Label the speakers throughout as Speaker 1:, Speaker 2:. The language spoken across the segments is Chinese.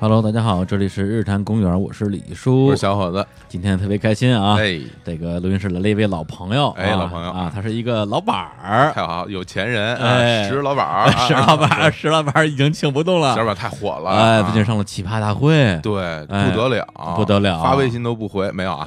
Speaker 1: Hello，大家好，这里是日坛公园，我是李叔
Speaker 2: 我是，小伙子，
Speaker 1: 今天特别开心啊！
Speaker 2: 哎，
Speaker 1: 这个录音室来了一位老朋友啊，
Speaker 2: 哎老朋友
Speaker 1: 啊，他是一个老板儿，
Speaker 2: 太好，有钱人，
Speaker 1: 哎
Speaker 2: 啊，石老 板儿，
Speaker 1: 石
Speaker 2: 啊
Speaker 1: 老板儿，石老板儿已经请不动
Speaker 2: 啊
Speaker 1: 了，
Speaker 2: 石老板太火了，
Speaker 1: 哎，
Speaker 2: 啊
Speaker 1: 最近上了奇葩大会，
Speaker 2: 对，
Speaker 1: 哎
Speaker 2: 不得了，
Speaker 1: 不得了
Speaker 2: 发微信都不回，没有 啊，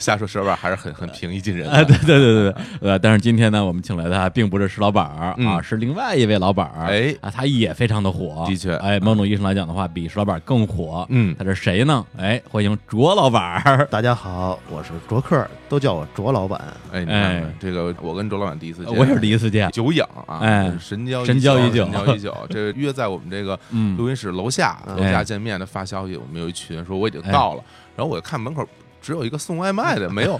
Speaker 2: 瞎说石老板还是很很平易近人
Speaker 1: 哎，
Speaker 2: 的，
Speaker 1: 对对对对对，呃，但是今天呢，我们请来的还并不是石老板儿啊，
Speaker 2: 嗯
Speaker 1: 是另外一位老板儿，
Speaker 2: 哎
Speaker 1: 啊，他也非常的火，
Speaker 2: 的确
Speaker 1: 哎，某种意义上来讲的话，比石老板更火，
Speaker 2: 嗯
Speaker 1: 他是谁呢？哎，欢迎卓老板儿，
Speaker 3: 大家好，我是卓克，都叫我卓老板。
Speaker 2: 哎，你看
Speaker 1: 哎
Speaker 2: 看这个，我跟周老板第一次见，
Speaker 1: 我也是第一次见，
Speaker 2: 久仰啊，
Speaker 1: 哎
Speaker 2: 神交
Speaker 1: 神交
Speaker 2: 交
Speaker 1: 已久
Speaker 2: 神交已久， 这个约在我们这个
Speaker 1: 嗯，哎
Speaker 2: 录音室楼下，
Speaker 3: 嗯
Speaker 2: 楼下见面的发消息，我们有一群说我已经到了，然后我看门口。只有一个送外卖 的，没有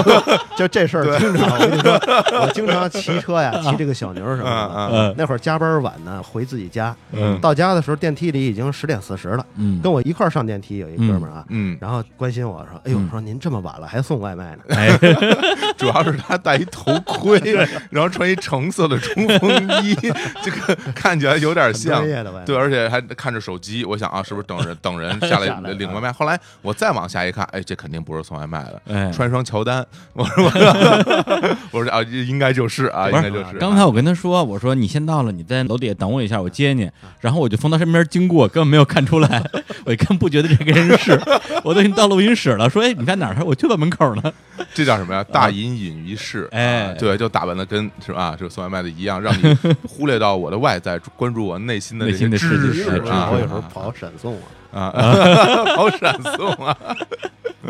Speaker 3: 就这事儿，经常我跟 你说，我经常骑车呀，骑这个小牛什么
Speaker 1: 嗯
Speaker 3: 的。那会儿加班晚呢，回自己家，
Speaker 1: 嗯
Speaker 3: 到家的时候电梯里已经十点四十了。
Speaker 1: 嗯，
Speaker 3: 跟我一块儿上电梯有一哥们儿啊，
Speaker 2: 嗯，
Speaker 3: 然后关心我说：“哎呦，说您这么晚了还送外卖 呢
Speaker 1: 哎，
Speaker 2: 主要是他戴一头盔，然后穿一橙色的冲锋衣，这个看起来有点？”
Speaker 3: 很
Speaker 2: 像
Speaker 3: 专。业的外卖。
Speaker 2: 对，而且还看着手机，我想啊，是不是等人等人下
Speaker 3: 下来啊
Speaker 2: 来领外卖？后来我再往下一看，哎，这肯定不是送外卖的，
Speaker 3: 嗯
Speaker 1: 哎
Speaker 2: 穿双乔丹。我说， 我我说啊，应该就是啊，应
Speaker 1: 不是
Speaker 2: 该就是。
Speaker 1: 刚才我跟他说，我说你先到了，你在楼底下等我一下，我接
Speaker 2: 啊
Speaker 1: 你。然后我就从他身边经过，根本没有看出来， 我一看不觉得这个人是，我都已经到录音室了，说哎你在哪儿？他说我就在门口呢。
Speaker 2: 这叫什么呀？大隐隐于市，
Speaker 1: 哎
Speaker 2: 啊对，就打扮的跟是吧，这个送外卖的一样，让你忽略到我的外在，关注我内心的
Speaker 1: 内
Speaker 2: 这
Speaker 1: 心
Speaker 2: 些
Speaker 1: 的世
Speaker 2: 知
Speaker 1: 界
Speaker 2: 识
Speaker 1: 是
Speaker 2: 啊。
Speaker 3: 我有时候跑闪送啊，
Speaker 2: 啊， 好闪送啊！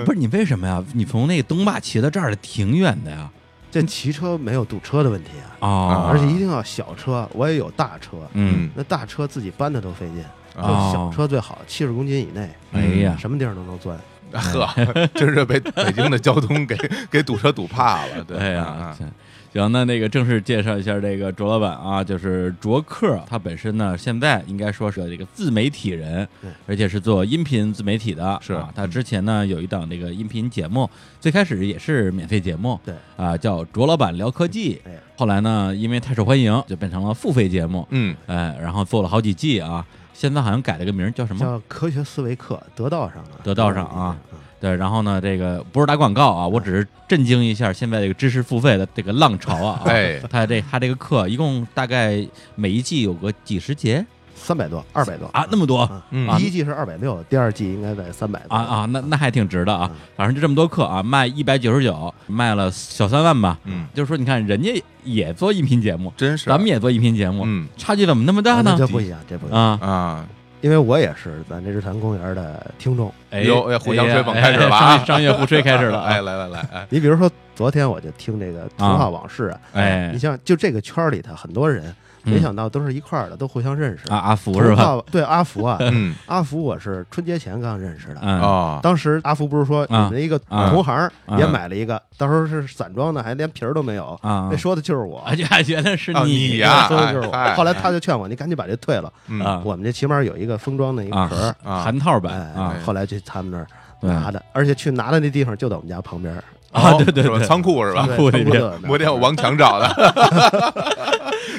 Speaker 1: 不是你为什么呀？你从那个东坝骑到这儿挺远的呀？
Speaker 3: 这骑车没有堵车的问题啊，
Speaker 1: 哦，
Speaker 3: 而且一定要小车，我也有大车，
Speaker 1: 嗯，
Speaker 3: 那大车自己搬的都费劲，就
Speaker 1: 哦
Speaker 3: 小车最好，七十公斤以内，
Speaker 1: 哎呀，
Speaker 3: 什么地儿都能钻。
Speaker 2: 啊呵， 真是被北京的交通给 给堵车堵怕了。对，
Speaker 1: 哎呀，
Speaker 2: 啊
Speaker 1: 行行，那那个正式介绍一下这个卓老板啊，就是卓克，他本身呢现在应该说是这个自媒体人
Speaker 3: 对，
Speaker 1: 而且是做音频自媒体的。
Speaker 2: 是嗯
Speaker 1: 啊，他之前呢有一档这个音频节目，最开始也是免费节目，
Speaker 3: 对
Speaker 1: 啊，叫卓老板聊科技
Speaker 3: 哎。
Speaker 1: 后来呢，因为太受欢迎，就变成了付费节目，
Speaker 2: 嗯，
Speaker 1: 哎，然后做了好几季啊，现在好像改了个名儿叫什么？
Speaker 3: 叫科学思维课，得道上啊，
Speaker 1: 得道上啊
Speaker 3: 嗯，
Speaker 1: 对，然后呢，这个不是打广告啊，我只是震惊一下现在这个知识付费的这个浪潮啊。
Speaker 2: 哎
Speaker 1: 他这他这个课一共大概每一季有个几十节
Speaker 3: 嗯三百多，二百多
Speaker 1: 啊，那么多啊
Speaker 2: 嗯
Speaker 1: 啊
Speaker 3: 第一季是二百六，第二季应该在三百多
Speaker 1: 啊，那那还挺值的啊
Speaker 3: 嗯。
Speaker 1: 反正就这么多课啊，卖一百九十九，卖了小三万吧。
Speaker 2: 嗯，
Speaker 1: 就是说，你看人家也做音频节目，
Speaker 2: 真是
Speaker 1: 咱们也做音频节目，
Speaker 2: 嗯
Speaker 1: 差距怎么那么大
Speaker 3: 啊那
Speaker 1: 呢？
Speaker 3: 这不一样，这不一样，
Speaker 1: 啊，
Speaker 2: 啊，
Speaker 3: 因为我也是咱这日坛公园的听众。
Speaker 1: 哎
Speaker 2: 哟哎互相吹捧开始了
Speaker 1: 哎
Speaker 2: 啊
Speaker 1: 商业商业互吹开始了啊。
Speaker 2: 哎，来来来， 哎，
Speaker 3: 你比如说，昨天我就听这个《童话往事》啊，
Speaker 1: 哎
Speaker 3: 你像就这个圈儿里头很多人，
Speaker 1: 嗯
Speaker 3: 没想到都是一块儿的，都互相认识
Speaker 1: 啊，。阿福是
Speaker 3: 童
Speaker 1: 吧？
Speaker 3: 话对阿福啊，
Speaker 2: 嗯
Speaker 3: 阿福我是春节前刚认识的，
Speaker 1: 嗯，
Speaker 2: 哦，
Speaker 3: 当时阿福不是说你
Speaker 1: 啊
Speaker 3: 们一个
Speaker 1: 啊
Speaker 3: 同行
Speaker 1: 啊
Speaker 3: 也买了一个，到时候是散装的，还连皮儿都没有。
Speaker 1: 啊
Speaker 3: 那说的就是我
Speaker 1: 啊，，原来是
Speaker 2: 啊你呀
Speaker 3: 说的就是
Speaker 2: 哎
Speaker 3: 我。后来他就劝我，你赶紧把这退了，
Speaker 2: 嗯
Speaker 1: 啊
Speaker 3: 我们这起码有一个封装的一个壳儿。
Speaker 2: 啊
Speaker 1: 韩套版啊
Speaker 3: 哎，啊后来去他们那儿
Speaker 1: 对
Speaker 3: 拿的，而且去拿的那地方就在我们家旁边儿，
Speaker 1: 啊，
Speaker 2: 哦
Speaker 1: 对对
Speaker 2: 是吧
Speaker 1: 对，
Speaker 2: 仓库是吧
Speaker 1: 仓？库里
Speaker 3: 对
Speaker 1: 边
Speaker 3: 差不多就在我们家
Speaker 2: 摩天我王强找的，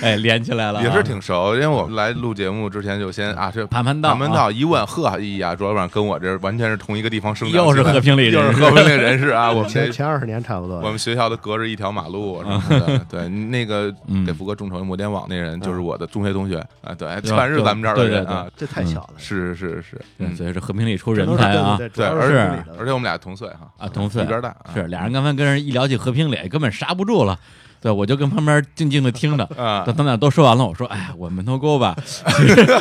Speaker 1: 哎，连起 来了啊，嗯
Speaker 2: 也是挺熟，因为我们来录节目之前就先啊，这
Speaker 1: 盘盘道，
Speaker 2: 盘门道一问，呵，哎呀，卓老板跟我这完全是同一个地方生长起来，
Speaker 1: 又是和平里人
Speaker 2: 又是和平里人士啊，我们
Speaker 3: 前
Speaker 2: 这
Speaker 3: 前二十年差不多
Speaker 2: 我。们学校都隔着一条 马路什么的。对，那个
Speaker 1: 嗯
Speaker 2: 给福哥众筹的摩天网那人就是我的中学同学啊，对，
Speaker 1: 对吧
Speaker 2: 全是咱们这儿的
Speaker 1: 对对
Speaker 2: 人啊。
Speaker 3: 这太小了，
Speaker 2: 是是是，
Speaker 1: 对，
Speaker 2: 嗯
Speaker 1: 所以是和平里出
Speaker 3: 这
Speaker 1: 人
Speaker 3: 都是
Speaker 1: 才啊
Speaker 3: 对对对主
Speaker 2: 对，
Speaker 3: 要
Speaker 2: 而
Speaker 3: 是
Speaker 1: 是
Speaker 3: 村里的
Speaker 2: 而且我们俩同岁哈，
Speaker 1: 啊，同岁
Speaker 2: 一边大啊
Speaker 1: 是俩人刚才跟人一聊起和平里，根本刹不住了。对，我就跟旁边静静的听着，
Speaker 2: 啊
Speaker 1: 等他们俩都说完了，我说：“哎，我门头沟吧，其实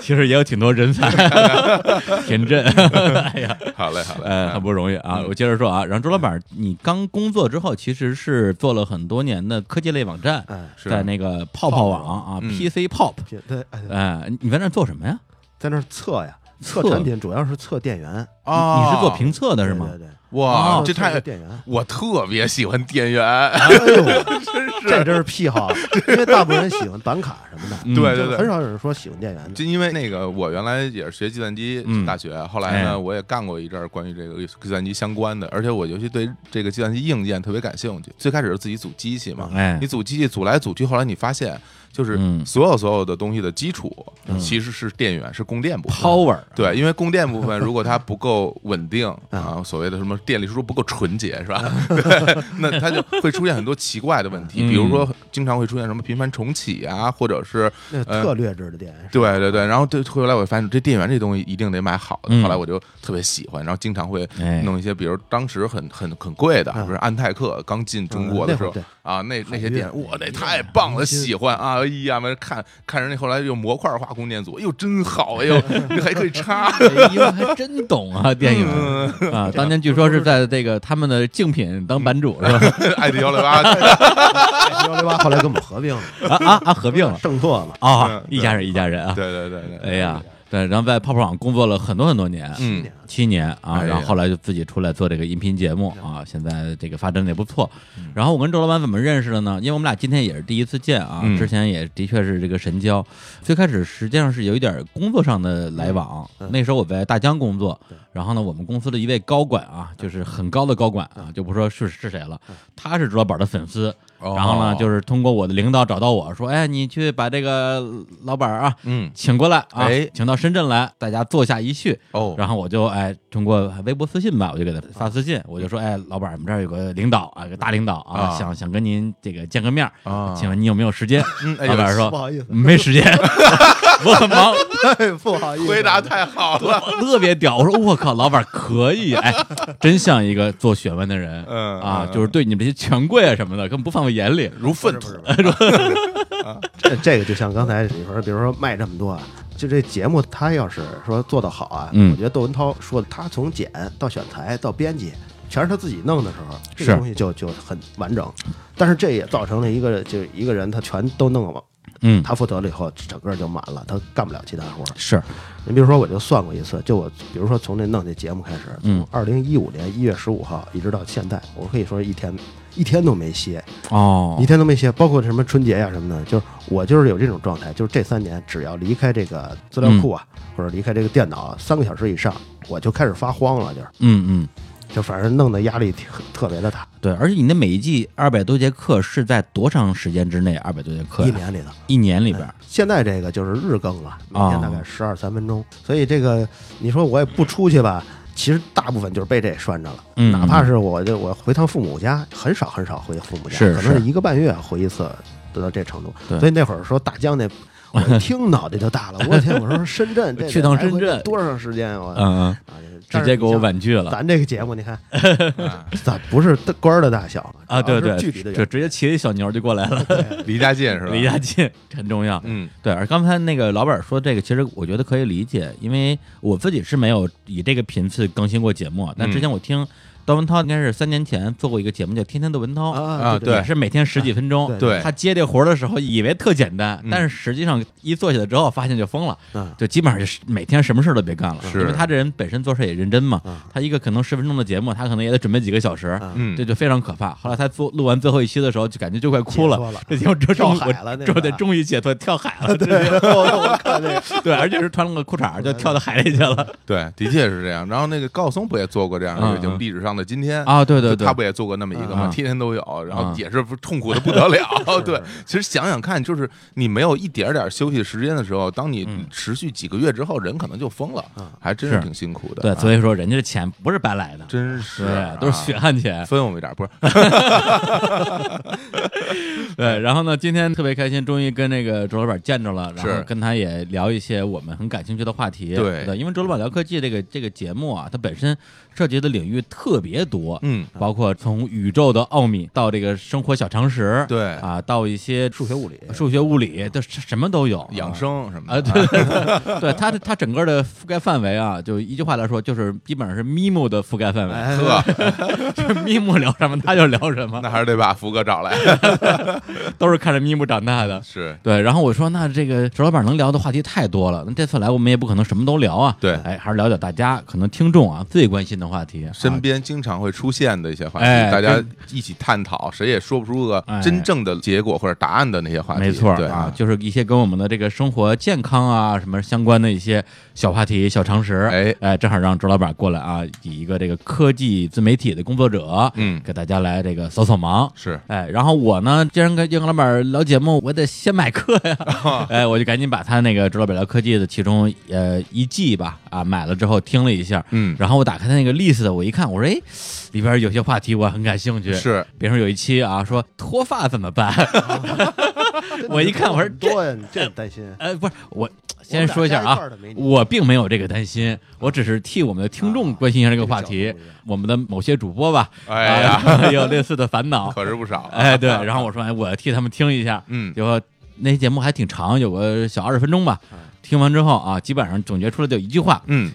Speaker 1: 其实也有挺多人才，田震， 哎呀，
Speaker 2: 好嘞好嘞，
Speaker 1: 呃，很不容易啊。”我接着说啊，然后周老板，你刚工作之后，其实是做了很多年的科技类网站，
Speaker 3: 哎，
Speaker 2: 是
Speaker 1: 在那个泡泡网啊
Speaker 2: 嗯
Speaker 1: ，PC Pop，
Speaker 3: 这这哎
Speaker 1: 哎，你在那儿做什么呀？
Speaker 3: 在那儿测呀，测
Speaker 1: 测
Speaker 3: 产品主要是测电源，
Speaker 2: 啊，
Speaker 1: 你是做评哦测的是吗
Speaker 3: 对？对对，
Speaker 2: 哇
Speaker 3: 测，
Speaker 2: 哦这
Speaker 3: 测
Speaker 2: 太
Speaker 3: 电 源。
Speaker 2: 我特别喜欢 店员，
Speaker 3: 哎呦，
Speaker 2: 真
Speaker 3: 这
Speaker 2: 是。
Speaker 3: 真是癖好，啊因为大部分人喜欢板卡什么的，
Speaker 1: 嗯
Speaker 2: 对
Speaker 3: 就很少有人说喜欢电源的。
Speaker 2: 就因为那个，我原来也是学计算机
Speaker 1: 嗯
Speaker 2: 大学，后来
Speaker 1: 哎
Speaker 2: 呢，我也干过一阵儿关于这个计算机相关的，而且我尤其对这个计算机硬件特别感兴趣。最开始是自己组机器嘛，
Speaker 1: 哎
Speaker 2: 你组机器组来组去，后来你发现，就是
Speaker 1: 嗯
Speaker 2: 所有所有的东西的基础其实是电源，是供电部分。
Speaker 1: power
Speaker 2: 对，因为供电部分如果它不够 稳定啊，所谓的什么电力输出不够纯洁是吧？
Speaker 1: 啊
Speaker 2: 对，那它就会出现很多奇怪的问题，
Speaker 1: 嗯
Speaker 2: 比如说经常会出现什么频繁重启啊，或者是
Speaker 3: 那
Speaker 2: 呃
Speaker 3: 特劣质的电是吧
Speaker 2: 对对对，然后对后来我发现这电源这东西一定得买好的，
Speaker 1: 嗯
Speaker 2: 后来我就特别喜欢，然后经常会
Speaker 1: 哎
Speaker 2: 弄一些，比如当时很很很贵的，
Speaker 3: 嗯
Speaker 2: 比如安泰克刚进中国的时候
Speaker 3: 嗯那会儿
Speaker 2: 啊，那那些
Speaker 3: 乐
Speaker 2: 电，哇，那太棒了，喜欢啊，哎呀，完了看看人家后来用模块化供电组，哎呦真好，哎 呦那还可以插，
Speaker 1: 因为哎还真懂啊，
Speaker 2: 嗯
Speaker 1: 电影 啊，当年据说是在这个他们的竞品当版主是吧？
Speaker 2: 爱迪幺六八，对
Speaker 3: 哎幺六八后来跟我们合并了，
Speaker 1: 啊啊啊，合并了
Speaker 3: 胜拓了，
Speaker 1: 啊，
Speaker 2: 嗯对
Speaker 1: 一家人一家人啊，
Speaker 2: 对对对，
Speaker 1: 哎呀，对，然后在泡泡网工作了很多很多年，
Speaker 2: 嗯，
Speaker 1: 七年啊，
Speaker 2: 哎呀哎
Speaker 1: 然后后来就自己出来做这个音频节目啊，现在这个发展的也不错。
Speaker 2: 嗯
Speaker 1: 然后我跟周老板怎么认识的呢？因为我们俩今天也是第一次见啊，
Speaker 2: 嗯
Speaker 1: 之前也的确是这个神交。最开始实际上是有一点工作上的来往，
Speaker 3: 嗯
Speaker 1: 那时候我在大疆工作
Speaker 2: 嗯
Speaker 3: 对，
Speaker 1: 然后呢，我们公司的一位高管啊，就是很高的高管
Speaker 2: 嗯
Speaker 1: 啊，就不说是是谁了，他是周老板的粉丝，
Speaker 2: 哦
Speaker 1: 然后呢，就是通过我的领导找到我说，哎，你去把这个老板啊。
Speaker 2: 嗯
Speaker 1: 请过来啊，
Speaker 2: 哎
Speaker 1: 请到深圳来，大家坐下一叙。
Speaker 2: 哦，
Speaker 1: 然后我就哎，通过微博私信吧，我就给他发私信，我就说，哎，老板，我们这儿有个领导啊，有个大领导啊，
Speaker 2: 啊
Speaker 1: 想想跟您这个见个面儿，
Speaker 2: 啊
Speaker 1: 请问你有没有时间？
Speaker 2: 嗯哎呦
Speaker 1: 老板说
Speaker 3: 不好意思
Speaker 1: 没时间，我很忙，
Speaker 3: 哎不好意思，
Speaker 2: 回答太好了，
Speaker 1: 特别屌。我说我靠，老板可以，哎，真像一个做学问的人，
Speaker 2: 嗯
Speaker 1: 啊，
Speaker 2: 嗯
Speaker 1: 就是对你们这些权贵啊什么的，根本不放在眼 里。
Speaker 2: 如粪土，
Speaker 3: 这这个就像刚才你说，比如说卖这么多啊，就这节目，他要是说做得好啊，
Speaker 1: 嗯
Speaker 3: 我觉得窦文涛说的，他从剪到选材到编辑，全是他自己弄的时候，这
Speaker 1: 是
Speaker 3: 个东西就就很完整。但是这也造成了一个，就一个人他全都弄了，
Speaker 1: 嗯，
Speaker 3: 他负责了以后，整个就满了，他干不了其他活儿。
Speaker 1: 是，
Speaker 3: 你比如说，我就算过一次，就我比如说从这弄这节目开始，
Speaker 1: 嗯
Speaker 3: 从二零一五年一月十五号一直到现在，我可以说一天一天都没歇。
Speaker 1: 哦
Speaker 3: 一，天都没歇，包括什么春节呀、什么的，就是我就是有这种状态，就是这三年只要离开这个资料库啊，
Speaker 1: 嗯
Speaker 3: 或者离开这个电脑啊三个小时以上，我就开始发慌了，就是
Speaker 1: 嗯嗯，
Speaker 3: 就反正弄得压力挺特别的大，
Speaker 1: 对，而且你的每一季二百多节课是在多长时间之内？二百多节课呀
Speaker 3: 一年里头。
Speaker 1: 一年里边儿，
Speaker 3: 现在这个就是日更了，每
Speaker 1: 啊
Speaker 3: 天大概十二三分钟，所以这个你说我也不出去吧，其实大部分就是被这拴着了。
Speaker 1: 嗯，
Speaker 3: 哪怕是我就我回趟父母家，很少很少回父母家，
Speaker 1: 是
Speaker 3: 可能
Speaker 1: 是
Speaker 3: 一个半月回一次，都到这程度。
Speaker 1: 对
Speaker 3: 所以那会儿说大疆那，我一听脑袋就 大了，我的天！我说深圳这
Speaker 1: 去趟深圳
Speaker 3: 多长时间啊？我啊，
Speaker 1: 嗯，嗯，
Speaker 3: 但
Speaker 1: 直
Speaker 3: 是
Speaker 1: 接
Speaker 3: 你
Speaker 1: 给我
Speaker 3: 像
Speaker 1: 婉拒了。
Speaker 3: 咱这个节目，你看，
Speaker 2: 啊
Speaker 3: 咱不是官儿的大小
Speaker 1: 啊，对对，
Speaker 3: 距离的
Speaker 1: 就
Speaker 3: 远。
Speaker 1: 直接骑着小牛就过来了，
Speaker 2: 离家近是吧？
Speaker 1: 离家近很重要。
Speaker 2: 嗯
Speaker 1: 对，而刚才那个老板说这个，其实我觉得可以理解，因为我自己是没有以这个频次更新过节目啊，但之前我听窦文涛应该是三年前做过一个节目叫《天天窦文涛》。
Speaker 2: 啊
Speaker 3: 啊
Speaker 1: 也
Speaker 2: 对
Speaker 1: 是每天十几分钟。
Speaker 3: 对
Speaker 2: 对
Speaker 1: 他接这活儿的时候，以为特简单，
Speaker 2: 嗯
Speaker 1: 但是实际上一做起来之后，发现就疯了，
Speaker 3: 嗯
Speaker 1: 就基本上就是每天什么事儿都别干了，
Speaker 2: 是
Speaker 1: 因为他这人本身做事也认真嘛。
Speaker 3: 嗯
Speaker 1: 他一个可能十分钟的节目，他可能也得准备几个小时，
Speaker 3: 嗯，
Speaker 2: 嗯
Speaker 1: 这，就非常可怕。后来他做录完最后一期的时候，就感觉就快哭
Speaker 3: 解脱了
Speaker 1: 这节目这终
Speaker 3: 跳
Speaker 1: 于
Speaker 3: 海了
Speaker 1: 我
Speaker 3: 那
Speaker 1: 这
Speaker 3: 个
Speaker 1: 得终于解脱，跳海了，对
Speaker 3: 我看那个，
Speaker 1: 对，而且是穿了个裤衩儿就跳到海里去了
Speaker 2: 对，的确是这样。然后 那个高松不也做过这样的
Speaker 1: 嗯
Speaker 2: 事情？历史上的今天，
Speaker 1: 啊！对对
Speaker 2: 就
Speaker 1: 对
Speaker 2: 他，不也做过那么一个吗？
Speaker 1: 嗯
Speaker 2: 天天都有，然后
Speaker 1: 嗯
Speaker 2: 也是痛苦的不得 了。对，其实想想看，就是你没有一点点休息时间的时候，当你持续几个月之后，人可能就疯了
Speaker 3: 嗯，
Speaker 2: 还真是
Speaker 1: 嗯是
Speaker 2: 挺辛苦的。
Speaker 1: 对，
Speaker 2: 以
Speaker 1: 所以说人家的钱不是白来的，
Speaker 2: 真是啊
Speaker 1: 对，都是血汗嗯钱。
Speaker 2: 分我们一 点，不是？
Speaker 1: 对，然后呢，今天特别开心，终于跟那个周老板见着了，然后
Speaker 2: 是
Speaker 1: 跟他也聊一些我们很感兴趣的话题。
Speaker 2: 对
Speaker 1: 因为周老板聊科技这个这个节目啊，它本身涉及的领域特别多，
Speaker 2: 嗯，
Speaker 1: 包括从宇宙的奥秘到这个生活小常识，
Speaker 2: 对
Speaker 1: 啊，到一些
Speaker 3: 数学物理
Speaker 1: 数学、物理，这什什么都有，
Speaker 2: 养生什么
Speaker 1: 啊，
Speaker 2: 的，
Speaker 1: 对 对对，对它的它整个的覆盖范围啊，就一句话来说，就是基本上是咪姆的覆盖范围，
Speaker 3: 哎
Speaker 2: 呵，
Speaker 1: 就是 咪姆聊什么他就聊什么
Speaker 2: 那，还是得把福哥 找来。
Speaker 1: 都是看着咪姆长大的。
Speaker 2: 是，
Speaker 1: 对，然后我说，那这个周老板能聊的话题太多了，那这次来我们也不可能什么都聊啊。
Speaker 2: 对
Speaker 1: 哎，还是聊点大家可能听众啊最关心的话题啊，
Speaker 2: 身边经经常会出现的一些话题，
Speaker 1: 哎
Speaker 2: 大家一起探讨，谁也说不出个
Speaker 1: 哎
Speaker 2: 真正的结果或者答案的那些话题。
Speaker 1: 没错
Speaker 2: 对
Speaker 1: 啊，，就是一些跟我们的这个生活健康啊什么相关的一些小话题、小常识。
Speaker 2: 哎
Speaker 1: 哎，正好让周老板过来啊，以一个这个科技自媒体的工作者，
Speaker 2: 嗯
Speaker 1: 给大家来这个扫扫盲。
Speaker 2: 是
Speaker 1: 哎，然后我呢，既然跟英格老板聊节目，我得先买课 呀。哎，我就赶紧把他那个《周老板聊科技》的其中呃一季吧，啊买了之后听了一下，
Speaker 2: 嗯
Speaker 1: 然后我打开他那个 list，我一看，我说哎，里边有些话题我很感兴趣。
Speaker 2: 是，
Speaker 1: 比如说有一期啊，说脱发怎么办？ 我一看，我说这
Speaker 3: 多呀，你这担心。
Speaker 1: 呃，不是我，
Speaker 3: 我
Speaker 1: 先
Speaker 3: 们俩
Speaker 1: 说一下
Speaker 3: 加一
Speaker 1: 啊
Speaker 3: 块儿的没，你啊
Speaker 1: 我并没有这个担心，我只是替我们的听众关心一下这个话题
Speaker 3: 这个角度不一样。
Speaker 1: 我们的某些主播吧，
Speaker 2: 哎 呀
Speaker 1: 啊，也 有类似的烦 恼。
Speaker 2: 可是不少。啊
Speaker 1: 哎，对，然后我说，哎，我替他们听一下，
Speaker 2: 嗯
Speaker 1: 结果那节目还挺长，有个小二十分钟吧。听完之后啊，基本上总结出来就一句话：
Speaker 2: 嗯，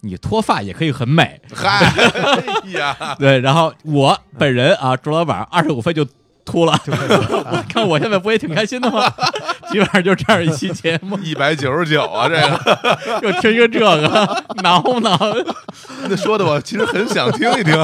Speaker 1: 你脱发也可以很美。
Speaker 2: 嗨 哎呀，
Speaker 1: 对，然后我本人啊，朱老板
Speaker 2: 嗯
Speaker 1: 二十五分就秃了，我 看我现在不也挺开心的 吗？基本上就这样一期节目，
Speaker 2: 一百九十九啊，这个
Speaker 1: 就听一个这个， 挠不挠？
Speaker 2: 那说的我其实很想听一听。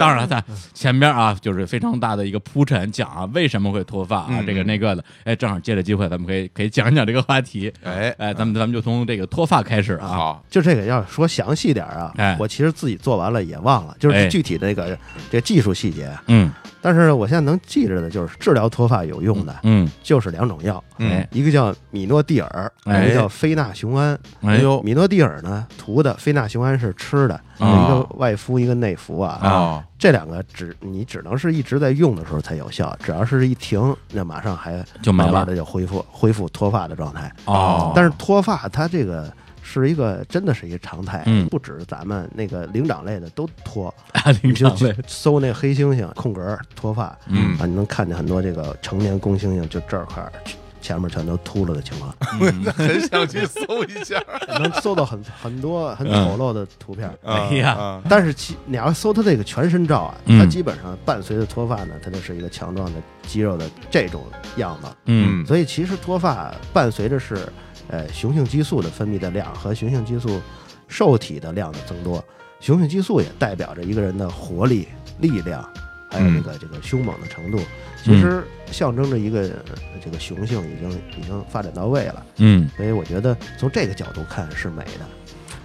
Speaker 1: 当然了，在前边啊，就是非常大的一个铺陈，讲啊为什么会脱发啊，
Speaker 2: 嗯
Speaker 1: 这个那个的。哎，正好借着机会，咱们可以可以讲一讲这个话题。
Speaker 2: 哎
Speaker 1: 哎，咱们咱们就从这个脱发开始啊。
Speaker 2: 好，
Speaker 3: 就这个要说详细点儿啊，
Speaker 1: 哎
Speaker 3: 我其实自己做完了也忘了，就
Speaker 1: 哎
Speaker 3: 是具体的这个、这个技术细节啊。
Speaker 1: 嗯
Speaker 3: 但是我现在能记着的就是治疗脱发有用的
Speaker 1: 嗯，
Speaker 3: 就是两种药，
Speaker 2: 嗯
Speaker 1: 哎
Speaker 3: 一个叫米诺地尔，
Speaker 1: 哎
Speaker 3: 一个叫非那雄胺。
Speaker 1: 哎呦，
Speaker 3: 米诺地尔呢涂的，非那雄胺是吃的，有
Speaker 1: 哦
Speaker 3: 一个外敷一个内服啊。
Speaker 2: 哦，
Speaker 3: 这两个只你只能是一直在用的时候才有效，只要是一停，那马上还
Speaker 1: 就没了
Speaker 3: 慢慢的就恢复恢复脱发的状态。
Speaker 1: 哦，
Speaker 3: 但是脱发它这个是一个真的是一个常态，
Speaker 1: 嗯
Speaker 3: 不止咱们那个灵长类的都脱，
Speaker 1: 啊，
Speaker 3: 你
Speaker 1: 灵
Speaker 3: 就
Speaker 1: 长类
Speaker 3: 去，搜那黑猩猩空格儿脱发，
Speaker 1: 嗯
Speaker 3: 啊，你能看见很多这个成年公猩猩就这块儿前面全都秃了的 情况，
Speaker 2: 那很想去搜一下。
Speaker 3: 能搜到很很多很丑陋的图片。
Speaker 1: 哎呀
Speaker 2: 啊，
Speaker 3: 但是其你要搜它这个全身照啊，
Speaker 1: 嗯
Speaker 3: 它基本上伴随着脱发呢，它就是一个强壮的肌肉的这种样子。
Speaker 1: 嗯
Speaker 3: 所以其实脱发伴随着是，呃，雄性激素的分泌的量和雄性激素受体的量的增多。雄性激素也代表着一个人的活力、力量，还有这个这个凶猛的程度，其实象征着一个呃这个雄性已经已经发展到位了。
Speaker 1: 嗯
Speaker 3: 所以我觉得从这个角度看是美的。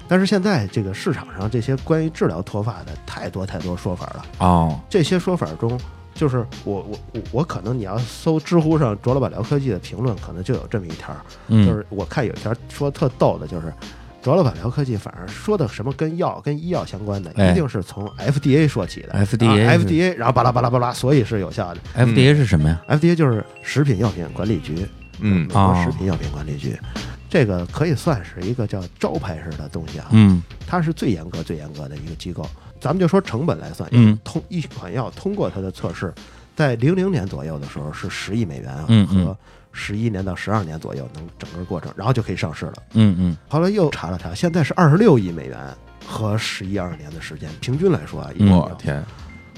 Speaker 3: 但是现在这个市场上这些关于治疗脱发的太多太多说法了，
Speaker 1: 哦，
Speaker 3: 这些说法中，就是我我我我可能你要搜知乎上“卓老板聊科技”的评论，可能就有这么一条，
Speaker 1: 嗯
Speaker 3: 就是我看有一条说特逗的，就是“卓老板聊科技”，反而说的什么跟药、跟医药相关的，
Speaker 1: 哎
Speaker 3: 一定是从 FDA 说起的
Speaker 1: FDA
Speaker 3: 啊
Speaker 1: 是
Speaker 3: FDA，然后巴拉巴拉巴拉，所以是有效的。
Speaker 1: FDA 是什么呀？
Speaker 3: FDA 就是食品药品管理局，
Speaker 2: 嗯
Speaker 3: 美国
Speaker 1: 哦
Speaker 3: 食品药品管理局。这个可以算是一个叫招牌式的东西啊，
Speaker 1: 嗯
Speaker 3: 它是最严格、最严格的一个机构。咱们就说成本来算，
Speaker 1: 嗯
Speaker 3: 通一款药通过它的测试，在零零年左右的时候是十亿美元啊，
Speaker 1: 嗯嗯
Speaker 3: 和十一年到十二年左右能整个过程，然后就可以上市了。
Speaker 1: 嗯嗯，
Speaker 3: 后来又查了查，现在是二十六亿美元和十一二年的时间，平均来说啊，一款
Speaker 2: 我
Speaker 3: 药
Speaker 2: 天，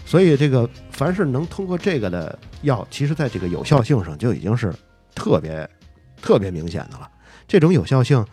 Speaker 3: 所以这个凡是能通过这个的药，其实在这个有效性上就已经是特别特别明显的了。这种有效性，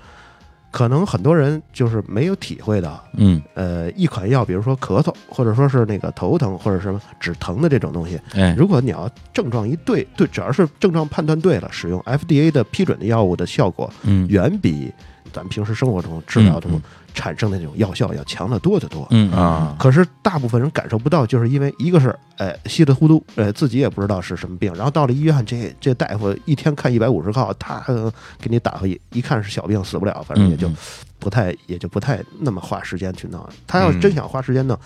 Speaker 3: 可能很多人就是没有体会到。
Speaker 1: 嗯
Speaker 3: 呃，一款药，比如说咳嗽，或者说是那个头疼，或者什么止疼的这种东西，
Speaker 1: 哎
Speaker 3: 如果你要症状一对对，只要是症状判断对了，使用 FDA 的批准的药物的效果，
Speaker 1: 嗯
Speaker 3: 远比咱们平时生活中治疗
Speaker 1: 嗯
Speaker 3: 中
Speaker 1: 嗯
Speaker 3: 产生的那种药效要强得多得多。
Speaker 1: 嗯
Speaker 2: 啊
Speaker 3: 可是大部分人感受不到，就是因为一个是，呃，稀里糊涂，呃，自己也不知道是什么病，然后到了医院，这这大夫一天看一百五十号，他呃给你打回一一看是小病，死不了，反正也就
Speaker 1: 嗯嗯
Speaker 3: 不太也就不太那么花时间去弄。他要真想花时间弄，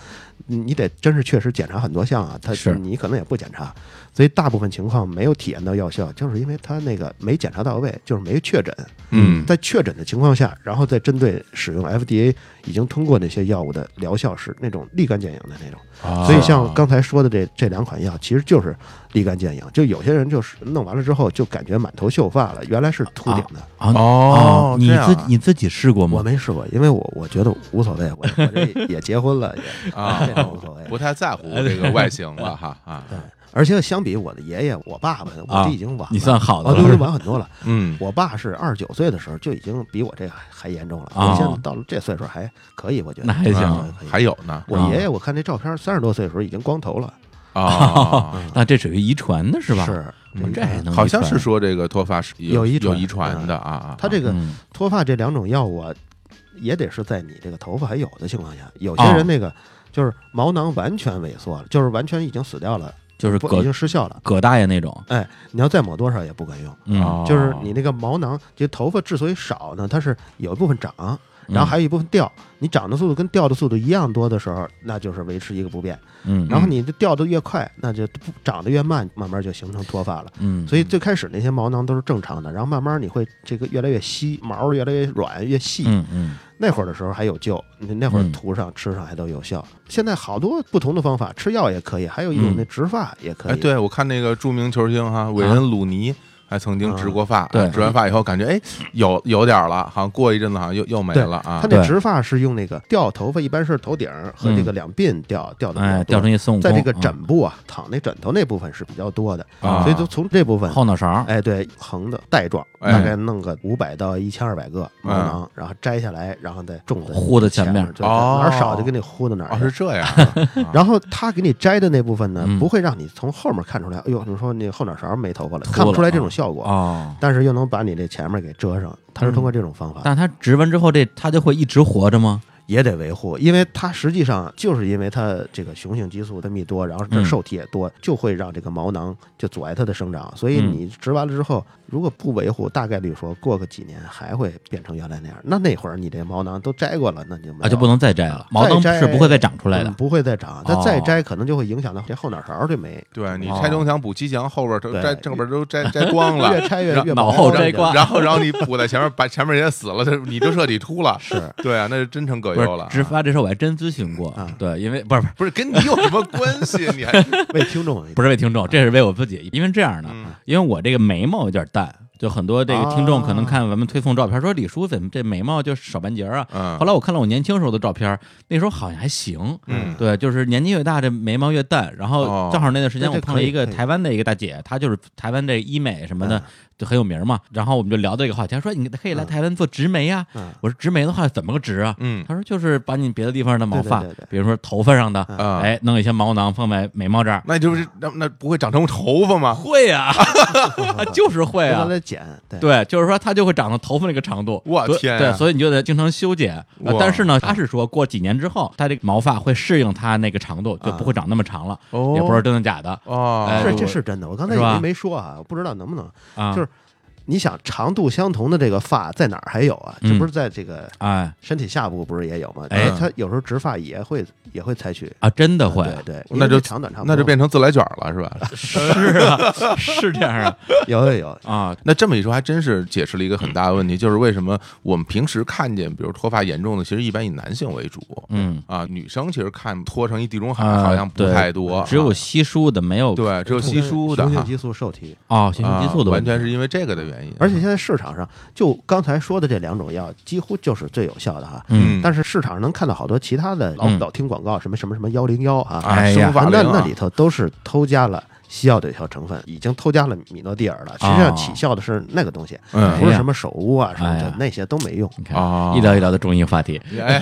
Speaker 3: 你得真是确实检查很多项啊，他
Speaker 1: 是
Speaker 3: 你可能也不检查，所以大部分情况没有体验到药效，就是因为他那个没检查到位，就是没确诊。
Speaker 2: 嗯
Speaker 3: 在确诊的情况下，然后再针对使用 FDA 已经通过那些药物的疗效是那种立竿见影的那种。
Speaker 2: 啊
Speaker 3: 所以像刚才说的这这两款药，其实就是立竿见影。就有些人就是弄完了之后就感觉满头秀发了，原来是秃顶的。
Speaker 1: 啊嗯
Speaker 2: 哦
Speaker 1: 你
Speaker 2: 这样啊
Speaker 1: 自你自己试过
Speaker 3: 我
Speaker 1: 吗？
Speaker 3: 没试过，因为我我觉得无所谓，我我这也结婚了，也
Speaker 2: 啊
Speaker 3: 这个无所谓。
Speaker 2: 哎 不太在乎这个外形了哈啊，
Speaker 3: 对，而且相比我的爷爷、我爸爸、我
Speaker 1: 啊
Speaker 3: 弟已经晚了，
Speaker 1: 你算好的
Speaker 3: 啊
Speaker 1: 了
Speaker 3: 对
Speaker 1: 是
Speaker 3: 对
Speaker 1: 吧
Speaker 3: 晚很多了。
Speaker 2: 嗯
Speaker 3: 我爸是二十九岁的时候就已经比我这还还严重了，
Speaker 1: 啊
Speaker 3: 我现在到了这岁数还可以，我觉得
Speaker 1: 那还
Speaker 2: 嗯
Speaker 1: 行
Speaker 3: 啊可以
Speaker 2: 还有呢
Speaker 3: 我
Speaker 1: 啊
Speaker 3: 爷爷，我看那照片，三十多岁的时候已经光头了，
Speaker 2: 啊，
Speaker 1: 那这属于遗传的是吧？
Speaker 3: 是
Speaker 1: 嗯，这还能
Speaker 2: 好像
Speaker 1: 遗
Speaker 2: 是
Speaker 1: 传
Speaker 2: 说这个脱发是
Speaker 3: 有遗
Speaker 2: 有
Speaker 3: 传
Speaker 2: 遗传的啊啊，
Speaker 3: 他这个
Speaker 1: 嗯
Speaker 3: 脱发这两种药物啊，也得是在你这个头发还有的情况下，有些
Speaker 1: 哦
Speaker 3: 人那个就是毛囊完全萎缩了，就是完全已经死掉了，
Speaker 1: 就是
Speaker 3: 不已
Speaker 1: 葛
Speaker 3: 经失效了。
Speaker 1: 葛大爷那种，
Speaker 3: 哎，你要再抹多少也不管用，
Speaker 1: 嗯，
Speaker 2: 哦
Speaker 3: 就是你那个毛囊，就头发之所以少呢，它是有一部分长，
Speaker 1: 嗯
Speaker 3: 然后还有一部分掉。你长的速度跟掉的速度一样多的时候，那就是维持一个不变。
Speaker 1: 嗯，
Speaker 3: 然后你的掉的越快，那就不长得越慢，慢慢就形成脱发了。
Speaker 1: 嗯，
Speaker 3: 所以最开始那些毛囊都是正常的，然后慢慢你会这个越来越稀，毛儿越来越软越细，
Speaker 1: 嗯嗯
Speaker 3: 那会儿的时候还有救，你那会儿
Speaker 1: 嗯
Speaker 3: 涂上、吃上还都有效。现在好多不同的方法，吃药也可以，还有一种
Speaker 1: 嗯
Speaker 3: 那植发也可以。
Speaker 2: 哎，对我看那个著名球星哈韦恩鲁尼。还曾
Speaker 3: 嗯
Speaker 2: 经植过发，
Speaker 1: 啊对
Speaker 2: 植完发以后感觉哎有有点儿了，好像过一阵子好像又又没
Speaker 3: 对
Speaker 2: 了啊
Speaker 3: 他。那
Speaker 1: 对嗯
Speaker 3: 植发是用那个掉头发，一般是头顶儿和这个两鬓掉掉的比较多
Speaker 1: 哎，掉成一孙悟空，
Speaker 3: 在这个
Speaker 1: 嗯
Speaker 3: 枕部啊，躺那枕头那部分是比较多的，
Speaker 2: 啊
Speaker 3: 所以就从这部分，
Speaker 1: 嗯后脑勺，
Speaker 3: 哎，对，横的带状，
Speaker 2: 哎
Speaker 3: 大概弄个五百到一千二百个毛囊，然后摘下来，然后再种
Speaker 1: 嗯
Speaker 3: 在
Speaker 1: 糊在前面
Speaker 3: 对，
Speaker 2: 哦
Speaker 3: 哪儿少就给你糊到哪
Speaker 2: 哦
Speaker 3: 儿
Speaker 2: 是
Speaker 3: 去。
Speaker 2: 这样啊，啊
Speaker 3: 然后他给你摘的那部分呢
Speaker 1: 嗯，
Speaker 3: 不会让你从后面看出来。哎呦，你说那后脑勺没头发了，
Speaker 1: 秃了
Speaker 3: 看不出来这种效果，
Speaker 1: 哦，
Speaker 3: 但是又能把你这前面给遮上。他是通过这种方法，
Speaker 1: 但他植完之后，这他就会一直活着吗？
Speaker 3: 也得维护，因为它实际上就是因为它这个雄性激素分泌多，然后这
Speaker 1: 嗯
Speaker 3: 受体也多，就会让这个毛囊就阻碍它的生长。所以
Speaker 1: 嗯
Speaker 3: 你植完了之后，如果不维护，大概率说过个几年还会变成原来那样。那那会儿你这毛囊都摘过了，那你就没有
Speaker 1: 啊，就不能再摘了，毛囊
Speaker 3: 再摘
Speaker 1: 是不会再长出来的
Speaker 3: 嗯。不会再长。它
Speaker 1: 哦
Speaker 3: 再摘可能就会影响到这后脑勺这 没，
Speaker 2: 对你
Speaker 1: 哦
Speaker 2: 拆东墙补西墙，后边儿都
Speaker 3: 对
Speaker 2: 摘正边儿都摘摘光了，
Speaker 3: 越拆越
Speaker 2: 然
Speaker 3: 越
Speaker 1: 脑
Speaker 3: 薄
Speaker 1: 后
Speaker 3: 这
Speaker 1: 摘
Speaker 3: 就
Speaker 1: 瓜
Speaker 2: 然后然后你补在前面，把前面人家死了，这你就彻底秃了。
Speaker 3: 是
Speaker 2: 对啊，那就真成葛
Speaker 1: 不是
Speaker 2: 优了啊。
Speaker 1: 植发这事儿我还真咨询过
Speaker 3: 啊，
Speaker 1: 对，因为不是不是
Speaker 2: 不是跟你有什么关系？ 你还
Speaker 3: 为听众
Speaker 1: 不是为听众，这是为我自己，因为这样的，
Speaker 2: 嗯
Speaker 1: 因为我这个眉毛有点淡，就很多这个听众
Speaker 3: 啊
Speaker 1: 可能看咱们推送照片说李叔怎么这眉毛就少半截儿啊？
Speaker 2: 嗯
Speaker 1: 后来我看了我年轻时候的照片，那时候好像还行，
Speaker 2: 嗯
Speaker 1: 对，就是年纪越大这眉毛越淡。然后
Speaker 2: 哦
Speaker 1: 正好那段时间
Speaker 3: 那这
Speaker 1: 我碰了一个
Speaker 3: 可以可以
Speaker 1: 台湾的一个大姐，她就是台湾这医美什么的
Speaker 3: 嗯
Speaker 1: 就很有名嘛。然后我们就聊这个话题，她说你可以来
Speaker 3: 嗯
Speaker 1: 台湾做植眉啊。
Speaker 3: 嗯
Speaker 1: 我说植眉的话怎么个植啊？
Speaker 2: 嗯
Speaker 1: 她说就是把你别的地方的毛
Speaker 3: 对对
Speaker 1: 发，
Speaker 3: 对嗯对
Speaker 1: 比如说头发上的，
Speaker 2: 啊，
Speaker 1: 哎，弄一些毛囊放在眉毛这儿。
Speaker 2: 那就是那那不会长成头发吗？
Speaker 1: 会呀、 啊， 就是会
Speaker 3: 回
Speaker 1: 啊
Speaker 3: 头，来剪，对
Speaker 1: 对，就是说它就会长到头发那个长度。
Speaker 2: 我
Speaker 1: 对
Speaker 2: 天啊
Speaker 1: 对，所以你就得经常修剪。呃
Speaker 2: 哇
Speaker 1: 但是呢，他是说过几年之后，它这个毛发会适应它那个长度，就不会长那么长了。
Speaker 2: 啊哦
Speaker 1: 也不知道真的假的
Speaker 2: 哦，
Speaker 1: 哎
Speaker 3: 是
Speaker 1: 我
Speaker 3: 这是真的。我刚才
Speaker 1: 是
Speaker 3: 也
Speaker 1: 吧
Speaker 3: 没没说啊，我不知道能不能。
Speaker 1: 啊。
Speaker 3: 就是你想长度相同的这个发在哪儿还有啊？
Speaker 1: 嗯
Speaker 3: 这不是在这个
Speaker 1: 哎
Speaker 3: 身体下部不是也有吗？
Speaker 1: 哎
Speaker 3: 他有时候植发也会也会采取，
Speaker 1: 啊，真的会，
Speaker 3: 对对，
Speaker 2: 那就
Speaker 3: 因为长短差不多，
Speaker 2: 那就变成自来卷了是吧？
Speaker 1: 是啊， 是这样啊
Speaker 3: 有有有，
Speaker 1: 啊，
Speaker 2: 那这么一说，还真是解释了一个很大的问题，就是为什么我们平时看见，比如脱发严重的，其实一般以男性为主。
Speaker 1: 嗯，
Speaker 2: 啊，女生其实看脱成一地中海
Speaker 1: 啊
Speaker 2: 好像不
Speaker 1: 对
Speaker 2: 太多，
Speaker 1: 只有
Speaker 2: 啊
Speaker 1: 稀疏的没有
Speaker 2: 对，只有稀疏的
Speaker 3: 雄性
Speaker 2: 哈
Speaker 3: 激素受体，
Speaker 1: 哦，雄性激素的问
Speaker 2: 啊完
Speaker 1: 题
Speaker 2: 全是因为这个的原因。
Speaker 3: 而且现在市场上就刚才说的这两种药，几乎就是最有效的哈。
Speaker 1: 嗯
Speaker 3: 但是市场上能看到好多其他的，老
Speaker 1: 嗯
Speaker 3: 老听广告什么什么什么幺零幺啊，
Speaker 1: 哎
Speaker 2: 啊，
Speaker 1: 呀
Speaker 2: 生发
Speaker 3: 那
Speaker 2: 灵啊
Speaker 3: 那里头都是偷加了西药的有效成分，已经偷加了米诺地尔了。实际上
Speaker 1: 哦
Speaker 3: 起效的是那个东西，
Speaker 2: 嗯
Speaker 3: 不是什么手污啊什么
Speaker 1: 哎
Speaker 3: 的
Speaker 1: 呀，
Speaker 3: 那些都没用。
Speaker 1: 你看
Speaker 2: 哦
Speaker 1: 一聊一聊的中医话题，
Speaker 2: 哎，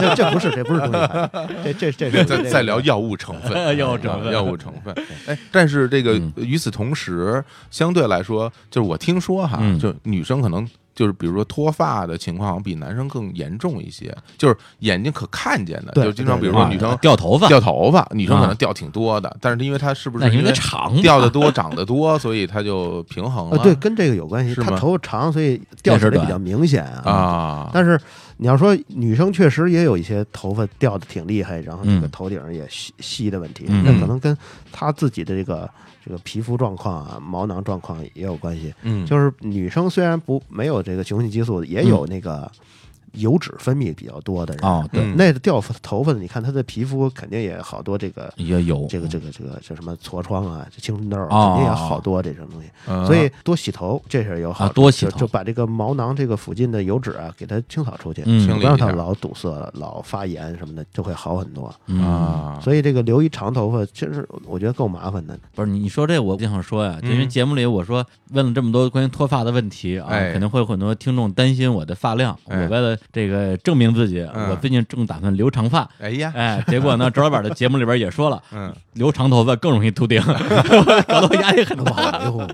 Speaker 3: 这这不是，这不是中医法，这这这是
Speaker 2: 再再聊药物成 分，
Speaker 1: 药物成分
Speaker 2: 啊药物成分。哎，但是这个
Speaker 1: 嗯
Speaker 2: 与此同时，相对来说，就是我听说哈
Speaker 1: 嗯，
Speaker 2: 就女生可能。就是比如说脱发的情况，好像比男生更严重一些，就是眼睛可看见的，
Speaker 3: 对
Speaker 2: 就经常比如说
Speaker 1: 啊
Speaker 2: 女生
Speaker 1: 掉头发，
Speaker 2: 掉头发，女生可能
Speaker 1: 啊
Speaker 2: 掉挺多的，但是因为她是不
Speaker 1: 那
Speaker 2: 是
Speaker 1: 因
Speaker 2: 因
Speaker 1: 为它
Speaker 2: 为
Speaker 1: 长
Speaker 2: 掉的多，长得多，所以她就平衡
Speaker 3: 呃
Speaker 2: 了？，
Speaker 3: 对，跟这个有关系。
Speaker 2: 是
Speaker 3: 他
Speaker 2: 吗
Speaker 3: 头发长，所以掉起来比较明显啊。
Speaker 2: 啊，
Speaker 3: 但是你要说女生确实也有一些头发掉的挺厉害，然后这个
Speaker 1: 嗯
Speaker 3: 头顶儿也稀稀的问题，
Speaker 1: 嗯
Speaker 3: 那可能跟她自己的这个这个皮肤状况啊、毛囊状况也有关系。
Speaker 2: 嗯，
Speaker 3: 就是女生虽然不没有这个雄性激素，也有那个油脂分泌比较多的人，
Speaker 1: 哦，对，
Speaker 2: 嗯
Speaker 3: 那个掉头发的，你看他的皮肤肯定也好多这个
Speaker 1: 也有
Speaker 3: 这个这个这个叫什么痤疮啊、这青春痘儿，
Speaker 1: 哦
Speaker 3: 肯定也好多这种东西。
Speaker 2: 嗯
Speaker 3: 所以多洗头这是有好
Speaker 1: 啊
Speaker 3: 处
Speaker 1: 多洗头
Speaker 3: 就就把这个毛囊这个附近的油脂啊给它清扫出去，
Speaker 1: 嗯
Speaker 2: 清理
Speaker 3: 不让
Speaker 2: 一
Speaker 3: 它
Speaker 2: 下
Speaker 3: 老堵塞了、老发炎什么的，就会好很多。
Speaker 1: 啊，
Speaker 2: 啊，
Speaker 3: 所以这个留一长头发，其实我觉得够麻烦的。
Speaker 1: 不是你你说这我就想说呀，
Speaker 2: 嗯
Speaker 1: 因为节目里我说问了这么多关于脱发的问题啊，
Speaker 2: 哎
Speaker 1: 可能会有很多听众担心我的发量，
Speaker 2: 哎
Speaker 1: 我为了这个证明自己，
Speaker 2: 嗯
Speaker 1: 我最近正打算留长发。
Speaker 2: 哎呀，
Speaker 1: 哎，结果呢？周老板的节目里边也说了，
Speaker 2: 嗯，
Speaker 1: 留长头发更容易秃顶，搞得我压力很
Speaker 3: 不好
Speaker 1: 大。
Speaker 3: 维护嘛，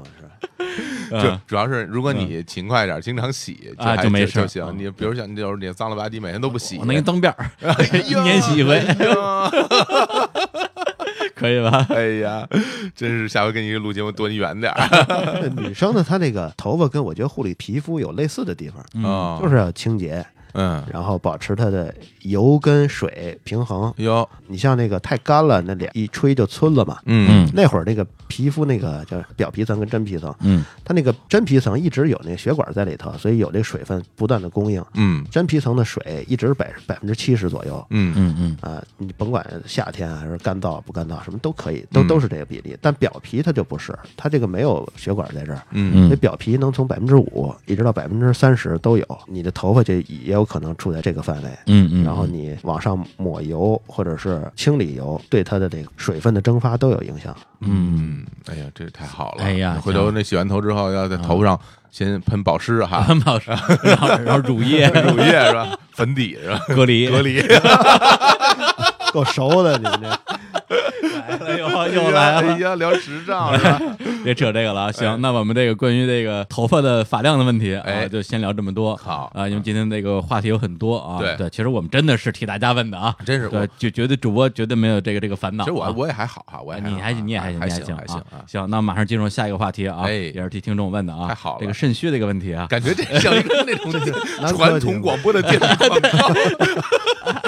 Speaker 3: 是
Speaker 2: 就
Speaker 1: 嗯
Speaker 2: 主要是如果你勤快点，经常洗
Speaker 1: 啊
Speaker 2: 还
Speaker 1: 就没事
Speaker 2: 就行
Speaker 1: 嗯。
Speaker 2: 你比如像你就是你脏了吧唧，每天都不洗，
Speaker 1: 我弄一脏辫儿，
Speaker 2: 哎
Speaker 1: 一
Speaker 2: 呀
Speaker 1: 年洗一回
Speaker 2: 哎呀
Speaker 1: 可以吧？
Speaker 2: 哎呀，真是下回跟你录节目躲你远点儿
Speaker 3: 吧？女生呢，她 这个头发跟我觉得护理皮肤有类似的地方，
Speaker 1: 嗯
Speaker 2: 啊
Speaker 3: 就是要清洁，
Speaker 2: 嗯，
Speaker 3: 然后保持它的油跟水平衡。
Speaker 2: 哟，
Speaker 3: 你像那个太干了，那脸一吹就皴了嘛。
Speaker 2: 嗯
Speaker 3: 那会儿那个皮肤那个叫表皮层跟真皮层，
Speaker 1: 嗯
Speaker 3: 它那个真皮层一直有那个血管在里头，所以有这个水分不断的供应。
Speaker 2: 嗯
Speaker 3: 真皮层的水一直百百分之七十左右
Speaker 2: 嗯嗯
Speaker 1: 嗯嗯
Speaker 3: 啊、你甭管夏天啊还是干燥不干燥，什么都可以，都
Speaker 2: 嗯
Speaker 3: 都是这个比例。但表皮它就不是，它这个没有血管在这儿，
Speaker 2: 嗯
Speaker 3: 所以
Speaker 1: 嗯
Speaker 3: 表皮能从百分之五一直到百分之三十都有。你的头发就也有可能处在这个范围。
Speaker 1: 嗯嗯，
Speaker 3: 然后你往上抹油或者是清理油，对它的这个水分的蒸发都有影响。
Speaker 2: 嗯，哎呀，这太好了！
Speaker 1: 哎呀嗯
Speaker 2: 回头那洗完头之后，要在头上先喷保湿哈，
Speaker 1: 很保湿，然后然后乳液
Speaker 2: 乳液是吧？粉底 是吧？哎
Speaker 1: 隔离
Speaker 2: 隔离，
Speaker 3: 够熟的，你们这。
Speaker 1: 来了又又来
Speaker 2: 哎
Speaker 1: 了，
Speaker 2: 呀，聊时尚 是吧？
Speaker 1: 别扯这个了啊。行，那我们这个关于这个头发的发量的问题啊，
Speaker 2: 哎
Speaker 1: 就先聊这么多。
Speaker 2: 好
Speaker 1: 啊，因为今天这个话题有很多啊。
Speaker 2: 对
Speaker 1: 对，其实我们真的是替大家问的啊，
Speaker 2: 真是我
Speaker 1: 对，就绝对主播绝对没有这个这个烦恼啊。哎
Speaker 2: 其实我我也还好哈，我也
Speaker 1: 你还行，你也还
Speaker 2: 行，
Speaker 1: 行，你
Speaker 2: 行
Speaker 1: 行
Speaker 2: 还
Speaker 1: 啊
Speaker 2: 啊。。
Speaker 1: 行，那马上进入下一个话题啊，
Speaker 2: 哎
Speaker 1: 也是替听众问的啊。
Speaker 2: 太好了
Speaker 1: 这个肾虚的一个问题啊，
Speaker 2: 感觉这像一个那种
Speaker 3: 南
Speaker 2: 传
Speaker 3: 科节
Speaker 2: 统
Speaker 3: 目
Speaker 2: 广播的电视广告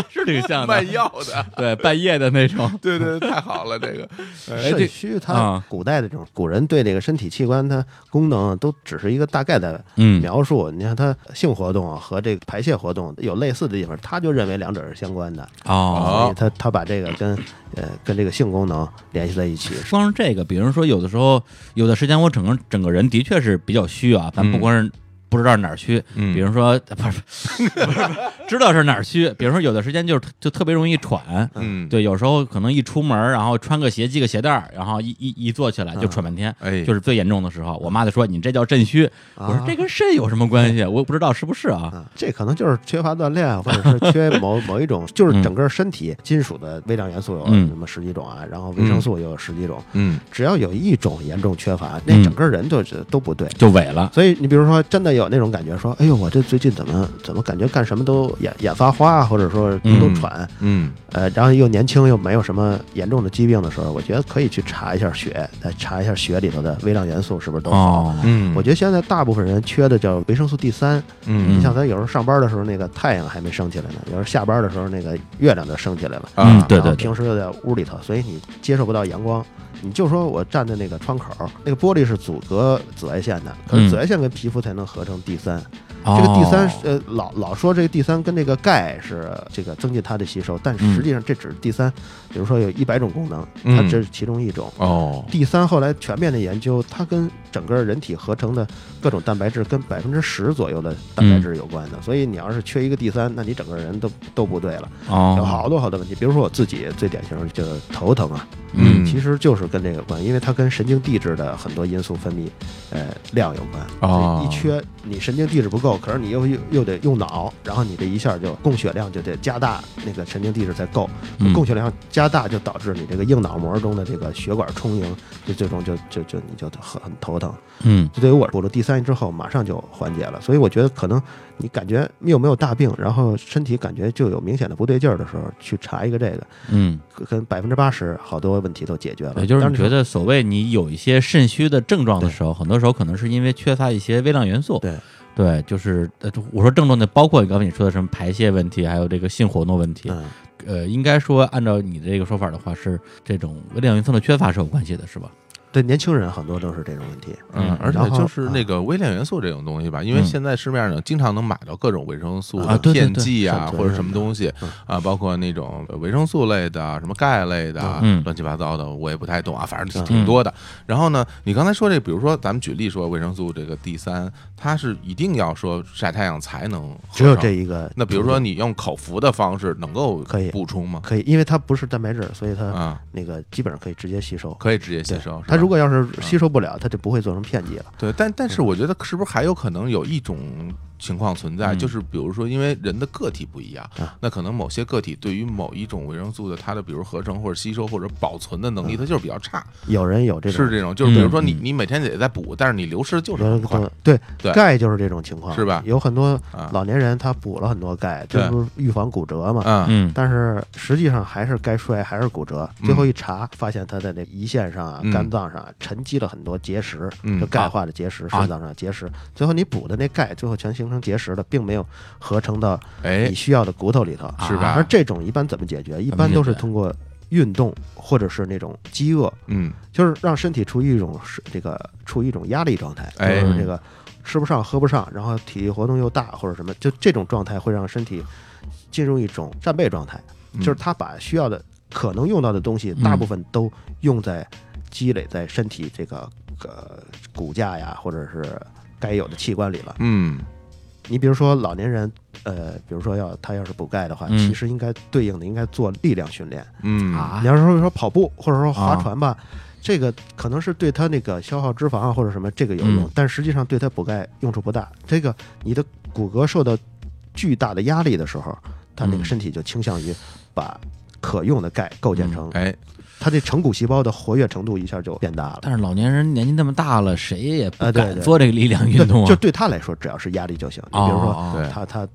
Speaker 1: 是 挺像的，
Speaker 2: 卖药的，
Speaker 1: 对，半夜的那 种。
Speaker 2: 对对，对太好了，这个哎
Speaker 1: 这
Speaker 3: 肾虚，它
Speaker 1: 啊
Speaker 3: 古代的这种古人对这个身体器官它功能啊都只是一个大概的
Speaker 1: 嗯
Speaker 3: 描述。你看它性活动啊和这个排泄活动有类似的地方，他就认为两者是相关的，
Speaker 1: 哦。
Speaker 3: 所以他他把这个跟呃跟这个性功能联系在一起。
Speaker 1: 光是这个，比如说有的时候，有的时间我整个整个人的确是比较虚啊，咱
Speaker 2: 嗯
Speaker 1: 不光是不知道哪儿虚，
Speaker 2: 嗯
Speaker 1: 比如说不是 不是知道是哪儿虚，比如说有的时间就是就特别容易喘。
Speaker 2: 嗯，
Speaker 1: 对，有时候可能一出门，然后穿个鞋、系个鞋带儿，然后一一一坐起来就
Speaker 3: 嗯
Speaker 1: 喘半天，
Speaker 2: 哎
Speaker 1: 就是最严重的时候。我妈就说：“你这叫肾虚。”我说：“这跟肾有什么关系？我也不知道是不是啊。
Speaker 3: 啊，这可能就是缺乏锻炼，啊或者 是缺某某一种，就是
Speaker 1: 嗯
Speaker 3: 整个身体金属的微量元素有
Speaker 1: 嗯
Speaker 3: 什么十几种啊，然后维生素也有十几种，
Speaker 2: 嗯
Speaker 3: 只要有一种严重缺乏，那
Speaker 1: 嗯
Speaker 3: 整个人就是都不对。
Speaker 1: 就萎了。
Speaker 3: 所以你比如说，真的有那种感觉，说，哎呦，我这最近怎么怎么感觉干什么都眼眼发花啊，或者说
Speaker 1: 嗯
Speaker 3: 都都喘，
Speaker 2: 嗯
Speaker 3: 呃，然后又年轻又没有什么严重的疾病的时候，我觉得可以去查一下血，再查一下血里头的微量元素是不是都好。
Speaker 1: 哦，
Speaker 2: 嗯，
Speaker 3: 我觉得现在大部分人缺的叫维生素 D 三，
Speaker 2: 嗯
Speaker 3: 你像咱有时候上班的时候，那个太阳还没升起来呢；有时候下班的时候，那个月亮就升起来了。
Speaker 1: 嗯
Speaker 2: 啊
Speaker 1: 对
Speaker 3: 然后平时又在屋里头，所以你接受不到阳光。你就说我站在那个窗口，那个玻璃是阻隔紫外线的，可
Speaker 1: 嗯
Speaker 3: 是紫外线跟皮肤才能合成 D 三、
Speaker 1: 哦
Speaker 3: 这个 D 三呃，老老说这个 D 三跟这个钙是这个增进它的吸收，但
Speaker 1: 嗯
Speaker 3: 实际上这只是 D 三，比如说有一百种功能，
Speaker 2: 嗯
Speaker 3: 它这是其中一种。
Speaker 2: 哦
Speaker 3: D 三后来全面的研究，它跟整个人体合成的各种蛋白质跟百分之十左右的蛋白质有关的，所以你要是缺一个 D 三，那你整个人都都不对了，有
Speaker 1: 哦，
Speaker 3: 好多好多问题。比如说我自己最典型的就是头疼啊，
Speaker 2: 嗯
Speaker 3: 其实就是跟这个有关，因为它跟神经递质的很多因素分泌呃量有关。
Speaker 2: 哦
Speaker 3: 一缺你神经递质不够，可是你又又又得用脑，然后你这一下就供血量就得加大，那个神经递质才够。
Speaker 1: 嗯
Speaker 3: 供血量加大就导致你这个硬脑膜中的这个血管充盈，就最终就就就你就很很头疼。
Speaker 1: 嗯
Speaker 3: 就对于我补了第三之后，马上就缓解了。所以我觉得可能你感觉你有没有大病，然后身体感觉就有明显的不对劲儿的时候，去查一个这个，
Speaker 1: 嗯，
Speaker 3: 可跟百分之八十好多问题都解决了。
Speaker 1: 也就是
Speaker 3: 啊当
Speaker 1: 你
Speaker 3: 你
Speaker 1: 觉得所谓你有一些肾虚的症状的时候，很多时候可能是因为缺乏一些微量元素。
Speaker 3: 对
Speaker 1: 对，就是呃，我说症状的包括刚才你说的什么排泄问题，还有这个性活动问题。
Speaker 3: 嗯，
Speaker 1: 呃，应该说按照你的这个说法的话，是这种微量元素的缺乏是有关系的，是吧？
Speaker 3: 对年轻人很多都是这种问题。
Speaker 1: 嗯
Speaker 2: 而且
Speaker 3: 然后啊
Speaker 2: 就是那个微量元素这种东西吧，因为
Speaker 1: 嗯
Speaker 2: 现在市面上经常能买到各种维生素
Speaker 1: 啊
Speaker 2: 的
Speaker 1: 对对
Speaker 2: 片
Speaker 1: 对
Speaker 2: 剂啊，
Speaker 3: 是的
Speaker 2: 或者
Speaker 3: 是
Speaker 2: 什么
Speaker 3: 的
Speaker 2: 东西
Speaker 3: 嗯
Speaker 2: 啊，包括那种维生素类的、什么钙类的、
Speaker 1: 嗯
Speaker 2: 乱七八糟的，我也不太懂啊，反正
Speaker 3: 嗯
Speaker 2: 挺多的。然后呢，你刚才说这，比如说咱们举例说维生素这个 D 三，它是一定要说晒太阳才能合
Speaker 3: 只有
Speaker 2: 成
Speaker 3: 这。一个。
Speaker 2: 那比如说你用口服的方式能够
Speaker 3: 可以
Speaker 2: 补充吗？
Speaker 3: 可以，因为它不是蛋白质，所以它
Speaker 2: 啊，
Speaker 3: 那个基本上可以直接吸收。
Speaker 2: 可以直接
Speaker 3: 对
Speaker 2: 吸收。是
Speaker 3: 它
Speaker 2: 吧啊
Speaker 3: 如果要是吸收不了，它就不会做成片剂了。
Speaker 2: 对，但但
Speaker 3: 嗯
Speaker 2: 是我觉得是不是还有可能有一种情况存在，
Speaker 1: 嗯
Speaker 2: 就是比如说，因为人的个体不一样，
Speaker 3: 啊
Speaker 2: 那可能某些个体对于某一种维生素的它的比如合成或者吸收或者保存的能力，它就是比较差，
Speaker 3: 有人嗯有这种
Speaker 2: 是这种，就是比如说你
Speaker 1: 嗯
Speaker 2: 你每天得在补，但是你流失就是
Speaker 3: 有
Speaker 2: 很
Speaker 3: 人
Speaker 2: 快
Speaker 3: 更对
Speaker 2: 对
Speaker 3: 钙就是这种情况，
Speaker 2: 是吧
Speaker 3: 有很多
Speaker 2: 啊，
Speaker 3: 老年人他补了很多钙，
Speaker 2: 对
Speaker 3: 这不是预防骨折嘛？
Speaker 2: 嗯
Speaker 1: 嗯
Speaker 3: 但是实际上还是该摔，还是骨折。
Speaker 2: 嗯
Speaker 3: 最后一查，发现他在那胰腺上啊、
Speaker 2: 嗯
Speaker 3: 肝脏上啊沉积了很多结石，
Speaker 2: 嗯
Speaker 3: 就钙化的结石、
Speaker 2: 啊
Speaker 3: 肾脏上的结石。最后你补的那钙，最后全形成结石了，并没有合成到
Speaker 2: 哎
Speaker 3: 你，需要的骨头里头。
Speaker 2: 是吧
Speaker 3: 而这种一啊般怎么解决？一般都是通过运动或者是那种饥饿，
Speaker 2: 嗯
Speaker 3: 就是让身体处于一种是这个处于一种压力状态，就
Speaker 2: 哎
Speaker 3: 是这个吃不上喝不上，然后体力活动又大或者什么，就这种状态会让身体进入一种战备状态，
Speaker 2: 嗯
Speaker 3: 就是它把需要的可能用到的东西，
Speaker 1: 嗯
Speaker 3: 大部分都用在积累在身体这个呃骨架呀，或者是该有的器官里了。
Speaker 2: 嗯
Speaker 3: 你比如说老年人，呃，比如说要他要是补钙的话，
Speaker 1: 嗯
Speaker 3: 其实应该对应的应该做力量训练。
Speaker 2: 嗯
Speaker 1: 啊
Speaker 3: 你，要是说说跑步或者说划
Speaker 1: 啊
Speaker 3: 船吧，这个可能是对他那个消耗脂肪啊或者什么这个有用，
Speaker 1: 嗯
Speaker 3: 但实际上对他补钙用处不大。这个你的骨骼受到巨大的压力的时候，他那
Speaker 1: 嗯
Speaker 3: 个身体就倾向于把可用的钙构
Speaker 1: 嗯
Speaker 3: 建成，
Speaker 2: 哎，
Speaker 3: 他这成骨细胞的活跃程度一下就变大了。
Speaker 1: 但是老年人年纪那么大了，谁也不
Speaker 3: 啊对
Speaker 1: 敢
Speaker 3: 对
Speaker 1: 做这个力量运动啊。
Speaker 3: 就对他来说，只要是压力就行。你比如说，
Speaker 1: 哦
Speaker 2: 对
Speaker 3: 他他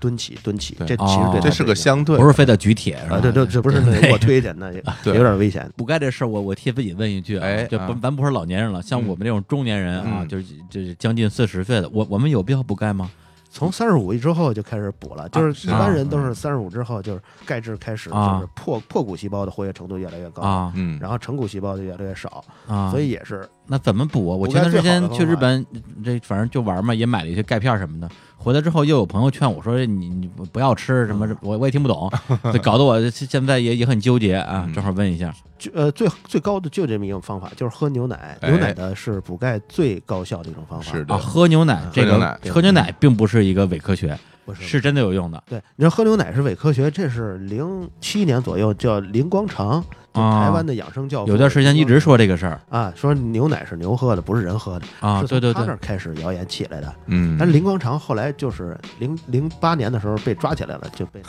Speaker 3: 蹲起蹲起，
Speaker 2: 对
Speaker 3: 这其实
Speaker 1: 哦
Speaker 3: 对他
Speaker 2: 这是个
Speaker 3: 行
Speaker 2: 相对
Speaker 1: 不是非得举铁是吧？
Speaker 3: 啊，对对，这不是
Speaker 1: 对
Speaker 3: 那我推 荐的，
Speaker 2: 对
Speaker 3: 那有点危险。
Speaker 1: 补钙这事儿，我我替自己问一句啊，
Speaker 2: 哎
Speaker 1: 就不
Speaker 2: 啊
Speaker 1: 咱不说老年人了，
Speaker 3: 嗯
Speaker 1: 像我们这种中年人啊，
Speaker 2: 嗯
Speaker 1: 就是就是将近四十岁的，我我们有必要补钙吗？
Speaker 3: 从三十五之后就开始补了，就是一
Speaker 1: 啊
Speaker 3: 般人都是三十五之后就是钙质开始
Speaker 1: 啊
Speaker 3: 就是破破骨细胞的活跃程度越来越高，
Speaker 1: 啊
Speaker 2: 嗯，
Speaker 3: 然后成骨细胞就越来越少，
Speaker 1: 啊！
Speaker 3: 所以也是
Speaker 1: 那怎么补啊？我
Speaker 3: 补
Speaker 1: 前
Speaker 3: 钙
Speaker 1: 段时间去
Speaker 3: 最好
Speaker 1: 日
Speaker 3: 的方法
Speaker 1: 本，这反正就玩嘛，也买了一些钙片什么的。回来之后，又有朋友劝我说：“哎你你不要吃什么，
Speaker 3: 嗯
Speaker 1: 我我也听不懂，就搞得我现在也也很纠结啊。”
Speaker 2: 嗯
Speaker 1: 正好问一下，
Speaker 3: 就呃最最高的就这么一种方法，就是喝牛奶，
Speaker 2: 哎
Speaker 3: 牛奶的是补钙最高效的一种方法，
Speaker 2: 是的
Speaker 1: 啊，，喝牛奶
Speaker 3: 嗯
Speaker 1: 这
Speaker 2: 喝
Speaker 1: 个
Speaker 2: 牛奶
Speaker 1: 喝牛奶并不是一个伪科学，
Speaker 3: 不嗯是
Speaker 1: 是真的有用的。
Speaker 3: 对，你知道喝牛奶是伪科学，这是零七年左右叫林光常，就
Speaker 1: 啊
Speaker 3: 台湾哦的养生教父，
Speaker 1: 有段时间一直说这个事儿
Speaker 3: 啊说牛奶是牛喝的，不是人喝的
Speaker 1: 啊，
Speaker 3: 是
Speaker 1: 对
Speaker 3: 从
Speaker 1: 对
Speaker 3: 他那
Speaker 1: 对
Speaker 3: 儿，开始谣言起来的。
Speaker 2: 嗯，
Speaker 3: 但是林光常后来就是零零八年的时候被抓起来了， 就被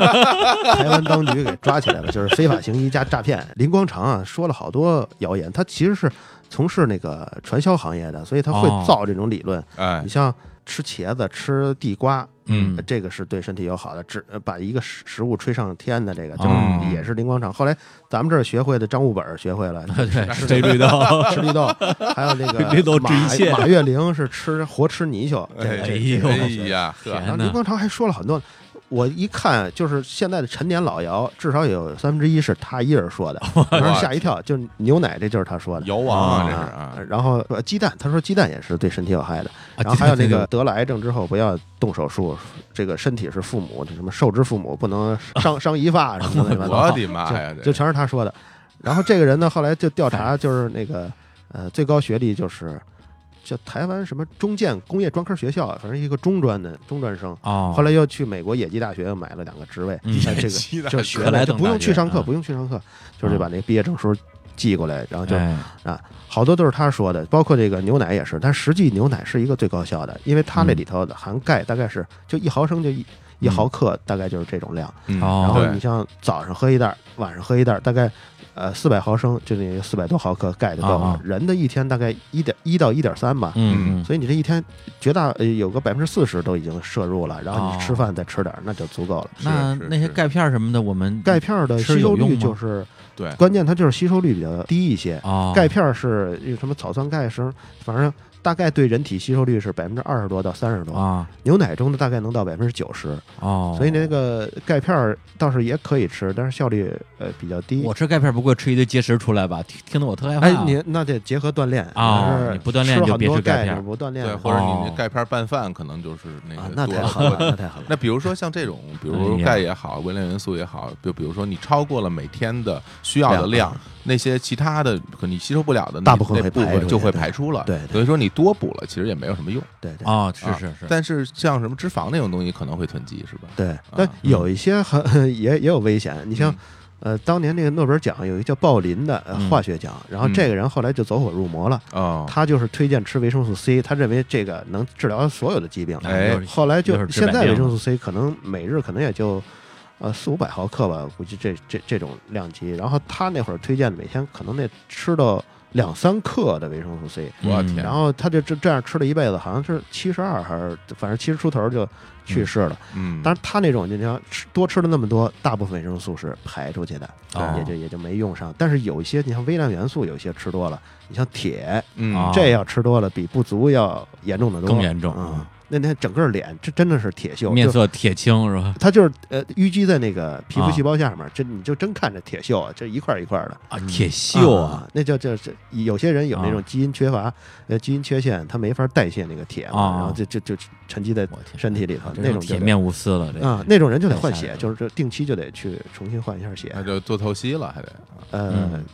Speaker 3: 台湾当局给抓起来了，就是非法行医加诈骗。林光常啊说了好多谣言，他其实是从事那个传销行业的，所以他会
Speaker 1: 哦
Speaker 3: 造这种理论。
Speaker 2: 哎
Speaker 3: 你，像吃茄子、吃地瓜，
Speaker 1: 嗯
Speaker 3: 呃这个是对身体有好的，只呃把一个食食物吹上天的这个，就
Speaker 1: 哦
Speaker 3: 是也是林光常。后来咱们这儿学会的张悟本儿学会了，
Speaker 1: 对， 非绿豆。
Speaker 3: 吃 绿豆，还有那个
Speaker 1: 绿豆治一
Speaker 3: 马
Speaker 1: 切
Speaker 3: 马月玲是吃活吃泥鳅，这
Speaker 2: 哎
Speaker 3: 这
Speaker 1: 呦
Speaker 2: 哎呀，
Speaker 1: 天
Speaker 2: 呵，
Speaker 3: 然后
Speaker 1: 呐
Speaker 3: 林光常还说了很多，我一看就是现在的陈年老谣，至少有三分之一是他一人 说的，我说吓一跳，就是牛奶这就是他说的。
Speaker 2: 姚王啊，这是
Speaker 3: 啊
Speaker 2: 啊，，
Speaker 3: 然后呃鸡蛋，他说鸡蛋也是对身体有害的。然后还有啊那个得了癌症之后不要动手术，这个身体是父母，这什么受之父母，不 能伤伤一发什么的乱七八糟。
Speaker 2: 我的妈呀，
Speaker 3: 就
Speaker 2: 这
Speaker 3: 就全是他说的。然后这个人呢，后来就调
Speaker 2: 哎
Speaker 3: 查，就是那个呃，最高学历就是叫台湾什么中建工业专科学校，反正一个中专的中专生。
Speaker 1: 哦，
Speaker 3: 后来又去美国野鸡大学又买了两个职位，
Speaker 1: 嗯
Speaker 3: 呃 这个
Speaker 2: 期待
Speaker 3: 就
Speaker 1: 克
Speaker 3: 学
Speaker 1: 莱
Speaker 3: 了，
Speaker 1: 登
Speaker 3: 就不用去上
Speaker 1: 大学啊
Speaker 3: 课，不用去上课，就是就把那个毕业证书寄过来，然后就
Speaker 1: 哎
Speaker 3: 好多都是他说的，包括这个牛奶也是，但实际牛奶是一个最高效的，因为它那里头含钙大概是就一毫升就一一毫克，大概就是这种量。
Speaker 2: 嗯
Speaker 1: 嗯哦
Speaker 3: 然后
Speaker 2: 对
Speaker 3: 你像早上喝一袋儿，晚上喝一袋儿，大概呃四百毫升，就那四百多毫克钙就够了。
Speaker 1: 啊啊
Speaker 3: 人的一天大概一点一到一点三吧，
Speaker 1: 嗯嗯
Speaker 3: 所以你这一天绝大呃有个百分之四十都已经摄入了，然后
Speaker 1: 哦
Speaker 3: 你吃饭再吃点儿，那就足够了。
Speaker 1: 嗯那
Speaker 2: 是是
Speaker 1: 那些
Speaker 2: 是
Speaker 1: 钙片什么的，我们
Speaker 3: 钙片儿的
Speaker 1: 吃
Speaker 3: 吸收
Speaker 1: 有用
Speaker 3: 率
Speaker 1: 吗
Speaker 3: 就是
Speaker 2: 对，
Speaker 3: 关键，它就是吸收率比较低一些。
Speaker 1: 哦，
Speaker 3: 钙片儿是有什么草酸钙什么，反正大概对人体吸收率是百分之二十多到三十多，
Speaker 1: 啊
Speaker 3: 牛奶中的大概能到百分之九十，
Speaker 1: 哦，
Speaker 3: 所以那个钙片儿倒是也可以吃，但是效率呃比较低
Speaker 1: 我。吃钙片不会吃一堆结石出来吧？听听得我特害怕。
Speaker 3: 哎，你那得结合锻炼
Speaker 1: 哦
Speaker 3: 要是
Speaker 1: 你不锻炼
Speaker 3: 吃
Speaker 1: 就别
Speaker 3: 很多
Speaker 1: 吃钙
Speaker 3: 钙
Speaker 1: 片
Speaker 3: 你不锻炼
Speaker 2: 对，
Speaker 3: 的
Speaker 2: 或
Speaker 3: 话
Speaker 2: 者你
Speaker 1: 哦
Speaker 2: 那钙片拌饭，可能就是那
Speaker 3: 啊
Speaker 2: 个，
Speaker 3: 那
Speaker 2: 多
Speaker 3: 太
Speaker 2: 了
Speaker 3: 狠 了，那太狠了。
Speaker 2: 那比如说像这种，比
Speaker 1: 哎
Speaker 2: 如
Speaker 1: 呀
Speaker 2: 钙也好，微量元素也好，就比如说你超过了每天的需要的量
Speaker 3: 量，啊
Speaker 2: 那些其他的可你吸收不了的那
Speaker 3: 大部分
Speaker 2: 那
Speaker 3: 会
Speaker 2: 部
Speaker 3: 排出
Speaker 2: 分
Speaker 3: 去
Speaker 2: 就会
Speaker 3: 对
Speaker 2: 排出了。
Speaker 3: 对对
Speaker 2: 等于说你多补了，其实也没有什么用。
Speaker 3: 对对
Speaker 1: 哦，是
Speaker 2: 啊
Speaker 1: 是是，
Speaker 2: 但是像什么脂肪那种东西可能会囤积，是吧？
Speaker 1: 啊
Speaker 3: 对，但
Speaker 1: 嗯
Speaker 3: 有一些很 也也有危险。你像
Speaker 2: 嗯
Speaker 3: 呃，当年那个诺贝尔奖有一个叫鲍林的呃
Speaker 1: 嗯
Speaker 3: 化学奖，然后这个人后来就走火入魔了。
Speaker 2: 哦，
Speaker 3: 他就是推荐吃维生素 C，他认为这个能治疗所有的疾病。
Speaker 2: 哎
Speaker 1: 又是
Speaker 3: 后来
Speaker 1: 又是
Speaker 3: 就
Speaker 1: 治百
Speaker 3: 现在
Speaker 1: 病
Speaker 3: 维生素 C 可能每日可能也就呃四五百毫克吧，估计这这这种量级。然后他那会儿推荐每天可能得吃到两三克的维生素 C，
Speaker 2: 我
Speaker 1: 嗯
Speaker 2: 天
Speaker 3: 啊然后他就这这样吃了一辈子，好像是七十二还是反正七十出头就去世了。
Speaker 2: 嗯，
Speaker 3: 当然他那种就你要吃多吃了那么多，大部分维生素是排出去的，
Speaker 1: 哦
Speaker 3: 也就也就没用上。但是有一些你像微量元素，有一些吃多了，你像铁。
Speaker 2: 嗯
Speaker 1: 啊
Speaker 3: 这要吃多了，比不足要严重的多，
Speaker 1: 更严重嗯
Speaker 3: 啊、那那整个脸，这真的是铁锈，
Speaker 1: 面
Speaker 3: 就
Speaker 1: 色铁青是吧？
Speaker 3: 它就是呃淤积在那个皮肤
Speaker 1: 啊
Speaker 3: 细胞下面，这你就真看着铁锈啊，这一块儿一块儿的。
Speaker 1: 啊，铁锈啊
Speaker 3: 啊，那叫这这有些人有那种基因缺乏，呃，基因缺陷，他没法代谢那个铁嘛，
Speaker 1: 啊
Speaker 3: 然后就就就沉积在
Speaker 1: 我天
Speaker 3: 身体里头，那
Speaker 1: 这
Speaker 3: 种就
Speaker 1: 铁
Speaker 3: 得
Speaker 1: 面无私了，这
Speaker 3: 啊，那种人就得换
Speaker 1: 太吓人
Speaker 3: 血
Speaker 1: 了，
Speaker 3: 就是这定期就得去重新换一下血
Speaker 2: 那，就做透析了，还得
Speaker 3: 呃
Speaker 1: 嗯，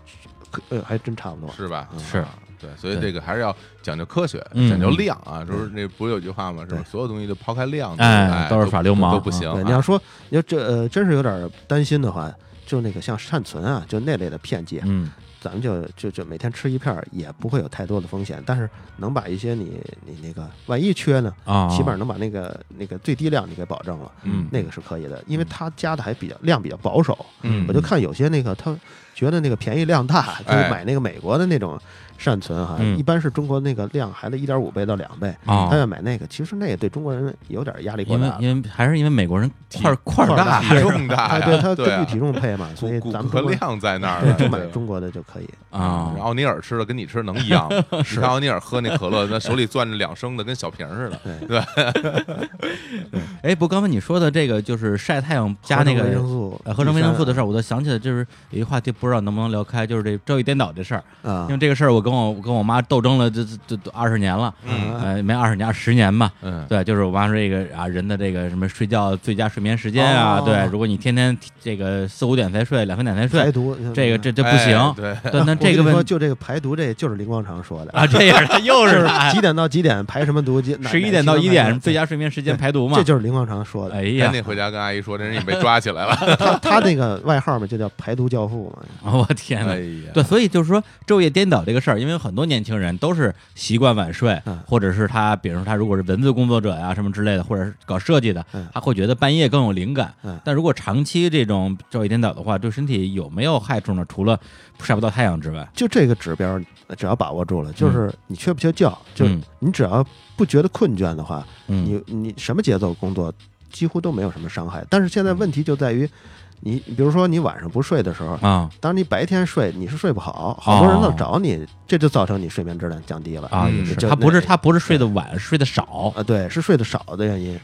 Speaker 3: 可呃还真差不多，
Speaker 2: 是吧？
Speaker 3: 嗯
Speaker 1: 是
Speaker 2: 啊对，所以
Speaker 1: 对
Speaker 2: 这个还是要讲究科学，
Speaker 1: 嗯
Speaker 2: 讲究量啊。就是那不是有句话吗？是吧
Speaker 3: 对？
Speaker 2: 所有东西都抛开量，
Speaker 1: 哎
Speaker 2: 都
Speaker 1: 都是耍流氓
Speaker 2: 都不行
Speaker 3: 对，
Speaker 2: 啊。
Speaker 3: 你要说你要这呃，真是有点担心的话，就那个像善存啊，就那类的片剂，
Speaker 1: 嗯
Speaker 3: 咱们就就就每天吃一片儿，也不会有太多的风险。但是能把一些你你那个万一缺呢，
Speaker 1: 啊，
Speaker 3: 起码能把那个那个最低量你给保证了，
Speaker 1: 嗯
Speaker 3: 那个是可以的，因为它加的还比较量比较保守。
Speaker 1: 嗯
Speaker 3: 我就看有些那个他觉得那个便宜量大，就是
Speaker 2: 哎
Speaker 3: 买那个美国的那种善存哈，
Speaker 1: 嗯
Speaker 3: 一般是中国那个量还得一点五倍到两倍。
Speaker 1: 啊
Speaker 3: 他，要买那个，其实那个对中国人有点压力过
Speaker 1: 因
Speaker 3: 大
Speaker 1: 为
Speaker 3: 了。
Speaker 1: 因为还是因为美国人块儿块儿
Speaker 3: 块儿
Speaker 1: 大
Speaker 3: 大，
Speaker 2: 体 重大
Speaker 3: 啊，
Speaker 2: 呀，
Speaker 3: 对，它
Speaker 2: 对
Speaker 3: 根
Speaker 2: 啊
Speaker 3: 据体重 配嘛，所以
Speaker 2: 骨骨
Speaker 3: 咱们
Speaker 2: 骼
Speaker 3: 中国
Speaker 2: 量在那儿
Speaker 3: 对
Speaker 2: 呢，
Speaker 3: 就买
Speaker 2: 对嗯
Speaker 3: 中国的就可以。
Speaker 1: 啊
Speaker 2: 然后奥尼尔吃的跟你吃的能一 样吗？你看奥尼尔喝那可乐，那手里攥着两升的，跟小瓶儿似的。
Speaker 1: 哎，不，刚才你说的这个就是晒太阳加那
Speaker 3: 合成维
Speaker 1: 个
Speaker 3: 生素
Speaker 1: 呃合成维生素的事
Speaker 3: 儿
Speaker 1: 儿，我就想起来，就是有一话题，不知道能不能聊开，就是这昼夜颠倒这事儿。
Speaker 3: 啊
Speaker 1: 因为这个事儿，我跟我我跟我妈斗争了这这这二十年了，
Speaker 2: 嗯
Speaker 3: 啊
Speaker 1: 呃，没二十年，十年吧。
Speaker 2: 嗯，
Speaker 1: 对，就是我妈说这个啊，人的这个什么睡觉最佳睡眠时间啊，
Speaker 3: 哦
Speaker 1: 对，如果你天天这个四五点才睡，两三点才
Speaker 3: 排
Speaker 1: 睡，
Speaker 3: 毒嗯
Speaker 1: 这个这这不
Speaker 2: 哎
Speaker 1: 行。
Speaker 2: 对，
Speaker 1: 对，那
Speaker 3: 我跟
Speaker 1: 这
Speaker 3: 你
Speaker 1: 个
Speaker 3: 说
Speaker 1: 问
Speaker 3: 就这个排毒，这就是林光常说的，
Speaker 1: 啊，这样的又
Speaker 3: 就是
Speaker 1: 他
Speaker 3: 几点到几点排什么毒， 几哪
Speaker 1: 十一点到一点最，
Speaker 3: 哪
Speaker 1: 佳睡眠时间排毒
Speaker 3: 期能排
Speaker 1: 嘛
Speaker 3: 这。就是林光常说的。
Speaker 1: 哎
Speaker 2: 赶
Speaker 1: 呀，
Speaker 2: 紧回家跟阿姨说，这人也被抓起 来
Speaker 1: 哎
Speaker 2: 了。
Speaker 3: 他他那个外号嘛，就叫排毒教父嘛。
Speaker 1: 我天哪
Speaker 2: 哎！呀，
Speaker 1: 对，所以就是说昼夜颠倒这个事儿，因为很多年轻人都是习惯晚睡
Speaker 3: 嗯，
Speaker 1: 或者是他，比如说他如果是文字工作者呀、什么之类的，或者是搞设计的
Speaker 3: 嗯，
Speaker 1: 他会觉得半夜更有灵感
Speaker 3: 嗯。
Speaker 1: 但如果长期这种昼夜颠倒的话，对身体有没有害处呢？除了晒不到太阳之外，
Speaker 3: 就这个指标，只要把握住了，就是你缺不缺觉，就是
Speaker 1: 嗯
Speaker 3: 你只要不觉得困倦的话，
Speaker 1: 嗯，
Speaker 3: 你你什么节奏工作几乎都没有什么伤害。但是现在问题就在于，你比如说你晚上不睡的时候，
Speaker 1: 啊
Speaker 3: 当你白天睡你是睡不好，好多人
Speaker 1: 哦
Speaker 3: 老找你，这就造成你睡眠质量降低了
Speaker 1: 啊，
Speaker 2: 嗯
Speaker 1: 也是，
Speaker 3: 就
Speaker 1: 他不是
Speaker 3: 那
Speaker 1: 他不是睡得晚，是睡得少
Speaker 3: 啊，对，是睡得少的原因。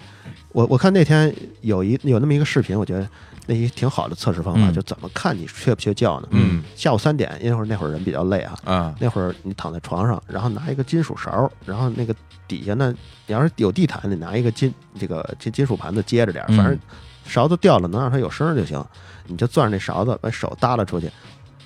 Speaker 3: 我我看那天有一有那么一个视频，我觉得那一挺好的测试方法，
Speaker 1: 嗯
Speaker 3: 就怎么看你睡不睡觉呢？
Speaker 2: 嗯
Speaker 3: 下午三点，因为那会儿人比较累啊，
Speaker 2: 啊，
Speaker 3: 那会儿你躺在床上，然后拿一个金属勺，然后那个底下呢，你要是有地毯，你拿一个金这个金金属盘子接着点儿，
Speaker 1: 嗯
Speaker 3: 反正勺子掉了能让它有声儿就行，你就攥着那勺子把手耷拉出去。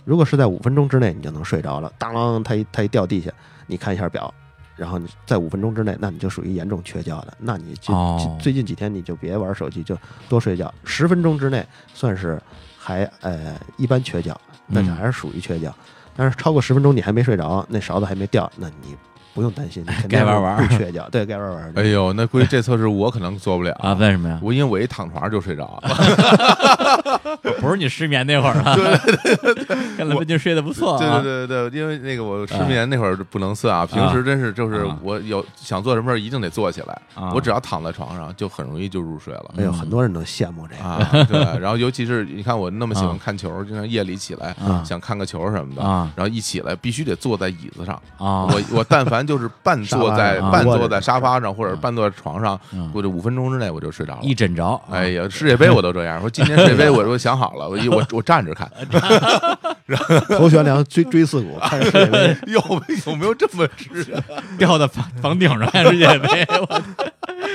Speaker 3: 如果是在五分钟之内，你就能睡着了。当啷，它一它一掉地下，你看一下表，然后你在五分钟之内，那你就属于严重缺觉的。那你就、
Speaker 1: 哦
Speaker 3: 就最近几天你就别玩手机，就多睡觉。十分钟之内算是还呃一般缺觉，那是
Speaker 1: 嗯
Speaker 3: 还是属于缺觉。但是超过十分钟你还没睡着，那勺子还没掉，那你不用担心，你肯定
Speaker 1: 该玩玩
Speaker 3: 不缺觉，对该玩玩。
Speaker 1: 嗯
Speaker 2: 哎呦，那估计这测试我可能做不了
Speaker 1: 啊？为什么呀？
Speaker 2: 我因为我一躺床上就睡着了，
Speaker 1: 不是你失眠那会儿啊？对对对， 看来最近睡得不错
Speaker 2: 对
Speaker 1: 啊。
Speaker 2: 对对对，因为那个我失眠那会儿不能算啊，平时真是就是
Speaker 1: 啊
Speaker 2: 我有想做什么事儿一定得做起来
Speaker 1: 啊，
Speaker 2: 我只要躺在床上就很容易就入睡了。
Speaker 3: 哎呦，很多人都羡慕这个，
Speaker 2: 啊，对，然后尤其是你看我那么喜欢
Speaker 1: 啊
Speaker 2: 看球，经常夜里起来
Speaker 1: 啊
Speaker 2: 想看个球什么的
Speaker 1: 啊，
Speaker 2: 然后一起来必须得坐在椅子上。
Speaker 1: 啊，
Speaker 2: 我我但凡然就是半坐 在
Speaker 1: 沙发上
Speaker 2: 半
Speaker 3: 啊
Speaker 2: 坐在沙发上，或者是半坐在床上，
Speaker 1: 嗯
Speaker 2: 或者五分钟之内我就睡着了
Speaker 1: 一。枕着，啊
Speaker 2: 哎呀，世界杯我都这 样，说今年世界杯我我想好了，我一我我站着看，
Speaker 3: 头悬梁锥锥 刺股，看世界杯
Speaker 2: 有没有没有这么吃？
Speaker 1: 掉到房房顶上看世界杯，我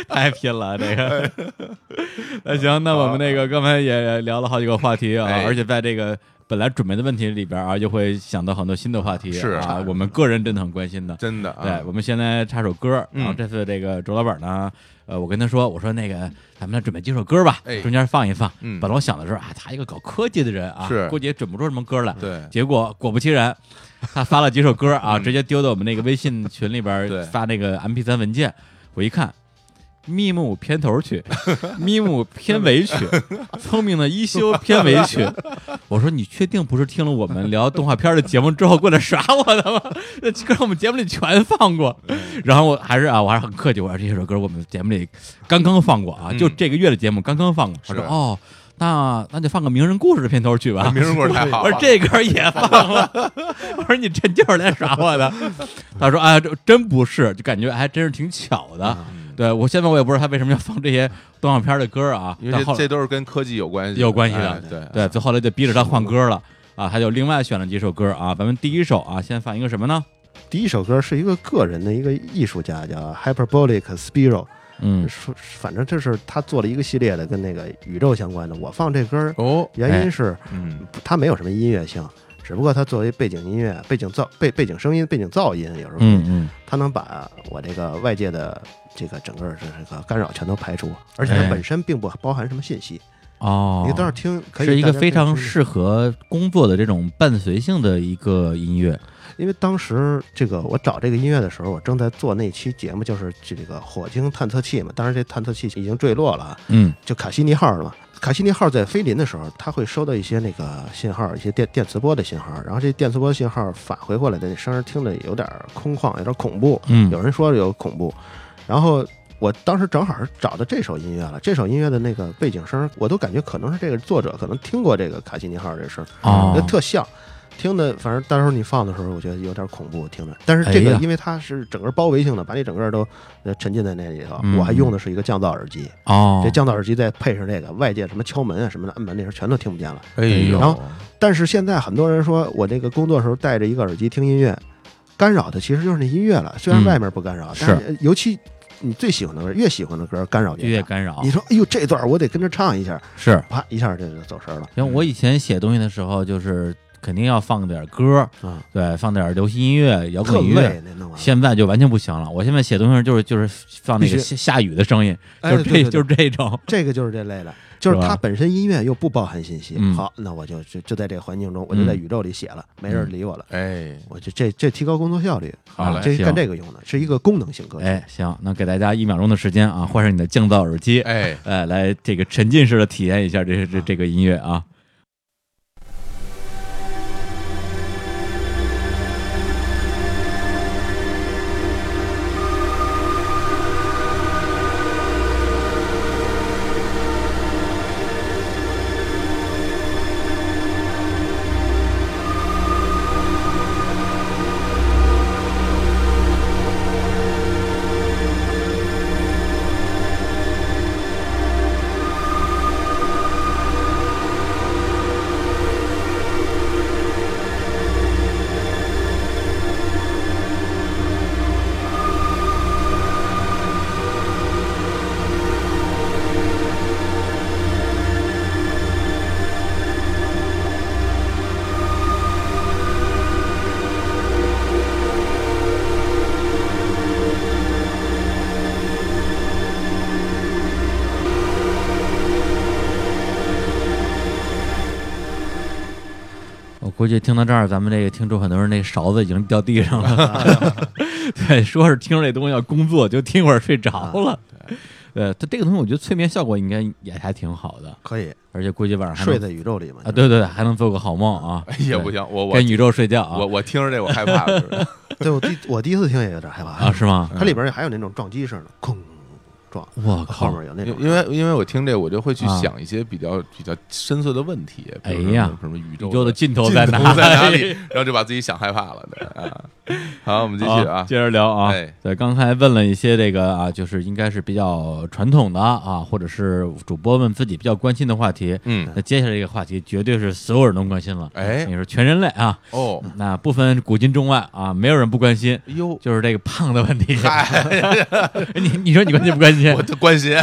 Speaker 1: 太拼了这 个。那行，那我们那个刚才也聊了好几个话题啊
Speaker 2: 哎，
Speaker 1: 而且在这个。本来准备的问题里边啊，就会想到很多新的话题，
Speaker 2: 是
Speaker 1: 啊，我们个人真的很关心的。
Speaker 2: 真的啊，
Speaker 1: 对，我们先来插首歌。然后
Speaker 2: 嗯
Speaker 1: 这次这个周老板呢，呃，我跟他说，我说那个咱们来准备几首歌吧
Speaker 2: 哎，
Speaker 1: 中间放一放。
Speaker 2: 嗯
Speaker 1: 本来我想的是啊，他一个搞科技的人啊，
Speaker 2: 是
Speaker 1: 估计也准不出什么歌来。
Speaker 2: 对嗯
Speaker 1: 结果果不其然， 他发了几首歌啊，直接丢到我们那个微信群里边
Speaker 2: 对
Speaker 1: 儿发那个 MP 3文件，我一看。咪姆片头 曲，咪姆片尾曲，聪明的一休片尾曲。我说你确定不是听了我们聊动画片的节目之后过来耍我的吗？ 那歌我们节目里全放过。
Speaker 2: 嗯
Speaker 1: 然后我还是啊，我还是很客气，我说这首歌我们节目里刚刚放过啊，
Speaker 2: 嗯
Speaker 1: 就这个月的节目刚刚放过。我说
Speaker 2: 是
Speaker 1: 哦，那那就放个名人故事的片头曲吧。
Speaker 2: 名人故事太好啊
Speaker 1: 我
Speaker 2: 了
Speaker 1: 说，啊这歌也放了，我说你这就是来耍我的。他说啊，这真不是，就感觉还真是挺巧的。
Speaker 3: 嗯
Speaker 1: 对我现在我也不知道他为什么要放这些动画片的歌啊，
Speaker 2: 因为
Speaker 1: 但后
Speaker 2: 这
Speaker 1: 来
Speaker 2: 这都是跟科技有关系的，
Speaker 1: 有关系的
Speaker 2: 哎对
Speaker 1: 对，最后来就逼着他换歌了啊，他就另外选了几首歌啊。咱们第一首啊，先放一个什么呢？
Speaker 3: 第一首歌是一个个人的一个艺术家叫 Hyperbolic Spiro，
Speaker 1: 嗯
Speaker 3: 说反正这是他做了一个系列的跟那个宇宙相关的。我放这歌儿
Speaker 2: 哦，
Speaker 3: 原
Speaker 1: 哎
Speaker 3: 因是
Speaker 2: 嗯
Speaker 3: 它没有什么音乐性，只不过它作为背景音乐、背景噪、背背景声音、背景噪音，有时候
Speaker 1: 嗯嗯，
Speaker 3: 它能把我这个外界的这个整个这这个干扰全都排除，而且它
Speaker 1: 哎
Speaker 3: 本身并不包含什么信息，
Speaker 1: 哦，
Speaker 3: 你到时候听可以
Speaker 1: 是一个
Speaker 3: 大家可以
Speaker 1: 非常
Speaker 3: 听
Speaker 1: 适合工作的这种伴随性的一个音乐。
Speaker 3: 因为当时这个我找这个音乐的时候，我正在做那期节目，就是这个火星探测器嘛。当然，这探测器已经坠落了啊，
Speaker 1: 嗯
Speaker 3: 就卡西尼号了嘛。卡西尼号在飞临的时候，它会收到一些那个信号，一些电电磁波的信号，然后这电磁波信号返回过来的那声儿听着有点空旷，有点恐怖。
Speaker 1: 嗯
Speaker 3: 有人说有恐怖，然后我当时正好是找到这首音乐了，这首音乐的那个背景声，我都感觉可能是这个作者可能听过这个卡西尼号这声儿，
Speaker 1: 哦
Speaker 3: 那特像。听的，反正到时候你放的时候，我觉得有点恐怖，听着。但是这
Speaker 1: 哎
Speaker 3: 个
Speaker 1: 呀，
Speaker 3: 因为它是整个包围性的，把你整个都呃沉浸在那里头。
Speaker 1: 嗯
Speaker 3: 我还用的是一个降噪耳机，
Speaker 1: 哦
Speaker 3: 这降噪耳机再配上这个外界什么敲门啊什么的，按门那时候全都听不见了。
Speaker 2: 哎
Speaker 1: 呦
Speaker 3: 然后但是现在很多人说我这个工作的时候戴着一个耳机听音乐，干扰的其实就是那音乐了。虽然
Speaker 1: 嗯
Speaker 3: 外面不干扰，
Speaker 1: 是
Speaker 3: 但尤其你最喜欢的歌，越喜欢的歌干扰
Speaker 1: 音乐
Speaker 3: 大。
Speaker 1: 干扰
Speaker 3: 你说，哎呦，这段我得跟着唱一下，
Speaker 1: 是。
Speaker 3: 啪一下这就走神了。
Speaker 1: 因为我以前写东西的时候，就是肯定要放点歌，
Speaker 3: 啊，
Speaker 1: 对，放点流行音乐、摇
Speaker 3: 特
Speaker 1: 滚音乐。
Speaker 3: 累那弄完了。
Speaker 1: 现在就完全不行了。我现在写东西就是就是放那个
Speaker 3: 必
Speaker 1: 下下雨的声音，
Speaker 3: 哎
Speaker 1: 就是这、
Speaker 3: 对对对
Speaker 1: 就是这种。
Speaker 3: 这个就是这类的，就是
Speaker 1: 是吧
Speaker 3: 它本身音乐又不包含信息。
Speaker 1: 嗯
Speaker 3: 好，那我就就就在这个环境中，我就在
Speaker 1: 嗯
Speaker 3: 宇宙里写了，没人理我了。
Speaker 2: 哎，
Speaker 3: 我就这这提高工作效率，
Speaker 2: 好嘞
Speaker 3: 这是
Speaker 1: 行
Speaker 3: 干这个用的，是一个功能性歌曲。
Speaker 1: 哎，行，那给大家一秒钟的时间啊，换上你的降噪耳机，
Speaker 2: 哎，
Speaker 1: 哎，来这个沉浸式的体验一下这这这个音乐啊。我估计听到这儿，咱们这个听众很多人那勺子已经掉地上了。 对，说是听着这东西要工作，就听会儿睡
Speaker 2: 啊
Speaker 1: 着了。呃，它这个东西我觉得催眠效果应该也还挺好的，
Speaker 3: 可以
Speaker 1: 而且估计晚上还能
Speaker 3: 睡在宇宙里嘛？
Speaker 1: 啊，对对，还能做个好梦啊。
Speaker 2: 也不
Speaker 1: 对，
Speaker 2: 行，哎我我
Speaker 1: 跟宇宙睡觉啊
Speaker 2: 我我听着这我害怕了， 是
Speaker 3: 对我第我第一次听也有点害怕嗯
Speaker 1: 啊，是吗？
Speaker 3: 它里边还有那种撞击声呢，空撞，
Speaker 2: 嗯
Speaker 1: 我
Speaker 3: 后
Speaker 1: 靠！
Speaker 3: 面有那
Speaker 2: 因
Speaker 3: 种
Speaker 2: 因为因为我听这我就会去
Speaker 1: 啊
Speaker 2: 想一些比较比较深邃的问题，比如说
Speaker 1: 哎呀
Speaker 2: 什么宇宙
Speaker 1: 宇宙的
Speaker 2: 尽
Speaker 1: 尽头在
Speaker 2: 头
Speaker 1: 哪
Speaker 2: 在哪里，然后就把自己想害怕了对啊。好，我们继续
Speaker 1: 好
Speaker 2: 啊，
Speaker 1: 接着聊啊
Speaker 2: 哎。
Speaker 1: 对，刚才问了一些这个啊，就是应该是比较传统的啊，或者是主播们自己比较关心的话题。
Speaker 2: 嗯，
Speaker 1: 那接下来这个话题绝对是所有人都关心了，
Speaker 2: 哎
Speaker 1: 你说全人类啊，
Speaker 2: 哦，
Speaker 1: 那不分古今中外啊，没有人不关心，
Speaker 2: 哟，
Speaker 1: 就是这个胖的问题。
Speaker 2: 嗨，
Speaker 1: 你你说你关心不关心
Speaker 2: 我？的 关心，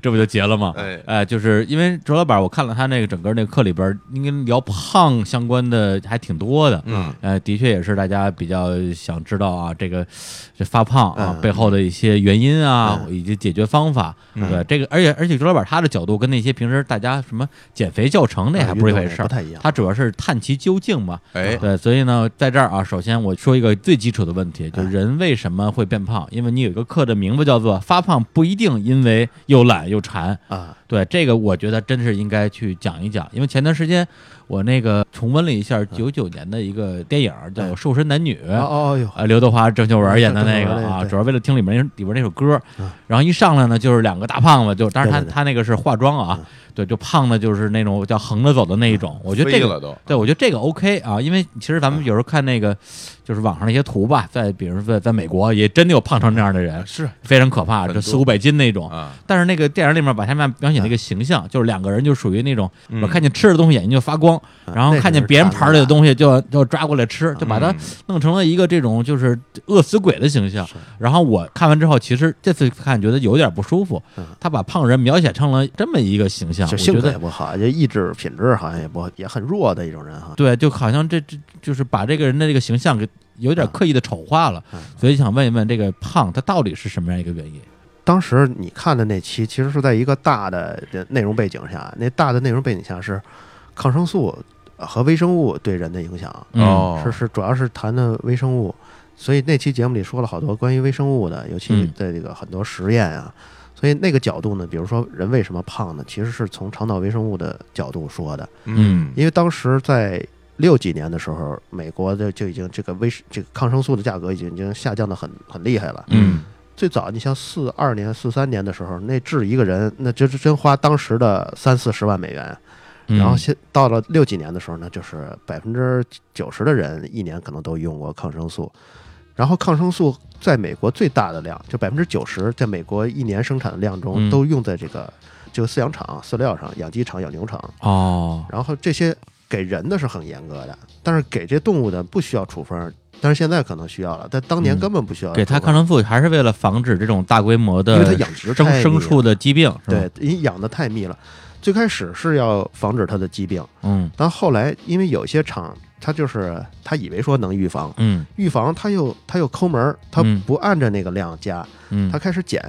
Speaker 1: 这不就结了吗？
Speaker 2: 哎
Speaker 1: 哎，就是因为周老板，我看了他那个整个那个课里边儿，应该聊胖相关的还挺多的。
Speaker 2: 嗯，
Speaker 1: 呃，的确也是大家比较想知道啊，这个这发胖啊、
Speaker 3: 嗯
Speaker 1: 背后的一些原因啊，
Speaker 2: 嗯
Speaker 1: 以及解决方法。对这个，而且而且周老板他的角度跟那些平时大家什么减肥教程那
Speaker 3: 啊
Speaker 1: 还不是一
Speaker 3: 运动
Speaker 1: 回
Speaker 3: 也
Speaker 1: 事儿，
Speaker 3: 不太一样
Speaker 1: 他主要是探其究竟嘛。
Speaker 2: 哎，
Speaker 1: 对，所以呢，在这儿啊，首先我说一个最基础的问
Speaker 3: 哎
Speaker 1: 题，就是人为什么会变胖？因为你有一个课的名字叫做“发胖不一定因为又懒又馋
Speaker 3: 啊”。，
Speaker 1: 对，这个我觉得真是应该去讲一讲，因为前段时间我那个重温了一
Speaker 3: 嗯
Speaker 1: 下九九年的一个电影儿叫《瘦身男女》，
Speaker 3: 哦哦哟，
Speaker 1: 啊，刘德华、郑秀文演的那个
Speaker 3: 郑秀文那
Speaker 1: 啊，
Speaker 3: 哎个对
Speaker 1: 主要为了听里面那里边那首歌
Speaker 3: 嗯，
Speaker 1: 然后一上来呢，就是两个大胖子，就当然他
Speaker 3: 对对对
Speaker 1: 他那个是化妆啊，
Speaker 3: 嗯
Speaker 1: 对，就胖的就是那种叫横着走的那一种，我觉得这
Speaker 2: 飞
Speaker 1: 个
Speaker 2: 了都，
Speaker 1: 对，我觉得这个 OK 啊，因为其实咱
Speaker 2: 嗯
Speaker 1: 们有时候看那个，就是网上那些图吧，在比如说在在美国也真的有胖成这样的人，
Speaker 3: 啊
Speaker 2: 是
Speaker 1: 非常可怕，
Speaker 2: 很
Speaker 1: 就
Speaker 2: 多
Speaker 1: 四五百斤那种。
Speaker 2: 啊，
Speaker 1: 但是那个电影里面把他们描写那个形象，就是两个人就属于那种，
Speaker 2: 嗯啊
Speaker 1: 我看见吃的东西眼睛就发光，然后
Speaker 3: 那
Speaker 1: 看
Speaker 3: 就
Speaker 1: 见
Speaker 3: 是
Speaker 1: 别人
Speaker 3: 馋
Speaker 1: 盘里
Speaker 3: 了
Speaker 1: 的东西就要就要抓过来吃，就把它
Speaker 2: 嗯
Speaker 1: 弄成了一个这种就是饿死鬼的形象。然后我看完之后，其实这次看觉得有点不舒服
Speaker 3: 嗯，
Speaker 1: 他把胖人描写成了这么一个形象，
Speaker 3: 就
Speaker 1: 我觉
Speaker 3: 性格
Speaker 1: 得
Speaker 3: 也不好，就意志品质好像也不也很弱的一种人哈。
Speaker 1: 对，就好像这这就是把这个人的这个形象给有点刻意的丑化了，
Speaker 3: 嗯
Speaker 1: 所以想问一问这个胖他到底是什么样一个原因？
Speaker 3: 当时你看的那期，其实是在一个大的内容背景下，那大的内容背景下是抗生素和微生物对人的影响，
Speaker 1: 嗯、
Speaker 2: 哦，
Speaker 3: 是是主要是谈的微生物，所以那期节目里说了好多关于微生物的，尤其
Speaker 1: 嗯
Speaker 3: 在这个很多实验啊，所以那个角度呢，比如说人为什么胖呢，其实是从肠道微生物的角度说的，
Speaker 2: 嗯，
Speaker 3: 因为当时在。六几年的时候，美国的就已经这个微这个抗生素的价格已经已经下降的很很厉害了。
Speaker 1: 嗯
Speaker 3: 最早你像四二年、四三年的时候，那治一个人，那就是真花当时的三四十万美元。
Speaker 1: 嗯
Speaker 3: 然后现到了六几年的时候呢，就是百分之九十的人一年可能都用过抗生素。然后抗生素在美国最大的量，就百分之九十，在美国一年生产的量
Speaker 1: 嗯
Speaker 3: 中都用在这个这个饲养场、饲料上、养鸡场、养牛场。
Speaker 1: 哦，
Speaker 3: 然后这些给人的是很严格的，但是给这动物的不需要处方，但是现在可能需要了，但当年
Speaker 1: 嗯
Speaker 3: 根本不需要处方。
Speaker 1: 给他抗生素还是为了防止这种大规模
Speaker 3: 呃因为它
Speaker 1: 的
Speaker 3: 养殖
Speaker 1: 牲
Speaker 3: 太
Speaker 1: 牲
Speaker 3: 厉
Speaker 1: 畜的疾病，是吧，
Speaker 3: 对，因为养的太密了。最开始是要防止它的疾病，
Speaker 1: 嗯
Speaker 3: 但后来因为有些厂，它就是它以为说能预防，
Speaker 1: 嗯
Speaker 3: 预防它又它又抠门儿，它
Speaker 1: 嗯
Speaker 3: 不按照那个量加，
Speaker 1: 嗯，
Speaker 3: 它开始减，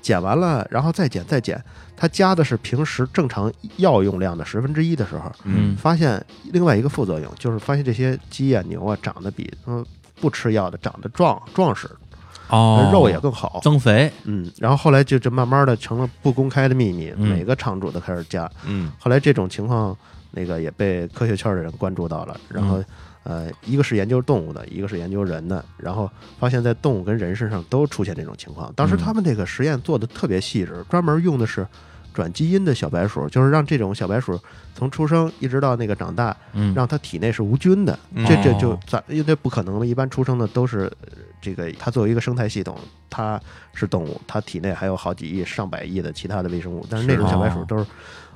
Speaker 3: 减完了然后再减再减，它加的是平时正常药用量的十分之一的时候，
Speaker 1: 嗯
Speaker 3: 发现另外一个副作用就是发现这些鸡啊牛啊长得比嗯不吃药的长得壮壮实，
Speaker 1: 哦，
Speaker 3: 肉也更好，
Speaker 1: 增肥，
Speaker 3: 嗯，然后后来就这慢慢的成了不公开的秘密，
Speaker 1: 嗯
Speaker 3: 每个厂主都开始加。
Speaker 2: 嗯
Speaker 3: 后来这种情况，那个也被科学圈的人关注到了。然
Speaker 1: 嗯
Speaker 3: 后，呃，一个是研究动物的，一个是研究人的，然后发现在动物跟人身上都出现这种情况。当时
Speaker 1: 嗯
Speaker 3: 他们这个实验做的特别细致，专门用的是转基因的小白鼠，就是让这种小白鼠从出生一直到那个长大，
Speaker 1: 嗯，
Speaker 3: 让它体内是无菌的。
Speaker 2: 嗯
Speaker 3: 这这就
Speaker 1: 哦
Speaker 3: 咱因为这不可能嘛，一般出生的都是呃这个，它作为一个生态系统，它是动物，它体内还有好几亿、上百亿的其他的微生物，但是那
Speaker 2: 是
Speaker 3: 种小白
Speaker 1: 哦
Speaker 3: 鼠都是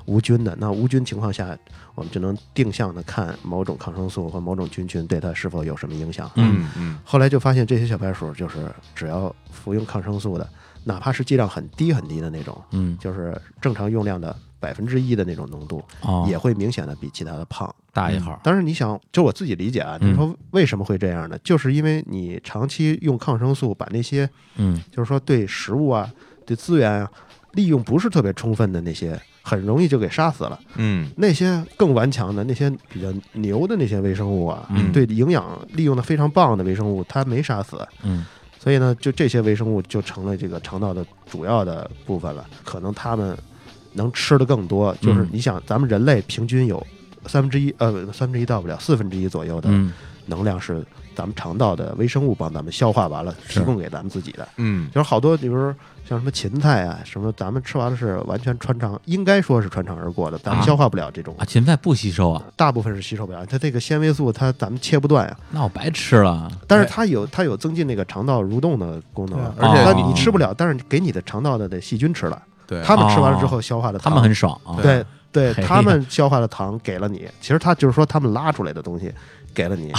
Speaker 3: 无菌的。那无菌情况下，我们就能定向的看某种抗生素或某种菌群对它是否有什么影响。
Speaker 1: 嗯
Speaker 2: 嗯嗯，
Speaker 3: 后来就发现这些小白鼠就是只要服用抗生素的，哪怕是剂量很低很低的那种，
Speaker 1: 嗯
Speaker 3: 就是正常用量的百分之一的那种浓度，
Speaker 1: 哦
Speaker 3: 也会明显的比其他的胖。
Speaker 1: 大一号，
Speaker 3: 当然，你想，就我自己理解啊，
Speaker 1: 嗯
Speaker 3: 你说为什么会这样呢？就是因为你长期用抗生素，把那些
Speaker 1: 嗯
Speaker 3: 就是说对食物啊、对资源啊利用不是特别充分的那些，很容易就给杀死了。
Speaker 2: 嗯
Speaker 3: 那些更顽强的、那些比较牛的那些微生物啊，
Speaker 1: 嗯
Speaker 3: 对营养利用的非常棒的微生物，它没杀死。
Speaker 1: 嗯
Speaker 3: 所以呢，就这些微生物就成了这个肠道的主要的部分了。可能它们能吃的更多，就是
Speaker 1: 嗯
Speaker 3: 你想，咱们人类平均有三分之一，呃，三分之一到不了，四分之一左右的
Speaker 1: 嗯
Speaker 3: 能量是咱们肠道的微生物帮咱们消化完了，
Speaker 1: 是
Speaker 3: 提供给咱们自己的。
Speaker 2: 嗯
Speaker 3: 就是好多，比如说像什么芹菜啊，什么咱们吃完了是完全穿肠，应该说是穿肠而过的，咱们
Speaker 1: 啊
Speaker 3: 消化不了这种，
Speaker 1: 啊，芹菜不吸收啊，
Speaker 3: 大部分是吸收不了。它这个纤维素它咱们切不断啊，
Speaker 1: 那我白吃了。
Speaker 3: 但是它有它有增进那个肠道蠕动的功能啊，
Speaker 1: 对
Speaker 3: 而且它
Speaker 1: 哦
Speaker 3: 你吃不了，但是给你的肠道的的细菌吃了，
Speaker 2: 对，
Speaker 3: 他们吃完了之后消化的
Speaker 1: 哦他
Speaker 3: 糖，
Speaker 1: 们很爽啊，
Speaker 3: 对对，
Speaker 1: 嘿
Speaker 3: 他们消化的糖给了你，其实他就是说他们拉出来的东西给了 你，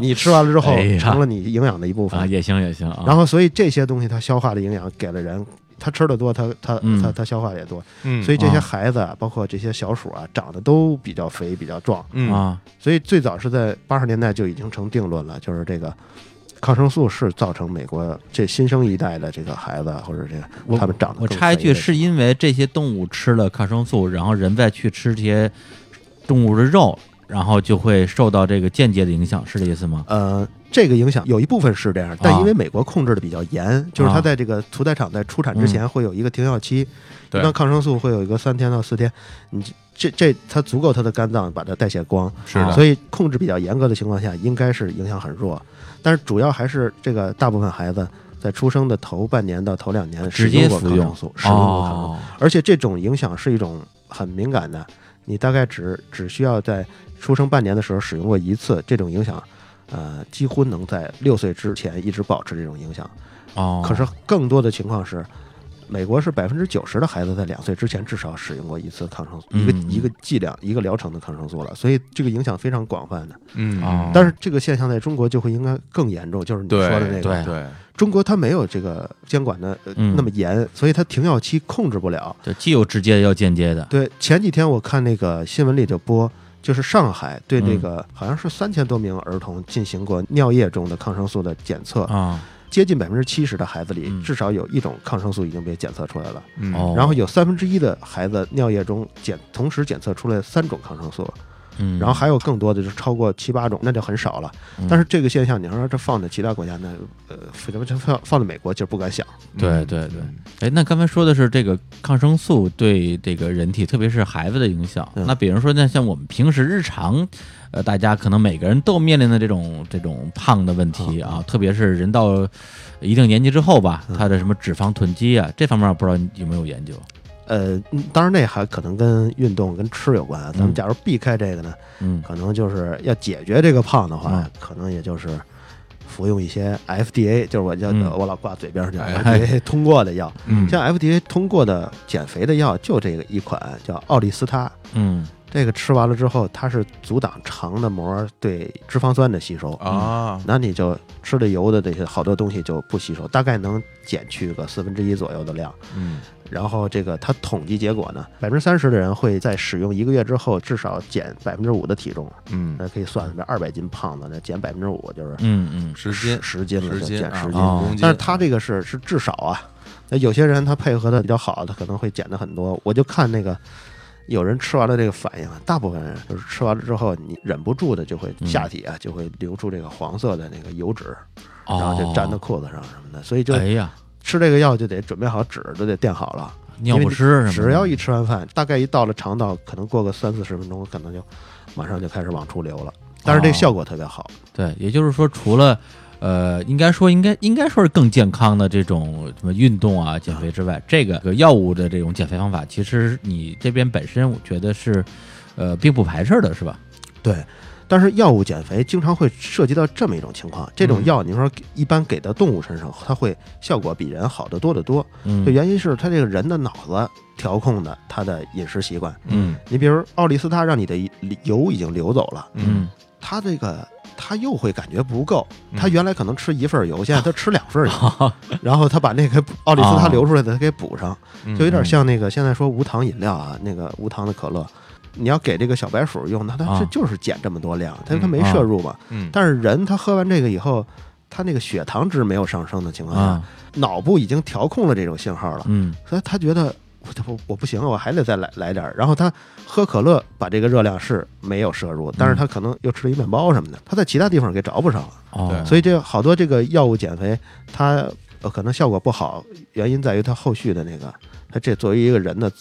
Speaker 3: 你吃完了之后
Speaker 1: 哎呀
Speaker 3: 成了你营养的一部
Speaker 1: 啊，
Speaker 3: 分，
Speaker 1: 也行也行啊。
Speaker 3: 然后所以这些东西它消化的营养给了人。他吃的多，他他
Speaker 1: 嗯
Speaker 3: 他他消化也多，
Speaker 2: 嗯
Speaker 3: 所以这些
Speaker 1: 啊
Speaker 3: 孩子啊，包括这些小鼠啊，长得都比较肥，比较壮。
Speaker 2: 嗯
Speaker 1: 啊，
Speaker 3: 所以最早是在八十年代就已经成定论了，就是这个抗生素是造成美国这新生一代的这个孩子或者这个
Speaker 1: 我
Speaker 3: 他们长得
Speaker 1: 我
Speaker 3: 更
Speaker 1: 插一
Speaker 3: 肥
Speaker 1: 句，
Speaker 3: 的
Speaker 1: 是因为这些动物吃了抗生素，然后人再去吃这些动物的肉，然后就会受到这个间接的影响，是这意思吗？啊
Speaker 3: 呃，这个影响有一部分是这样，但因为美国控制的比较严，就是它在这个屠宰场在出产之
Speaker 1: 嗯
Speaker 3: 前会有一个停药期，
Speaker 2: 对
Speaker 3: 一般抗生素会有一个三天到四天，你这这它足够它的肝脏把它代谢光，
Speaker 2: 是的，
Speaker 3: 所以控制比较严格的情况下，应该是影响很弱，但是主要还是这个大部分孩子在出生的头半年到头两年
Speaker 1: 直接
Speaker 3: 使用过
Speaker 1: 服
Speaker 3: 抗
Speaker 1: 用
Speaker 3: 生素，使用过抗生素。
Speaker 1: 哦，
Speaker 3: 而且这种影响是一种很敏感的，你大概只只需要在出生半年的时候使用过一次，这种影响，呃，几乎能在六岁之前一直保持这种影响。
Speaker 1: 哦，
Speaker 3: 可是更多的情况是，美国是百分之九十的孩子在两岁之前至少使用过一次抗生素，一个
Speaker 1: 嗯嗯
Speaker 3: 一个剂量、一个疗程的抗生素了，所以这个影响非常广泛的。
Speaker 2: 嗯
Speaker 1: 哦
Speaker 3: 但是这个现象在中国就会应该更严重，就是你说
Speaker 2: 对
Speaker 3: 的那个，
Speaker 1: 对
Speaker 2: 对，
Speaker 3: 中国它没有这个监管的、呃
Speaker 1: 嗯
Speaker 3: 那么严，所以它停药期控制不了。
Speaker 1: 就既有直接的，又有间接的，
Speaker 3: 对，前几天我看那个新闻里就播，就是上海对
Speaker 1: 嗯
Speaker 3: 那个、好像是三千多名儿童进行过尿液中的抗生素的检测，
Speaker 1: 啊，
Speaker 3: 接近百分之七十的孩子里、
Speaker 1: 嗯
Speaker 3: 至少有一种抗生素已经被检测出来了，
Speaker 2: 嗯
Speaker 1: 哦，
Speaker 3: 然后有三分之一的孩子尿液中检同时检测出来三种抗生素，
Speaker 1: 嗯，
Speaker 3: 然后还有更多的就是超过七八种，那就很少了。
Speaker 1: 嗯
Speaker 3: 但是这个现象，你要说这放在其他国家，那呃，反正这放放在美国就不敢想。
Speaker 2: 嗯
Speaker 1: 对对对，哎，那刚才说的是这个抗生素对这个人体，特别是孩子的影响。
Speaker 3: 嗯
Speaker 1: 那比如说，那像我们平时日常，呃，大家可能每个人都面临的这种这种胖的问
Speaker 3: 嗯
Speaker 1: 题啊，特别是人到一定年纪之后吧，他的什么脂肪囤积啊，这方面我不知道你有没有研究？
Speaker 3: 呃，嗯当然那还可能跟运动跟吃有关啊。咱们
Speaker 1: 嗯
Speaker 3: 假如避开这个呢，
Speaker 1: 嗯，
Speaker 3: 可能就是要解决这个胖的话，
Speaker 1: 嗯
Speaker 3: 可能也就是服用一些 FDA，就是我叫、
Speaker 1: 嗯
Speaker 3: 我老挂嘴边上叫
Speaker 2: 哎
Speaker 3: FDA 通过的药，
Speaker 2: 嗯
Speaker 3: 像 FDA 通过的减肥的药就这个一款叫奥利司他。
Speaker 1: 嗯
Speaker 3: 这个吃完了之后，它是阻挡肠的膜对脂肪酸的吸收，
Speaker 2: 啊，
Speaker 3: 那你就吃的油的这些好多东西就不吸收，大概能减去个四分之一左右的量。
Speaker 2: 嗯
Speaker 3: 然后这个它统计结果呢，百分之三十的人会在使用一个月之后至少减百分之五的体重，
Speaker 2: 嗯，
Speaker 3: 那可以算算，这二百斤胖子，那减百分之五就是
Speaker 1: 嗯嗯，
Speaker 2: 十斤
Speaker 3: 十斤了，
Speaker 2: 十
Speaker 3: 就
Speaker 2: 斤
Speaker 3: 减
Speaker 2: 啊
Speaker 3: 十斤。
Speaker 1: 哦
Speaker 2: 公斤，
Speaker 3: 但是他这个是是至少啊，那有些人他配合的比较好，他可能会减的很多。我就看那个有人吃完了这个反应啊，大部分人就是吃完了之后，你忍不住的就会
Speaker 1: 嗯
Speaker 3: 下体啊就会流出这个黄色的那个油脂，
Speaker 1: 哦，
Speaker 3: 然后就粘到裤子上什么的，所以就
Speaker 1: 哎呀，
Speaker 3: 吃这个药就得准备好纸，都得垫好了。
Speaker 1: 尿不湿什么的，
Speaker 3: 只要一吃完饭，大概一到了肠道，可能过个三四十分钟，可能就马上就开始往出流了。但
Speaker 2: 哦
Speaker 3: 是这个效果特别好，
Speaker 1: 对，也就是说，除了呃，应该说应该应该说是更健康的这种什么运动啊、减肥之外，这个呃药物的这种减肥方法，其实你这边本身我觉得是呃并不排斥的，是吧？
Speaker 3: 对。但是药物减肥经常会涉及到这么一种情况，这种
Speaker 1: 嗯
Speaker 3: 药你说一般给到动物身上，它会效果比人好得多得多。
Speaker 1: 嗯
Speaker 3: 这原因是它这个人的脑子调控的它的饮食习惯。
Speaker 1: 嗯
Speaker 3: 你比如奥利司他让你的油已经流走了，
Speaker 1: 嗯
Speaker 3: 它这个它又会感觉不够，
Speaker 2: 嗯
Speaker 3: 它原来可能吃一份油，现在它吃两份油， 然后它把那个奥利司
Speaker 1: 啊
Speaker 3: 他流出来的它给补上，
Speaker 2: 嗯
Speaker 3: 就有点像那个现在说无糖饮料啊，那个无糖的可乐，你要给这个小白鼠用，那它
Speaker 1: 啊
Speaker 3: 这就是减这么多量，它
Speaker 2: 嗯
Speaker 3: 它没摄入嘛。
Speaker 2: 嗯
Speaker 3: 但是人他喝完这个以后，他那个血糖值没有上升的情况下，
Speaker 1: 啊
Speaker 3: 脑部已经调控了这种信号了，
Speaker 1: 嗯
Speaker 3: 所以他觉得。我我我不行，我还得再来来点儿。然后他喝可乐，把这个热量是没有摄入，但是他可能又吃了一面包什么的，他在其他地方给找补上了。
Speaker 1: 哦，
Speaker 3: 所以这好多这个药物减肥，它呃可能效果不好，原因在于它后续的那个，它这作为一个人的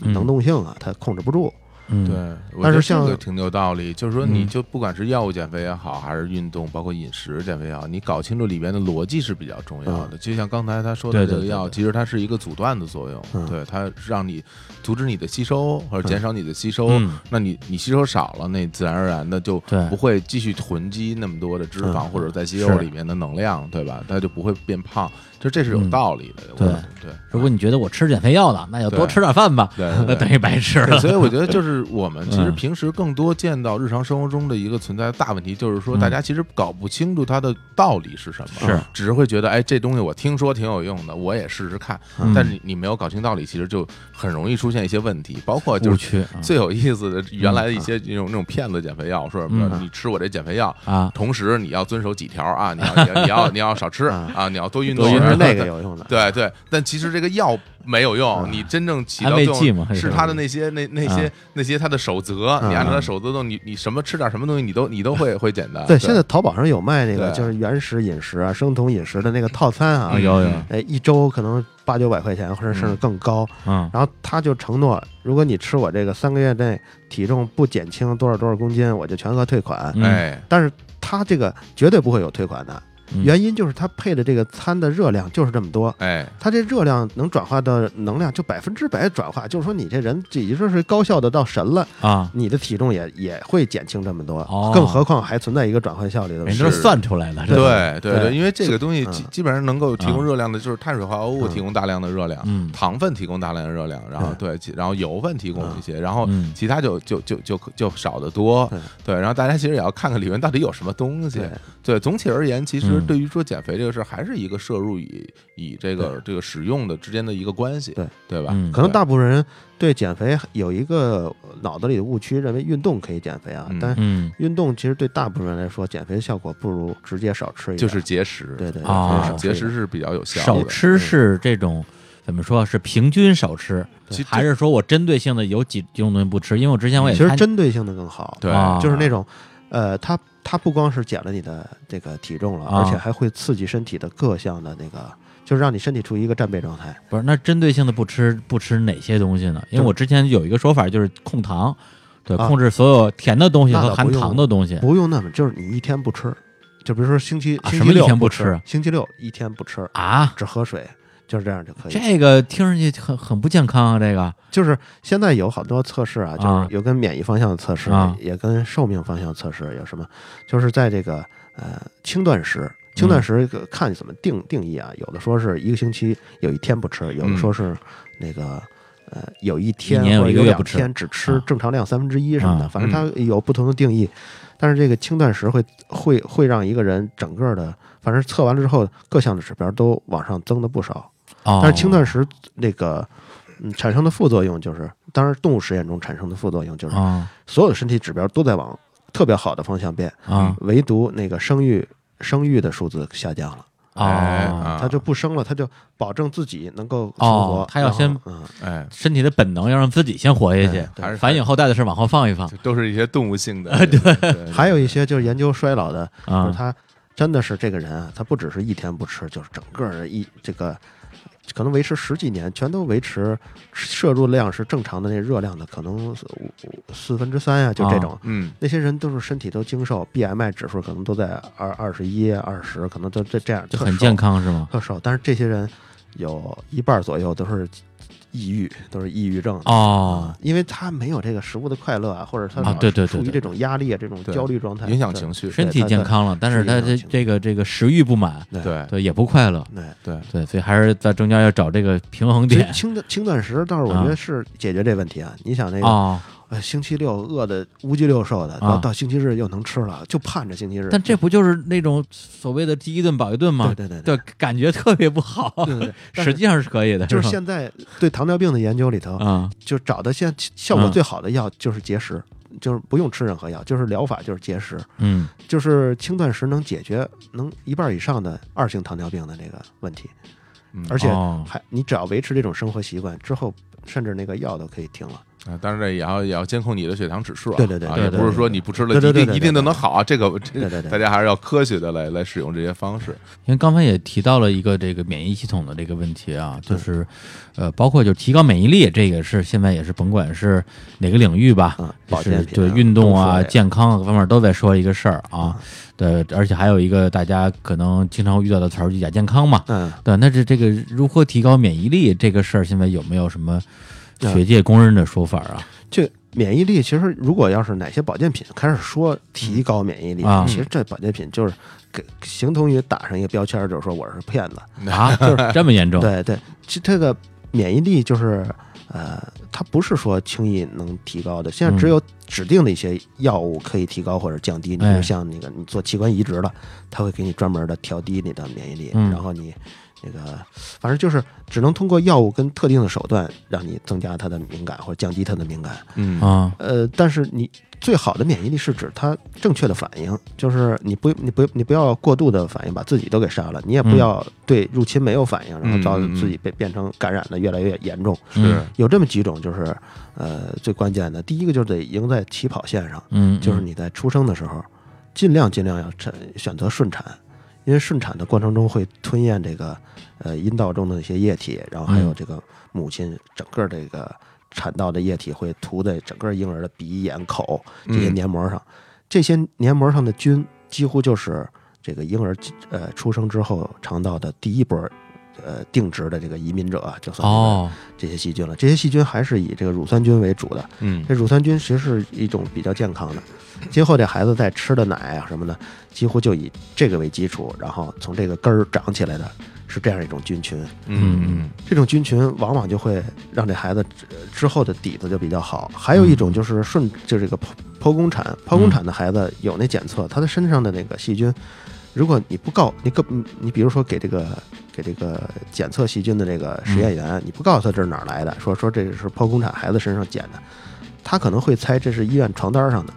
Speaker 1: 嗯
Speaker 3: 能动性啊，它控制不住。
Speaker 1: 嗯，
Speaker 2: 对，我
Speaker 3: 但
Speaker 2: 觉
Speaker 3: 是
Speaker 2: 得
Speaker 3: 像
Speaker 2: 这个挺有道理，就是说你
Speaker 1: 嗯
Speaker 2: 就不管是药物减肥也好，还是运动，包括饮食减肥也好，你搞清楚里边的逻辑是比较重要的。就像刚才他说的
Speaker 1: 嗯对
Speaker 2: 这
Speaker 1: 对
Speaker 2: 个
Speaker 1: 对
Speaker 2: 药，
Speaker 1: 对
Speaker 2: 其实它是一个阻断的作用，
Speaker 3: 嗯
Speaker 2: 对，它是让你阻止你的吸收或者减少你的吸收。
Speaker 1: 嗯
Speaker 2: 那你你吸收少了，那自然而然的就
Speaker 1: 对
Speaker 2: 不会继续囤积那么多的脂肪或者在肌肉
Speaker 1: 哎嗯是
Speaker 2: 里面的能量，对吧？它就不会变胖，就这是有
Speaker 1: 嗯
Speaker 2: 道理的。我
Speaker 1: 对
Speaker 2: 觉得对，
Speaker 1: 如果你觉得我吃减肥药了，那就多
Speaker 2: 对
Speaker 1: 吃点饭吧，
Speaker 2: 对对
Speaker 1: 那
Speaker 2: 对
Speaker 1: 等于白吃
Speaker 2: 对
Speaker 1: 了。
Speaker 2: 所以我觉得就是我们其实
Speaker 1: 嗯
Speaker 2: 平时更多见到日常生活中的一个存在的大问题，就是说
Speaker 1: 嗯
Speaker 2: 大家其实搞不清楚它的道理是什么，
Speaker 1: 是
Speaker 2: 只是会觉得哎这东西我听说挺有用的，我也试试看，
Speaker 1: 嗯
Speaker 2: 但是你你没有搞清道理，其实就很容易出现一些问题，包括就
Speaker 1: 误
Speaker 2: 是。
Speaker 1: 区啊
Speaker 2: 最有意思的，原来的一些那种那种骗子减肥药，说什么
Speaker 1: 嗯
Speaker 2: 你吃我这减肥药，
Speaker 1: 啊，
Speaker 2: 同时你要遵守几条啊，你要你要你要你要少吃
Speaker 3: 啊
Speaker 2: 啊，你要多运动
Speaker 3: 我
Speaker 1: 多运
Speaker 3: 觉
Speaker 1: 动
Speaker 2: 啊
Speaker 3: 得那个有用的，
Speaker 2: 对对，但其实这个药没有用，
Speaker 3: 嗯
Speaker 2: 你真正起到
Speaker 1: 安慰
Speaker 2: 作
Speaker 1: 剂
Speaker 2: 用
Speaker 1: 嘛还是
Speaker 2: 是他的那些那那些
Speaker 1: 嗯
Speaker 2: 那些他的守则，
Speaker 3: 嗯
Speaker 2: 你按照他守则动，你你什么吃点什么东西，你都你都会会简单。
Speaker 3: 对，现在淘宝上有卖那个
Speaker 2: 对
Speaker 3: 就是原始饮食啊、生酮饮食的那个套餐啊
Speaker 2: 嗯，
Speaker 1: 有有
Speaker 3: 哎，一周可能八九百块钱，或者甚至
Speaker 2: 嗯
Speaker 3: 更高。
Speaker 1: 嗯
Speaker 3: 然后他就承诺，如果你吃我这个三个月内体重不减轻多少多少公斤，我就全额退款。
Speaker 1: 嗯
Speaker 2: 哎，
Speaker 3: 但是他这个绝对不会有退款的，
Speaker 1: 嗯
Speaker 3: 原因就是他配的这个餐的热量就是这么多。
Speaker 2: 哎，
Speaker 3: 他这热量能转化的能量就百分之百转化，就是说你这人已经是高效的到神了，
Speaker 1: 啊，
Speaker 3: 你的体重也也会减轻这么多
Speaker 1: 哦，
Speaker 3: 更何况还存在一个转换效率的问
Speaker 1: 人
Speaker 3: 题。
Speaker 1: 都算出来了，这个
Speaker 2: 对对
Speaker 3: 对
Speaker 2: 因为这个东西基
Speaker 3: 嗯
Speaker 2: 基本上能够提供热量的，就是碳水化合物
Speaker 3: 嗯
Speaker 2: 提供大量的热量，
Speaker 1: 嗯
Speaker 2: 糖分提供大量的热量，然后对，其然后油分提供一些，然后
Speaker 1: 嗯
Speaker 2: 其他就就就就就少得多对，
Speaker 3: 对。
Speaker 2: 然后大家其实也要看看里面到底有什么东西
Speaker 3: 对。
Speaker 2: 对，总体而言，其实
Speaker 1: 嗯
Speaker 2: 对于说减肥这个事儿，还是一个摄入与与这个这个使用的之间的一个关系，
Speaker 3: 对
Speaker 2: 对吧？
Speaker 1: 嗯
Speaker 3: 可能
Speaker 2: 对
Speaker 3: 大部分人对减肥有一个脑子里的误区，认为运动可以减肥啊
Speaker 2: 嗯，
Speaker 3: 但
Speaker 1: 嗯
Speaker 3: 运动其实对大部分人来说，减肥效果不如直接少吃一点。
Speaker 2: 就是节食，
Speaker 3: 对对对
Speaker 1: 啊
Speaker 2: 对节
Speaker 3: 节
Speaker 2: 食
Speaker 3: 食
Speaker 2: 是比较有效
Speaker 1: 少
Speaker 2: 的。
Speaker 3: 嗯
Speaker 1: 吃是这种怎么说啊是平均少吃，
Speaker 2: 其实
Speaker 1: 还是说我针对性的有几几种东西不吃？因为我之前我也
Speaker 3: 其实
Speaker 1: 看
Speaker 3: 针对性的更好，
Speaker 2: 对
Speaker 1: 啊
Speaker 3: 就是那种，呃，它它不光是减了你的这个体重了，
Speaker 1: 啊
Speaker 3: 而且还会刺激身体的各项的那个，就是让你身体处于一个战备状态。
Speaker 1: 不是那针对性的不吃不吃哪些东西呢？因为我之前有一个说法就是控糖，对，
Speaker 3: 啊
Speaker 1: 控制所有甜的东西
Speaker 3: 那
Speaker 1: 和
Speaker 3: 倒
Speaker 1: 含
Speaker 3: 不用
Speaker 1: 糖的东西。
Speaker 3: 不用那么，就是你一天不吃，就比如说星期、
Speaker 1: 啊什
Speaker 3: 星期
Speaker 1: 么
Speaker 3: 六
Speaker 1: 一天不
Speaker 3: 吃，
Speaker 1: 吃
Speaker 3: 星期六一天不吃，
Speaker 1: 啊，
Speaker 3: 只喝水，就是这样就可以。
Speaker 1: 这个听上去很很不健康啊！这个
Speaker 3: 就是现在有好多测试啊，
Speaker 1: 啊
Speaker 3: 就是有跟免疫方向的测试，
Speaker 1: 啊
Speaker 3: 也跟寿命方向测试，有什么？就是在这个呃轻断
Speaker 1: 嗯
Speaker 3: 食，轻断食呃看你怎么定定义啊。有的说是一个星期有一天不吃，有的说是那个。呃，有一天
Speaker 1: 嗯一年有
Speaker 3: 或者
Speaker 1: 一个
Speaker 3: 有
Speaker 1: 月
Speaker 3: 两
Speaker 1: 不吃
Speaker 3: 天只吃
Speaker 1: 啊
Speaker 3: 正常量三分之一什么的，
Speaker 1: 啊
Speaker 3: 反正它有不同的定义。但是这个轻断食会会会让一个人整个的，反正测完了之后，各项的指标都往上增的不少。
Speaker 1: 哦，
Speaker 3: 但是轻断食那个嗯产生的副作用就是，当然动物实验中产生的副作用就是，
Speaker 1: 啊
Speaker 3: 所有的身体指标都在往特别好的方向变，
Speaker 1: 啊
Speaker 3: 唯独那个生育生育的数字下降了，
Speaker 2: 哎
Speaker 1: 啊！
Speaker 2: 啊
Speaker 3: 他就不生了，他就保证自己能够存
Speaker 1: 哦
Speaker 3: 活，
Speaker 1: 他要
Speaker 3: 然后
Speaker 1: 先
Speaker 3: 嗯，
Speaker 2: 哎，
Speaker 1: 身体的本能要让自己先活下去，
Speaker 2: 对还是
Speaker 1: 繁衍后代的事往后放一放
Speaker 2: 这都是一些动物性的。对对，
Speaker 3: 嗯还有一些就是研究衰老的，就是
Speaker 1: 啊。
Speaker 3: 他真的是这个人啊，他不只是一天不吃，就是整个儿一这个。可能维持十几年，全都维持摄入量是正常的那热量的，可能四五五四分之三啊，就
Speaker 1: 哦
Speaker 3: 这种。
Speaker 2: 嗯，
Speaker 3: 那些人都是身体都精瘦，BMI 指数可能都在二二十一、二十，可能都这这样，
Speaker 1: 就很健
Speaker 3: 康，
Speaker 1: 康是吗？
Speaker 3: 特瘦。但是这些人有一半左右都是抑郁，都是抑郁症的
Speaker 1: 哦，
Speaker 3: 因为他没有这个食物的快乐啊，或者他
Speaker 1: 啊对对对
Speaker 3: 处于
Speaker 1: 对
Speaker 3: 这种压力啊、这种
Speaker 2: 对
Speaker 3: 焦虑状态，
Speaker 2: 影响情绪。
Speaker 1: 身体健康了，但是他这
Speaker 3: 是
Speaker 1: 这个这个食欲不满，
Speaker 3: 对。
Speaker 2: 对
Speaker 1: 对，也不快乐，
Speaker 3: 对
Speaker 2: 对，
Speaker 1: 对，所以还是在中间要找这个平衡
Speaker 3: 所以
Speaker 1: 点
Speaker 3: 轻断轻断食倒是我觉
Speaker 1: 啊
Speaker 3: 得是解决这问题啊！你想那个、
Speaker 1: 哦。
Speaker 3: 呃，星期六饿的乌鸡六瘦的，然
Speaker 1: 啊
Speaker 3: 后到星期日又能吃了，就盼着星期日。
Speaker 1: 但这不就是那种所谓的第一顿饱一顿吗
Speaker 3: 对？对对
Speaker 1: 对，感觉特别不好，
Speaker 3: 对对，但
Speaker 1: 实际上是可以的，
Speaker 3: 就是
Speaker 1: 吧
Speaker 3: 现在对糖尿病的研究里头，
Speaker 1: 啊
Speaker 3: 就找的现效
Speaker 1: 嗯
Speaker 3: 果最好的药就是节食，就是不用吃任何药，就是疗法就是节食，
Speaker 1: 嗯
Speaker 3: 就是轻断食能解决能一半以上的二型糖尿病的这个问题，
Speaker 2: 嗯
Speaker 3: 而且
Speaker 1: 哦
Speaker 3: 还你只要维持这种生活习惯之后，甚至那个药都可以停了。
Speaker 2: 啊，当然这也要也要监控你的血糖指数啊，
Speaker 3: 对对对
Speaker 2: 啊
Speaker 1: 对
Speaker 2: 也
Speaker 1: 对
Speaker 2: 不是
Speaker 1: 对
Speaker 2: 说你不吃了
Speaker 3: 对对
Speaker 2: 一
Speaker 3: 对
Speaker 2: 定
Speaker 3: 对
Speaker 2: 一
Speaker 3: 对
Speaker 2: 定就能好啊，这个这
Speaker 3: 对对对
Speaker 2: 大家还是要科学的来来使用这些方式，
Speaker 1: 因为刚才也提到了一个这个免疫系统的这个问题啊，就是，呃，包括就提高免疫力，这个是现在也是甭管是哪个领域吧，
Speaker 3: 啊，
Speaker 1: 就
Speaker 3: 保
Speaker 1: 是
Speaker 3: 健品
Speaker 1: 对
Speaker 3: 啊
Speaker 1: 运动啊、
Speaker 3: 都说嗯
Speaker 1: 健康啊各方面都在说一个事儿啊。对，而且还有一个大家可能经常会遇到的词儿，就亚健康嘛。
Speaker 3: 嗯，
Speaker 1: 对，那这这个如何提高免疫力这个事儿，现在有没有什么
Speaker 3: 嗯
Speaker 1: 学界公认的说法啊？
Speaker 3: 这免疫力其实如果要是哪些保健品开始说提高免疫力，
Speaker 1: 啊
Speaker 3: 其实这保健品就是给形同于打上一个标签儿，就是说我是骗子。
Speaker 1: 啊，就是这么严重？
Speaker 3: 对对，其这个免疫力就是呃，它不是说轻易能提高的。
Speaker 1: 嗯
Speaker 3: 现在只有指定的一些药物可以提高或者降低，你比
Speaker 1: 哎
Speaker 3: 如像那个你做器官移植了，它会给你专门的调低你的免疫力，
Speaker 1: 嗯
Speaker 3: 然后你。那个，反正就是只能通过药物跟特定的手段，让你增加它的敏感或者降低它的敏感。
Speaker 2: 嗯
Speaker 1: 啊，
Speaker 3: 呃，但是你最好的免疫力是指它正确的反应，就是你不你不你不要过度的反应把自己都给杀了，你也不
Speaker 1: 嗯
Speaker 3: 要对入侵没有反应，然后造
Speaker 2: 嗯嗯嗯
Speaker 3: 成自己被变成感染的越来越严重。
Speaker 1: 嗯
Speaker 2: 是
Speaker 3: 有这么几种，就是呃最关键的，第一个就是得赢在起跑线上，
Speaker 1: 嗯，
Speaker 3: 就是你在出生的时候，尽量尽量要产选择顺产。因为顺产的过程中会吞咽这个，呃，阴道中的一些液体，然后还有
Speaker 1: 嗯
Speaker 3: 这个母亲整个这个产道的液体会涂在整个婴儿的鼻、眼、口这些
Speaker 2: 嗯
Speaker 3: 黏膜上，这些黏膜上的菌几乎就是这个婴儿呃出生之后肠道的第一波呃定植的这个移民者啊，就算是
Speaker 1: 哦，
Speaker 3: 这些细菌了。这些细菌还是以这个乳酸菌为主的，
Speaker 2: 嗯
Speaker 3: 这乳酸菌其实是一种比较健康的，今后这孩子在吃的奶啊什么的，几乎就以这个为基础，然后从这个根儿长起来的是这样一种菌群。
Speaker 2: 嗯
Speaker 3: 这种菌群往往就会让这孩子之之后的底子就比较好。还有一
Speaker 2: 嗯
Speaker 3: 种就是顺，就是这个剖剖宫产，剖宫产的孩子有那检测，他的身上的那个细菌，如果你不告你个你比如说给这个给这个检测细菌的这个实验
Speaker 2: 嗯
Speaker 3: 员，你不告诉他这是哪儿来的，说说这是剖宫产孩子身上捡的，他可能会猜这是医院床单上的，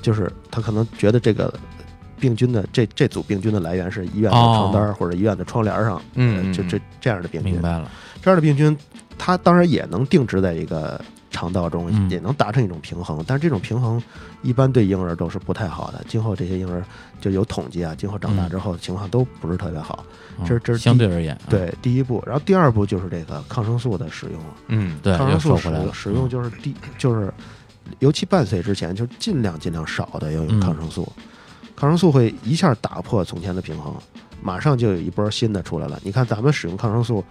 Speaker 3: 就是他可能觉得这个。病菌的这这组病菌的来源是医院的床单儿或者医院的窗帘儿上，
Speaker 2: 哦嗯
Speaker 3: 呃
Speaker 2: 嗯
Speaker 3: 这这这样的病菌
Speaker 1: 哦明，白了，嗯
Speaker 3: 这样的病菌，它当然也能定植在一个肠道中，
Speaker 1: 嗯
Speaker 3: 也能达成一种平衡，但是这种平衡一般对婴儿都是不太好的。今后这些婴儿就有统计啊，今后长大之后情况都不是特别好。
Speaker 1: 嗯
Speaker 3: 这这是
Speaker 1: 相对而言，啊
Speaker 3: 对，第一步，然后第二步就是这个抗生素的使用，
Speaker 2: 嗯
Speaker 1: 对，
Speaker 3: 抗
Speaker 1: 又说
Speaker 3: 生素使
Speaker 1: 呃回来了
Speaker 3: 用，使用就是第就是，尤其半岁之前就尽量尽量少的
Speaker 1: 嗯
Speaker 3: 要用抗生素，抗生素会一下打破从前的平衡，马上就有一波新的出来了。你看咱们使用抗生素，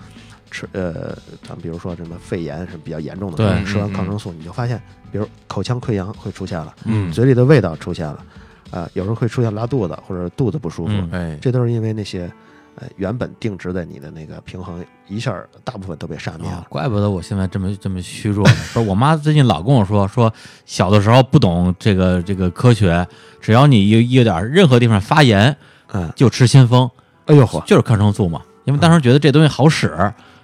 Speaker 3: 吃呃，咱们比如说什么肺炎是比较严重的，
Speaker 1: 对
Speaker 3: 吃完
Speaker 2: 嗯嗯
Speaker 3: 抗生素你就发现，比如口腔溃疡会出现了，
Speaker 2: 嗯，
Speaker 3: 嘴里的味道出现了，呃，有人会出现拉肚子或者肚子不舒服，
Speaker 1: 嗯
Speaker 2: 哎，
Speaker 3: 这都是因为那些。呃，原本定植在你的那个平衡，一下大部分都被杀灭
Speaker 1: 啊
Speaker 3: 了，。
Speaker 1: 怪不得我现在这么这么虚弱呢。不是，我妈最近老跟我说，说小的时候不懂这个这个科学，只要你有有点儿任何地方发炎，
Speaker 3: 嗯，
Speaker 1: 就吃先锋，
Speaker 3: 哎呦嚯，
Speaker 1: 就是抗生素嘛。因为当时觉得这东西好使，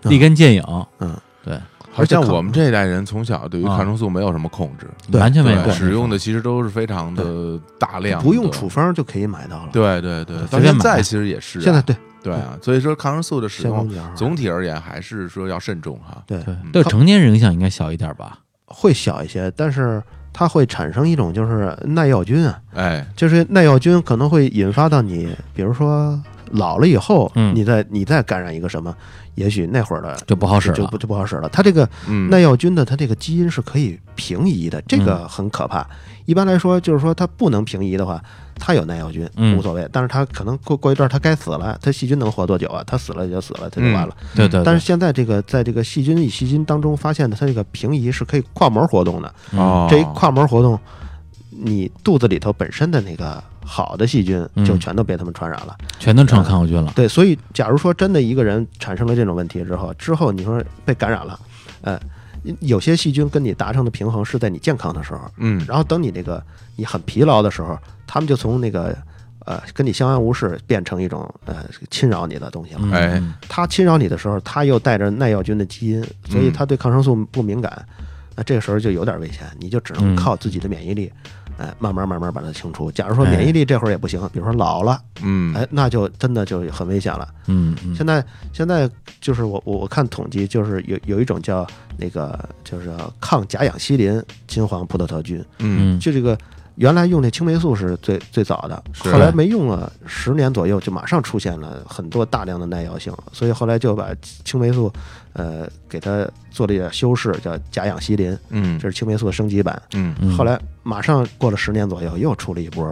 Speaker 3: 嗯
Speaker 1: 立竿见影。
Speaker 3: 嗯，
Speaker 1: 对，
Speaker 2: 好
Speaker 3: 而且
Speaker 2: 像
Speaker 3: 抗
Speaker 2: 我们这一代人从小对于
Speaker 1: 啊
Speaker 2: 抗生素没有什么控制，
Speaker 3: 对
Speaker 1: 完全没有
Speaker 3: 对
Speaker 2: 使用的其实都是非常的大量，
Speaker 3: 不用处，方就可以买到了。，
Speaker 2: 对对对，
Speaker 1: 随
Speaker 2: 到
Speaker 1: 便
Speaker 2: 现
Speaker 1: 买
Speaker 2: 在其实也是啊，
Speaker 3: 现在对
Speaker 2: 对啊，所以说抗生素的使
Speaker 3: 先
Speaker 2: 用
Speaker 3: 锋角
Speaker 2: 总体而言还是说要慎重哈。
Speaker 3: 对
Speaker 1: 对，对成年人影响应该小一点吧？
Speaker 3: 会小一些，但是它会产生一种就是耐药菌啊，
Speaker 2: 哎，
Speaker 3: 就是耐药菌可能会引发到你，比如说老了以后，
Speaker 1: 嗯
Speaker 3: 你再你再感染一个什么，也许那会儿的
Speaker 1: 就不好使
Speaker 3: 就
Speaker 1: 了
Speaker 3: 不。就不好使了。它这个
Speaker 2: 嗯，
Speaker 3: 耐药菌的它这个基因是可以平移的，这个很可怕。一般来说，就是说它不能平移的话，它有耐药菌
Speaker 1: 嗯
Speaker 3: 无所谓，但是它可能过过一段它该死了，它细菌能活多久啊？它死了也就死了，它就完了。
Speaker 1: 对对，对
Speaker 3: 嗯但是现在这个在这个细菌与细菌当中发现的，它这个平移是可以跨膜活动的。
Speaker 1: 嗯
Speaker 2: 哦，
Speaker 3: 这一跨膜活动，你肚子里头本身的那个好的细菌
Speaker 1: 嗯
Speaker 3: 就全都被它们传染了。
Speaker 1: 全都成抗药菌了。
Speaker 3: 对，所以假如说真的一个人产生了这种问题之后，之后你说被感染了，呃，有些细菌跟你达成的平衡是在你健康的时候，
Speaker 2: 嗯，
Speaker 3: 然后等你这个你很疲劳的时候，他们就从那个呃跟你相安无事变成一种呃侵扰你的东西了。
Speaker 1: 嗯
Speaker 2: 哎，
Speaker 1: 嗯
Speaker 3: 它侵扰你的时候，它又带着耐药菌的基因，所以它对抗生素不敏感。那这个时候就有点危险，你就只能靠自己的免疫力，哎，慢慢慢慢把它清除。假如说免疫力这会儿也不行，比如说老了，
Speaker 2: 嗯
Speaker 3: 哎，那就真的就很危险了。
Speaker 1: 嗯嗯
Speaker 3: 现在现在就是我我我看统计，就是有有一种叫那个就是叫抗甲氧西林金黄葡萄糖菌，
Speaker 2: 嗯
Speaker 1: 嗯
Speaker 3: 就这个原来用那青霉素是最最早的，
Speaker 2: 是
Speaker 3: 后来没用了十年左右，就马上出现了很多大量的耐药性，所以后来就把青霉素，呃，给它做了一点修饰，叫甲氧西林，
Speaker 2: 嗯
Speaker 3: 这是青霉素的升级版。
Speaker 2: 嗯
Speaker 1: 嗯，
Speaker 3: 后来马上过了十年左右，又出了一波。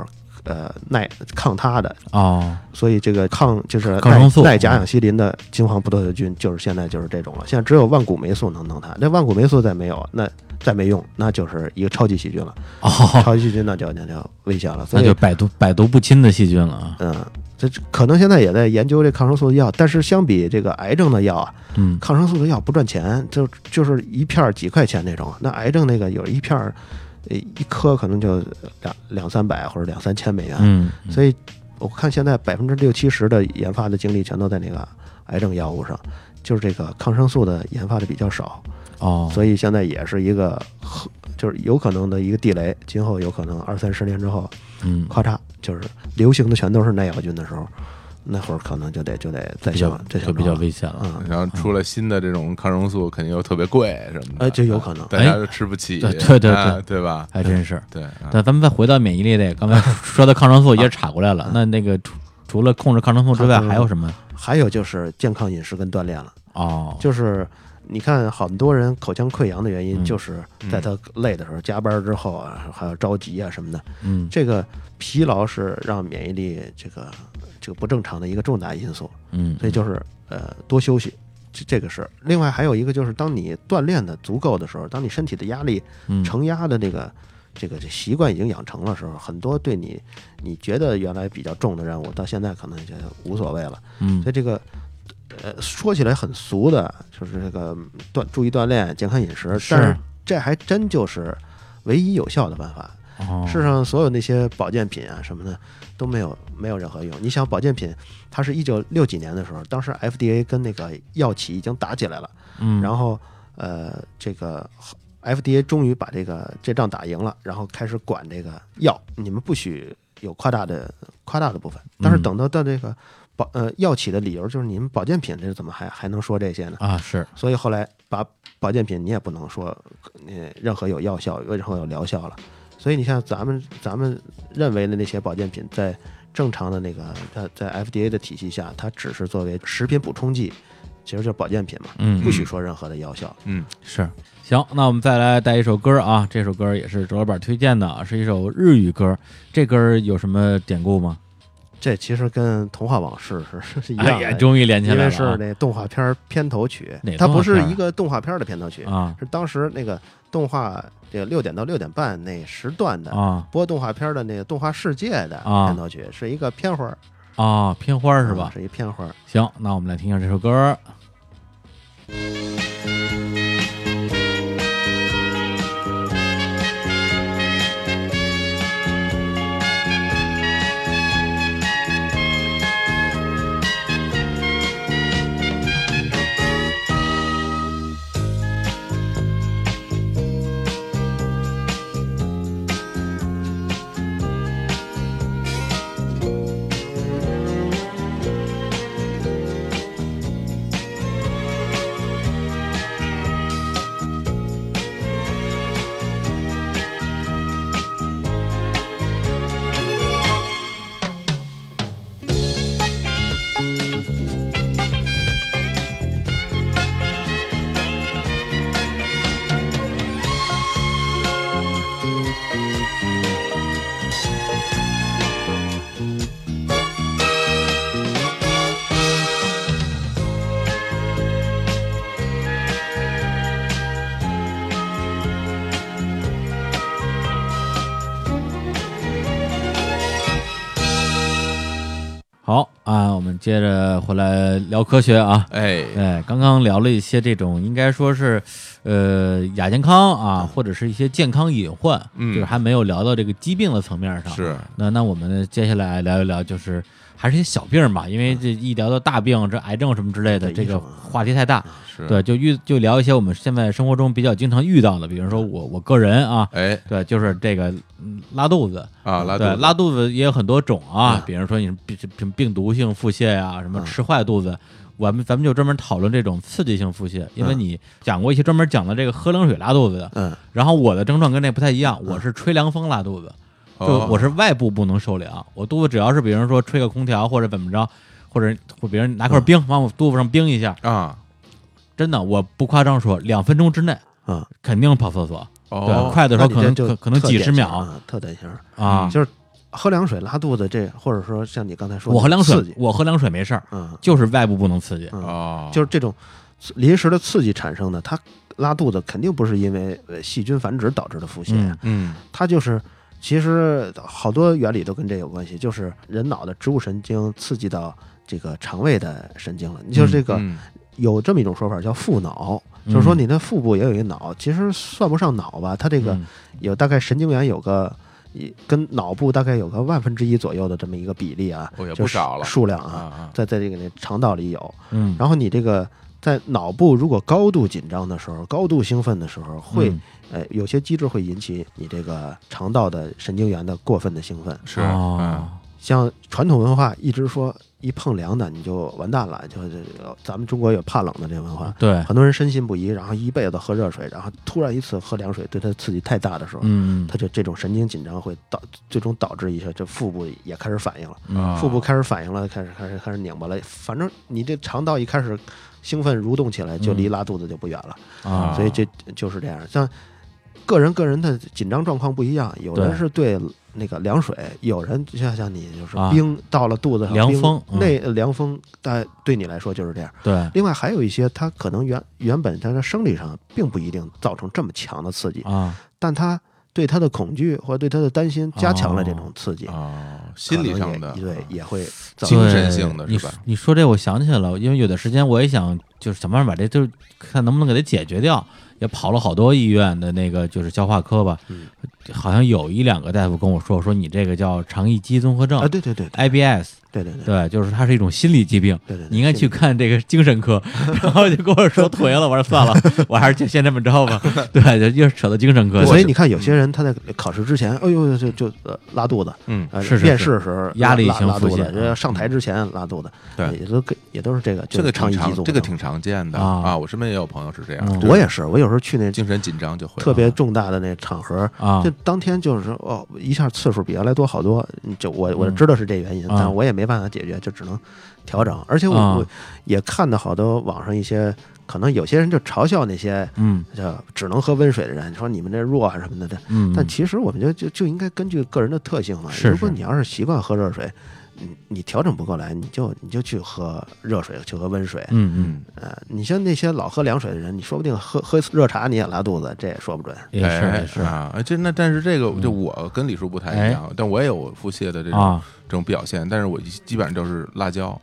Speaker 3: 呃，耐抗它的，
Speaker 1: 哦，
Speaker 3: 所以这个抗就是
Speaker 1: 抗生
Speaker 3: 耐
Speaker 1: 素
Speaker 3: 耐甲氧西林的金黄葡萄球菌，就是现在就是这种了。现在只有万古霉素能弄它，那万古霉素再没有，那再没用，那就是一个超级细菌了。
Speaker 1: 哦，
Speaker 3: 超级细菌那就那就危险了，所
Speaker 1: 那
Speaker 3: 以
Speaker 1: 就百毒百毒不侵的细菌了啊。
Speaker 3: 嗯，这可能现在也在研究这抗生素的药，但是相比这个癌症的药啊，
Speaker 1: 嗯，
Speaker 3: 抗生素的药不赚钱，就就是一片儿几块钱那种，那癌症那个有一片儿，呃一颗可能就两两三百或者两三千美元，
Speaker 1: 嗯，
Speaker 3: 所以我看现在百分之六七十的研发的精力全都在那个癌症药物上。就是这个抗生素的研发的比较少，
Speaker 1: 哦，
Speaker 3: 所以现在也是一个，就是有可能的一个地雷，今后有可能二三十年之后，
Speaker 1: 嗯，
Speaker 3: 咔嚓，就是流行的全都是耐药菌的时候，那会儿可能就得就得再
Speaker 1: 比较
Speaker 3: 想再
Speaker 1: 就
Speaker 3: 想
Speaker 1: 比较
Speaker 3: 办法
Speaker 1: 危险了。
Speaker 3: 嗯，
Speaker 2: 然后出了新的这种抗生素，肯定又特别贵什么的，啊
Speaker 3: 哎这有可能
Speaker 2: 大家都吃不起，
Speaker 1: 对对对
Speaker 2: 啊对吧？
Speaker 1: 还真嗯是。
Speaker 2: 对，啊
Speaker 1: 但咱们再回到免疫力这，刚才说的抗生素也岔过来了。那那个除除了控制抗生素之外，
Speaker 3: 嗯抗生素
Speaker 1: 还有什么？
Speaker 3: 还有就是健康饮食跟锻炼了，
Speaker 1: 哦，
Speaker 3: 就是你看很多人口腔溃疡的原
Speaker 1: 嗯
Speaker 3: 因，就是在他累的时候、加班之后啊，还有着急啊什么的，
Speaker 1: 嗯，
Speaker 3: 这个疲劳是让免疫力这个这个不正常的一个重大因素，
Speaker 1: 嗯，
Speaker 3: 所以就是呃多休息。这这个是，另外还有一个就是，当你锻炼的足够的时候，当你身体的压力
Speaker 1: 嗯
Speaker 3: 承压的这个这个这习惯已经养成了时候，很多对你你觉得原来比较重的任务，到现在可能也就无所谓了。
Speaker 1: 嗯
Speaker 3: 所以这个呃说起来很俗的，就是这个锻注意锻炼、健康饮食，
Speaker 1: 是
Speaker 3: 但是这还真就是唯一有效的办法。
Speaker 1: 哦
Speaker 3: 世上所有那些保健品啊什么的都没有没有任何用。你想保健品，它是一九六几年的时候，当时 FDA 跟那个药企已经打起来了。
Speaker 1: 嗯，
Speaker 3: 然后呃，这个 FDA 终于把这个这仗打赢了，然后开始管这个药，你们不许有夸大的夸大的部分。但是
Speaker 1: 嗯
Speaker 3: 等到到这个保呃药企的理由就是你们保健品这怎么还还能说这些呢？
Speaker 1: 啊是
Speaker 3: 所以后来把保健品你也不能说呃任何有药效，有任何有疗效了。所以你像咱们咱们认为的那些保健品，在正常的那个在在 FDA 的体系下，它只是作为食品补充剂，其实就是保健品嘛，
Speaker 1: 嗯
Speaker 3: 不许说任何的药效。
Speaker 2: 嗯
Speaker 1: 是。行，那我们再来带一首歌啊，这首歌也是周老板推荐的啊，是一首日语歌。这歌有什么典故吗？
Speaker 3: 这其实跟童话往事是是一样
Speaker 1: 哎呀，
Speaker 3: 的，
Speaker 1: 终于连起
Speaker 3: 因
Speaker 1: 来
Speaker 3: 为是
Speaker 1: 了
Speaker 3: 那动画片片头曲
Speaker 1: 哪，
Speaker 3: 它
Speaker 1: 动画
Speaker 3: 不是
Speaker 1: 片儿
Speaker 3: 一个动画片的片头曲，
Speaker 1: 啊
Speaker 3: 是当时那个动画这个六点到六点半那时段
Speaker 1: 啊
Speaker 3: 的
Speaker 1: 啊
Speaker 3: 播动画片儿的那个动画世界的
Speaker 1: 啊
Speaker 3: 片头曲，是一个片花儿，
Speaker 1: 啊！片花儿是吧啊
Speaker 3: 嗯？是一片花儿。
Speaker 1: 行，那我们来听一下这首歌。好啊，我们接着回来聊科学啊。
Speaker 2: 哎，
Speaker 1: 对，刚刚聊了一些这种，应该说是，呃，亚健康啊，或者是一些健康隐患，
Speaker 2: 嗯
Speaker 1: 就是还没有聊到这个疾病的层面上。
Speaker 2: 是，
Speaker 1: 那那我们接下来聊一聊，就是还是些小病嘛，因为这一聊到大病，这癌症什么之类的，
Speaker 3: 对
Speaker 1: 这
Speaker 3: 医
Speaker 1: 个
Speaker 3: 生啊
Speaker 1: 话题太大。
Speaker 2: 是，
Speaker 1: 对，就遇就聊一些我们现在生活中比较经常遇到的，比如说我我个人啊，
Speaker 2: 哎
Speaker 1: 对，就是这个嗯拉肚子，
Speaker 2: 啊，拉肚
Speaker 1: 对，
Speaker 2: 子，
Speaker 1: 拉肚子也有很多种啊，比如说你病什么病毒性腹泻呀、什么
Speaker 3: 嗯
Speaker 1: 吃坏肚子，我们咱们就专门讨论这种刺激性腹泻，因为
Speaker 3: 嗯
Speaker 1: 你讲过一些专门讲的这个喝冷水拉肚子的，
Speaker 3: 嗯
Speaker 1: 然后我的症状跟那不太一样，我是吹凉风拉肚子，就
Speaker 2: 哦
Speaker 1: 我是外部不能受凉，我肚子只要是比如说吹个空调或者怎么着，或者或者别人拿块冰往我肚子上冰一下，
Speaker 2: 啊，
Speaker 1: 真的我不夸张说，两分钟之内
Speaker 3: 啊，
Speaker 1: 肯定跑厕所，对，
Speaker 2: 哦，
Speaker 1: 快的时候
Speaker 3: 那你
Speaker 1: 可
Speaker 3: 这
Speaker 1: 能
Speaker 3: 就
Speaker 1: 可可能
Speaker 3: 特
Speaker 1: 几
Speaker 3: 典
Speaker 1: 十
Speaker 3: 型
Speaker 1: 秒
Speaker 3: 啊，特典型儿，
Speaker 2: 嗯
Speaker 1: 啊。
Speaker 3: 就是喝凉水拉肚子这，或者说像你刚嗯才说的，
Speaker 1: 我喝凉
Speaker 3: 刺
Speaker 1: 水
Speaker 3: 激，
Speaker 1: 我啊喝凉水没事儿，
Speaker 3: 嗯，
Speaker 1: 就是外部不能刺激。
Speaker 3: 嗯
Speaker 2: 哦，
Speaker 3: 就是这种刺临时的刺激产生的，它拉肚子肯定不是因为呃细菌繁殖导致的腹泻，啊
Speaker 1: 嗯
Speaker 2: 嗯
Speaker 3: 它就是其实好多原理都跟这有关系，就是人脑的植物神经刺激到这个肠胃的神经了。你就是这个、
Speaker 2: 嗯
Speaker 3: 有这么一种说法叫腹脑，就是说你的腹部也有一个脑，其实算不上脑吧，它这个
Speaker 1: 嗯
Speaker 3: 有大概神经元有个。一跟脑部大概有个万分之一左右的这么一个比例啊，
Speaker 2: 哦也不
Speaker 3: 就是
Speaker 2: 少了
Speaker 3: 数量
Speaker 2: 啊
Speaker 3: 啊，
Speaker 2: 啊，
Speaker 3: 在在这个那肠道里有，
Speaker 1: 嗯，
Speaker 3: 然后你这个在脑部如果高度紧张的时候、高度兴奋的时候，会、
Speaker 1: 嗯
Speaker 3: 呃有些机制会引起你这个肠道的神经元的过分的兴奋。
Speaker 2: 是，嗯
Speaker 1: 哦
Speaker 3: 像传统文化一直说一碰凉的你就完蛋了，就是咱们中国有怕冷的这文
Speaker 2: 嗯
Speaker 3: 化，
Speaker 1: 对，
Speaker 3: 很多人深信不疑，然后一辈子喝热水，然后突然一次喝凉水对他刺激太大的时候，
Speaker 1: 嗯
Speaker 3: 他就这种神经紧张会导最终导致一些这腹部也开始反应了。
Speaker 1: 嗯
Speaker 2: 啊
Speaker 3: 腹部开始反应了，开始开始开始拧巴了。反正你这肠道一开始兴奋蠕动起来，就离拉肚子就不远了。
Speaker 1: 啊，
Speaker 3: 所以这就是这样。像个人个人的紧张状况不一样，有人
Speaker 1: 对
Speaker 3: 是对那个凉水，有人就像像你就是
Speaker 1: 啊
Speaker 3: 冰、到了肚子上，
Speaker 1: 凉
Speaker 3: 冰
Speaker 1: 风嗯
Speaker 3: 那呃凉风，但对你来说就是这样。
Speaker 1: 对
Speaker 3: 另外还有一些，它可能原原本它的生理上并不一定造成这么强的刺激，
Speaker 1: 啊，
Speaker 3: 但它对它的恐惧或者对它的担心加强了这种刺
Speaker 1: 啊
Speaker 3: 激。
Speaker 2: 哦，心理上的啊
Speaker 3: 可能也对，也会造
Speaker 2: 精
Speaker 3: 成
Speaker 2: 神性的
Speaker 1: 对
Speaker 2: 是吧
Speaker 1: 你你说这我想起来了，因为有的时间我也想就是想办法把这就是看能不能给它解决掉，也跑了好多医院的那个就是消化科吧，
Speaker 3: 嗯
Speaker 1: 好像有一两个大夫跟我说说你这个叫肠易激综合症
Speaker 3: 啊，对对对
Speaker 1: IBS，
Speaker 3: 对对对
Speaker 1: 对，就是它是一种心理疾病。
Speaker 3: 对对对，
Speaker 1: 你应该去
Speaker 3: 心理
Speaker 1: 看这个精神 科，然后就跟我说颓了，我说算了，我还是就先这么着吧。对，就又扯到精神科
Speaker 3: 对
Speaker 1: 去，
Speaker 3: 所以你看，有些人他在考试之前，哎呦，就就呃拉肚子，
Speaker 2: 嗯
Speaker 3: 呃
Speaker 1: 是是
Speaker 3: 面
Speaker 1: 是
Speaker 3: 试时候
Speaker 1: 压力
Speaker 3: 拉
Speaker 1: 型
Speaker 3: 拉
Speaker 1: 腹
Speaker 3: 肚子，
Speaker 1: 泻嗯
Speaker 3: 人家上台之前拉肚子，
Speaker 2: 对
Speaker 3: 也都跟也都是这个，
Speaker 2: 这个
Speaker 3: 肠
Speaker 2: 挺
Speaker 3: 易激
Speaker 2: 常，
Speaker 3: 综，
Speaker 2: 这个挺常见的
Speaker 1: 啊
Speaker 2: 啊。我身边也有朋友是这样，
Speaker 1: 嗯
Speaker 2: 就是
Speaker 3: 我也是，我有时候去那
Speaker 2: 精神紧张就会
Speaker 3: 特别重大的那场合。
Speaker 1: 啊
Speaker 3: 就当天就是说哦，一下次数比原来多好多，嗯就我我
Speaker 1: 嗯
Speaker 3: 知道是这原因，
Speaker 1: 啊
Speaker 3: 但我也没办法解决，就只能调整。而且我
Speaker 1: 啊
Speaker 3: 我也看到好多网上一些，可能有些人就嘲笑那些
Speaker 1: 嗯
Speaker 3: 叫只能喝温水的人，说你们这弱啊什么的，这
Speaker 1: 嗯，
Speaker 3: 但其实我们就就就应该根据个人的特性嘛。
Speaker 1: 是
Speaker 3: 如果
Speaker 1: 是
Speaker 3: 你要是习惯喝热水，你你调整不过来，你就你就去喝热水，去喝温水。
Speaker 1: 嗯嗯
Speaker 2: 嗯，
Speaker 3: 呃，你像那些老喝凉水的人，你说不定喝喝热茶你也拉肚子，这也说不准。
Speaker 1: 也是
Speaker 2: 哎
Speaker 1: 也是嗯哎
Speaker 2: 啊，哎这那但是这个就我跟李叔不太一样，但我也有腹泻的这种
Speaker 1: 啊
Speaker 2: 这种表现，但是我一基本上就是辣椒，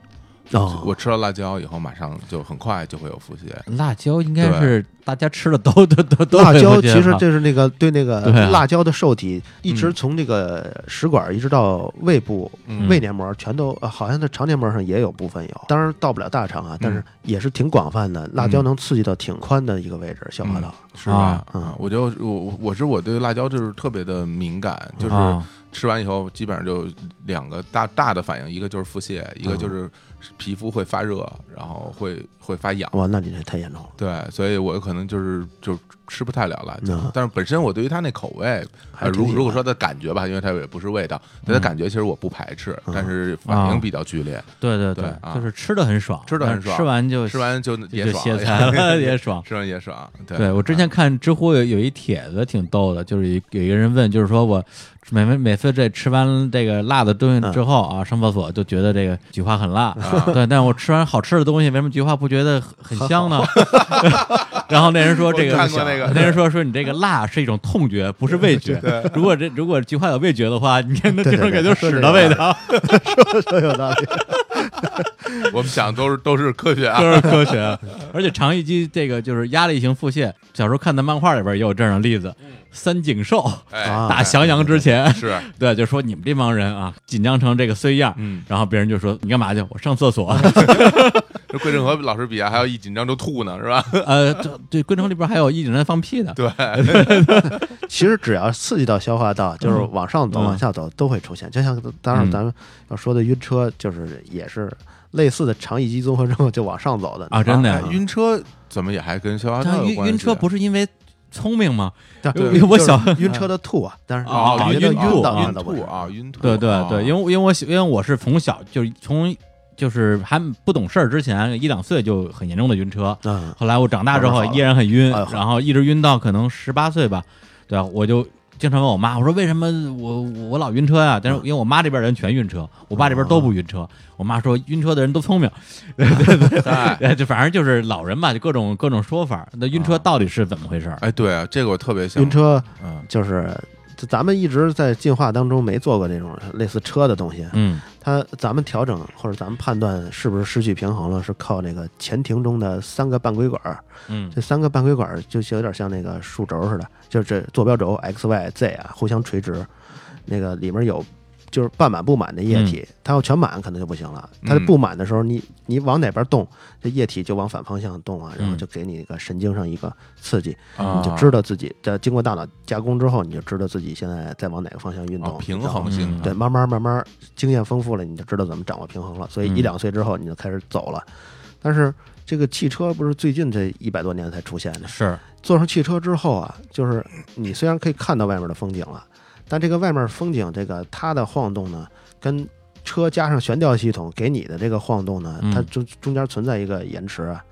Speaker 3: 哦
Speaker 2: 我吃了辣椒以后，马上就很快就会有腹泻。
Speaker 1: 辣椒应该是大家吃了都都都都
Speaker 3: 辣
Speaker 1: 会
Speaker 3: 椒
Speaker 1: 不见
Speaker 3: 其实
Speaker 1: 吧
Speaker 3: 就是那个对那个
Speaker 1: 对啊
Speaker 3: 辣椒的受体，一直
Speaker 2: 嗯
Speaker 3: 从这个食管一直到胃部、
Speaker 2: 嗯
Speaker 3: 胃黏膜，全都、呃好像在肠黏膜上也有部分有，当然到不了大肠啊，但是
Speaker 2: 嗯
Speaker 3: 也是挺广泛的。辣椒
Speaker 2: 嗯
Speaker 3: 能刺激到挺宽的一个位置，消化道。
Speaker 2: 是吧？
Speaker 3: 嗯
Speaker 2: 啊，我就我我是我对辣椒就是特别的敏感，就是
Speaker 1: 啊
Speaker 2: 吃完以后基本上就两个大大的反应，一个就是腹泻，一
Speaker 1: 嗯
Speaker 2: 个就是皮肤会发热，然后会会发痒。
Speaker 3: 哇，那你这太严重了。
Speaker 2: 对，所以我可能就是就吃不太了辣椒，
Speaker 3: 嗯
Speaker 2: 但是本身我对于它那口味，
Speaker 3: 还
Speaker 2: 呃，
Speaker 3: 是挺
Speaker 2: 啊如
Speaker 3: 喜
Speaker 2: 如果
Speaker 3: 欢
Speaker 2: 说它感觉吧，因为它也不是味道，
Speaker 1: 嗯
Speaker 2: 但它感觉其实我不排斥，
Speaker 3: 嗯
Speaker 2: 但是
Speaker 1: 啊
Speaker 2: 反应比较剧烈，
Speaker 1: 对对
Speaker 2: 对啊
Speaker 1: 就是吃的很爽，
Speaker 2: 吃得很
Speaker 1: 但是
Speaker 2: 爽
Speaker 1: 吃完就
Speaker 2: 啊吃完就
Speaker 1: 就
Speaker 2: 也
Speaker 1: 就
Speaker 2: 爽
Speaker 1: 歇菜了也爽。
Speaker 2: 吃完也爽。对
Speaker 1: 对我之
Speaker 3: 嗯
Speaker 1: 前看知乎有有一帖子挺逗的，就是有有一个人问，就是说我每每每次这吃完这个辣的东
Speaker 3: 嗯
Speaker 1: 西之后啊，上厕所就觉得这个菊花很辣，
Speaker 3: 啊
Speaker 1: 对，但我吃完好吃的东西，为什么菊花不觉得很 很香呢？ 然后那人说这个
Speaker 2: 我看过那个
Speaker 1: 那人说说你这个辣是一种痛觉，不是味 觉。如果这如果菊花有味觉的话，你看那
Speaker 3: 对
Speaker 1: 地
Speaker 3: 对
Speaker 1: 方感
Speaker 3: 对
Speaker 1: 觉
Speaker 3: 说
Speaker 1: 屎
Speaker 3: 这
Speaker 1: 的
Speaker 3: 个
Speaker 1: 味道。
Speaker 3: 说有道理。
Speaker 2: 我们想都是都是科学啊，
Speaker 1: 都是科学。 而且长翼姬这个就是压力型腹泻，小时候看的漫画里边也有这样的例
Speaker 3: 嗯
Speaker 1: 子。三井寿
Speaker 2: 哎，
Speaker 3: 啊
Speaker 1: 打降阳之前，
Speaker 2: 是，
Speaker 1: 对，就说你们这帮人啊，紧张成这个衰样。
Speaker 2: 嗯，
Speaker 1: 然后别人就说你干嘛去？我上厕 所。
Speaker 2: 这桂正和老师比啊，还要一紧张就吐呢，是吧？
Speaker 1: 呃，这对，龟城里边还有一井人放屁的。
Speaker 2: 对，
Speaker 3: 其实只要刺激到消化道，就是往上走、
Speaker 1: 嗯
Speaker 3: 往下走都会出现。就像当然
Speaker 1: 嗯
Speaker 3: 咱们要说的晕车，就是也是类似的肠易激综合症就往上走的
Speaker 1: 啊 真的呀
Speaker 2: 哎晕车怎么也还跟消化道
Speaker 1: 但
Speaker 2: 有
Speaker 1: 晕
Speaker 2: 关系？啊
Speaker 1: 晕车不
Speaker 2: 是
Speaker 1: 是因为聪明吗？
Speaker 3: 但
Speaker 2: 对
Speaker 1: 因为我
Speaker 3: 就是
Speaker 1: 小
Speaker 3: 晕车的吐啊，但是
Speaker 1: 哦
Speaker 3: 感觉
Speaker 1: 晕
Speaker 3: 到
Speaker 1: 吐
Speaker 3: 到
Speaker 1: 啊
Speaker 3: 那
Speaker 2: 晕
Speaker 3: 倒不
Speaker 2: 吐
Speaker 3: 是
Speaker 2: 啊，晕吐。
Speaker 1: 对对对，因
Speaker 2: 为
Speaker 1: 为因为我喜因为我是从小就是从就是还不懂事儿之前一两岁就很严重的晕车，
Speaker 3: 嗯，
Speaker 1: 后来我长大之后
Speaker 3: 慢慢好了
Speaker 1: 依然很晕，
Speaker 3: 哎好
Speaker 1: 然后一直晕到可能十八岁吧，对啊，我就经常问我妈，我说为什么我我老晕车呀、但是
Speaker 3: 嗯
Speaker 1: 因为我妈这边人全晕
Speaker 3: 哦
Speaker 1: 车，我爸这边都不晕车，我妈说晕车的人都聪 明，哎，就反正就是老人嘛，就各种各种说法，那晕
Speaker 3: 啊
Speaker 1: 车到底是怎么回事儿？
Speaker 2: 哎，对啊，这个我特别想
Speaker 3: 晕，车
Speaker 2: 嗯
Speaker 3: 就是就咱们一直在进化当中没做过这种类似车的东西，
Speaker 1: 嗯
Speaker 3: 它咱们调整或者咱们判断是不是失去平衡了，是靠那个前庭中的三个半规管儿。
Speaker 1: 嗯
Speaker 3: 这三个半规管儿就有点像那个数轴似的，就是这坐标轴 x、y、z 啊，互相垂直。那个里面有就是半满不满的液体，它要全满可能就不行了。它
Speaker 2: 嗯
Speaker 3: 不满的时候，你你往哪边动，这液体就往反方向动啊，然后
Speaker 1: 嗯
Speaker 3: 就给你一个神经上一个刺激，
Speaker 2: 啊
Speaker 3: 你就知道自己在经过大脑加工之后，你就知道自己现在在往哪个方向运
Speaker 2: 哦
Speaker 3: 动，
Speaker 2: 平
Speaker 3: 然后
Speaker 2: 衡性
Speaker 1: 嗯
Speaker 3: 对，慢慢慢慢经验丰富了，你就知道怎么掌握平衡了。所以一
Speaker 1: 嗯
Speaker 3: 两岁之后你就开始走了，但是这个汽车不是最近这一百多年才出现的。
Speaker 1: 嗯是
Speaker 3: 坐上汽车之后啊，就是你虽然可以看到外面的风景了，但这个外面风景这个它的晃动呢，跟车加上悬吊系统给你的这个晃动呢
Speaker 1: 嗯，
Speaker 3: 它中中间存在一个延迟啊。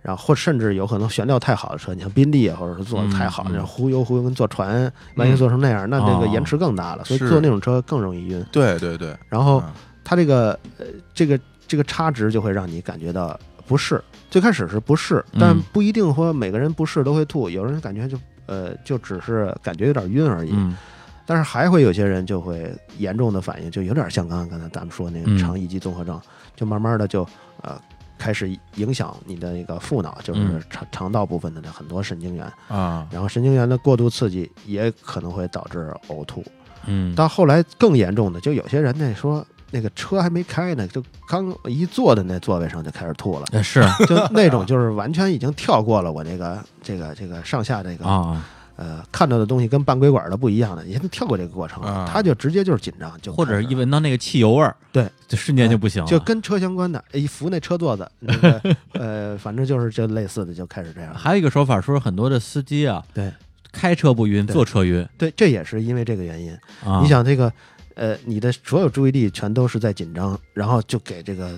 Speaker 3: 然后或甚至有可能悬吊太好的车，你像宾利啊，或者是做的太好，
Speaker 1: 嗯嗯
Speaker 3: 那忽悠忽悠跟坐船，万一坐成那样，那这个
Speaker 1: 哦
Speaker 3: 延迟更大了，所以
Speaker 2: 是
Speaker 3: 坐那种车更容易晕。
Speaker 2: 对对对，
Speaker 3: 然后
Speaker 1: 哦
Speaker 2: 嗯
Speaker 3: 它这个呃这个这个差值就会让你感觉到不适。最开始是不适，
Speaker 1: 嗯
Speaker 3: 但不一定说每个人不适都会吐，有人感觉就呃就只是感觉有点晕而已。
Speaker 1: 嗯
Speaker 3: 但是还会有些人就会严重的反应，就有点像刚刚刚才咱们说那
Speaker 1: 嗯
Speaker 3: 个肠易激综合症，就慢慢的就呃开始影响你的那个副脑，就是
Speaker 1: 嗯
Speaker 3: 肠肠道部分的很多神经元，
Speaker 2: 啊，
Speaker 3: 然后神经元的过度刺激也可能会导致呕吐。
Speaker 1: 嗯，，
Speaker 3: 到后来更严重的，就有些人那说那个车还没开呢，就刚一坐在那座位上就开始吐了
Speaker 1: 是啊
Speaker 3: 就那种就是完全已经跳过了我这个这个这个上下这个、
Speaker 1: 啊。
Speaker 3: 呃看到的东西跟半规管的不一样的，已经跳过这个过程了，
Speaker 2: 啊
Speaker 3: 他就直接就是紧张，就
Speaker 1: 或者
Speaker 3: 开
Speaker 1: 是
Speaker 3: 始
Speaker 1: 一闻到那个汽油味儿，
Speaker 3: 啊对，
Speaker 1: 就瞬间就不行了，
Speaker 3: 就跟车相关的，一扶那车座子，那个 呃反正就是这类似的就开始这样了。
Speaker 1: 还有一个说法说，很多的司机啊，
Speaker 3: 对，
Speaker 1: 开车不晕，
Speaker 3: 对
Speaker 1: 坐车晕
Speaker 3: 对，这也是因为这个原因。
Speaker 1: 啊。
Speaker 3: 你，想这个，呃，你的所有注意力全都是在紧张，然后就给这个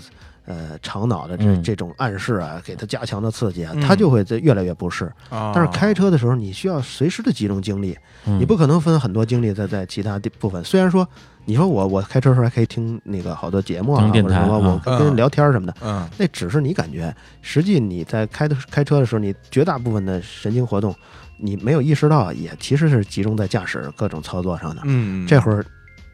Speaker 3: 呃肠脑的这
Speaker 1: 嗯
Speaker 3: 这种暗示啊，给它加强的刺激啊
Speaker 2: 嗯，
Speaker 3: 它就会在越来越不适。
Speaker 2: 但
Speaker 3: 但是开车的时候，你需要随时的集中精力，
Speaker 1: 哦嗯
Speaker 3: 你不可能分很多精力在在其他地部分。虽然说你说我我开车的时候还可以听那个好多节目啊，
Speaker 1: 听
Speaker 3: 或
Speaker 1: 电
Speaker 3: 者什
Speaker 1: 台
Speaker 3: 么我
Speaker 1: 啊
Speaker 3: 跟人
Speaker 2: 嗯
Speaker 3: 聊天什么的。
Speaker 2: 嗯
Speaker 3: 那只是你感觉，实际你在开的开车的时候，你绝大部分的神经活动，你没有意识到，也其实是集中在驾驶各种操作上的。
Speaker 2: 嗯，
Speaker 3: 这会儿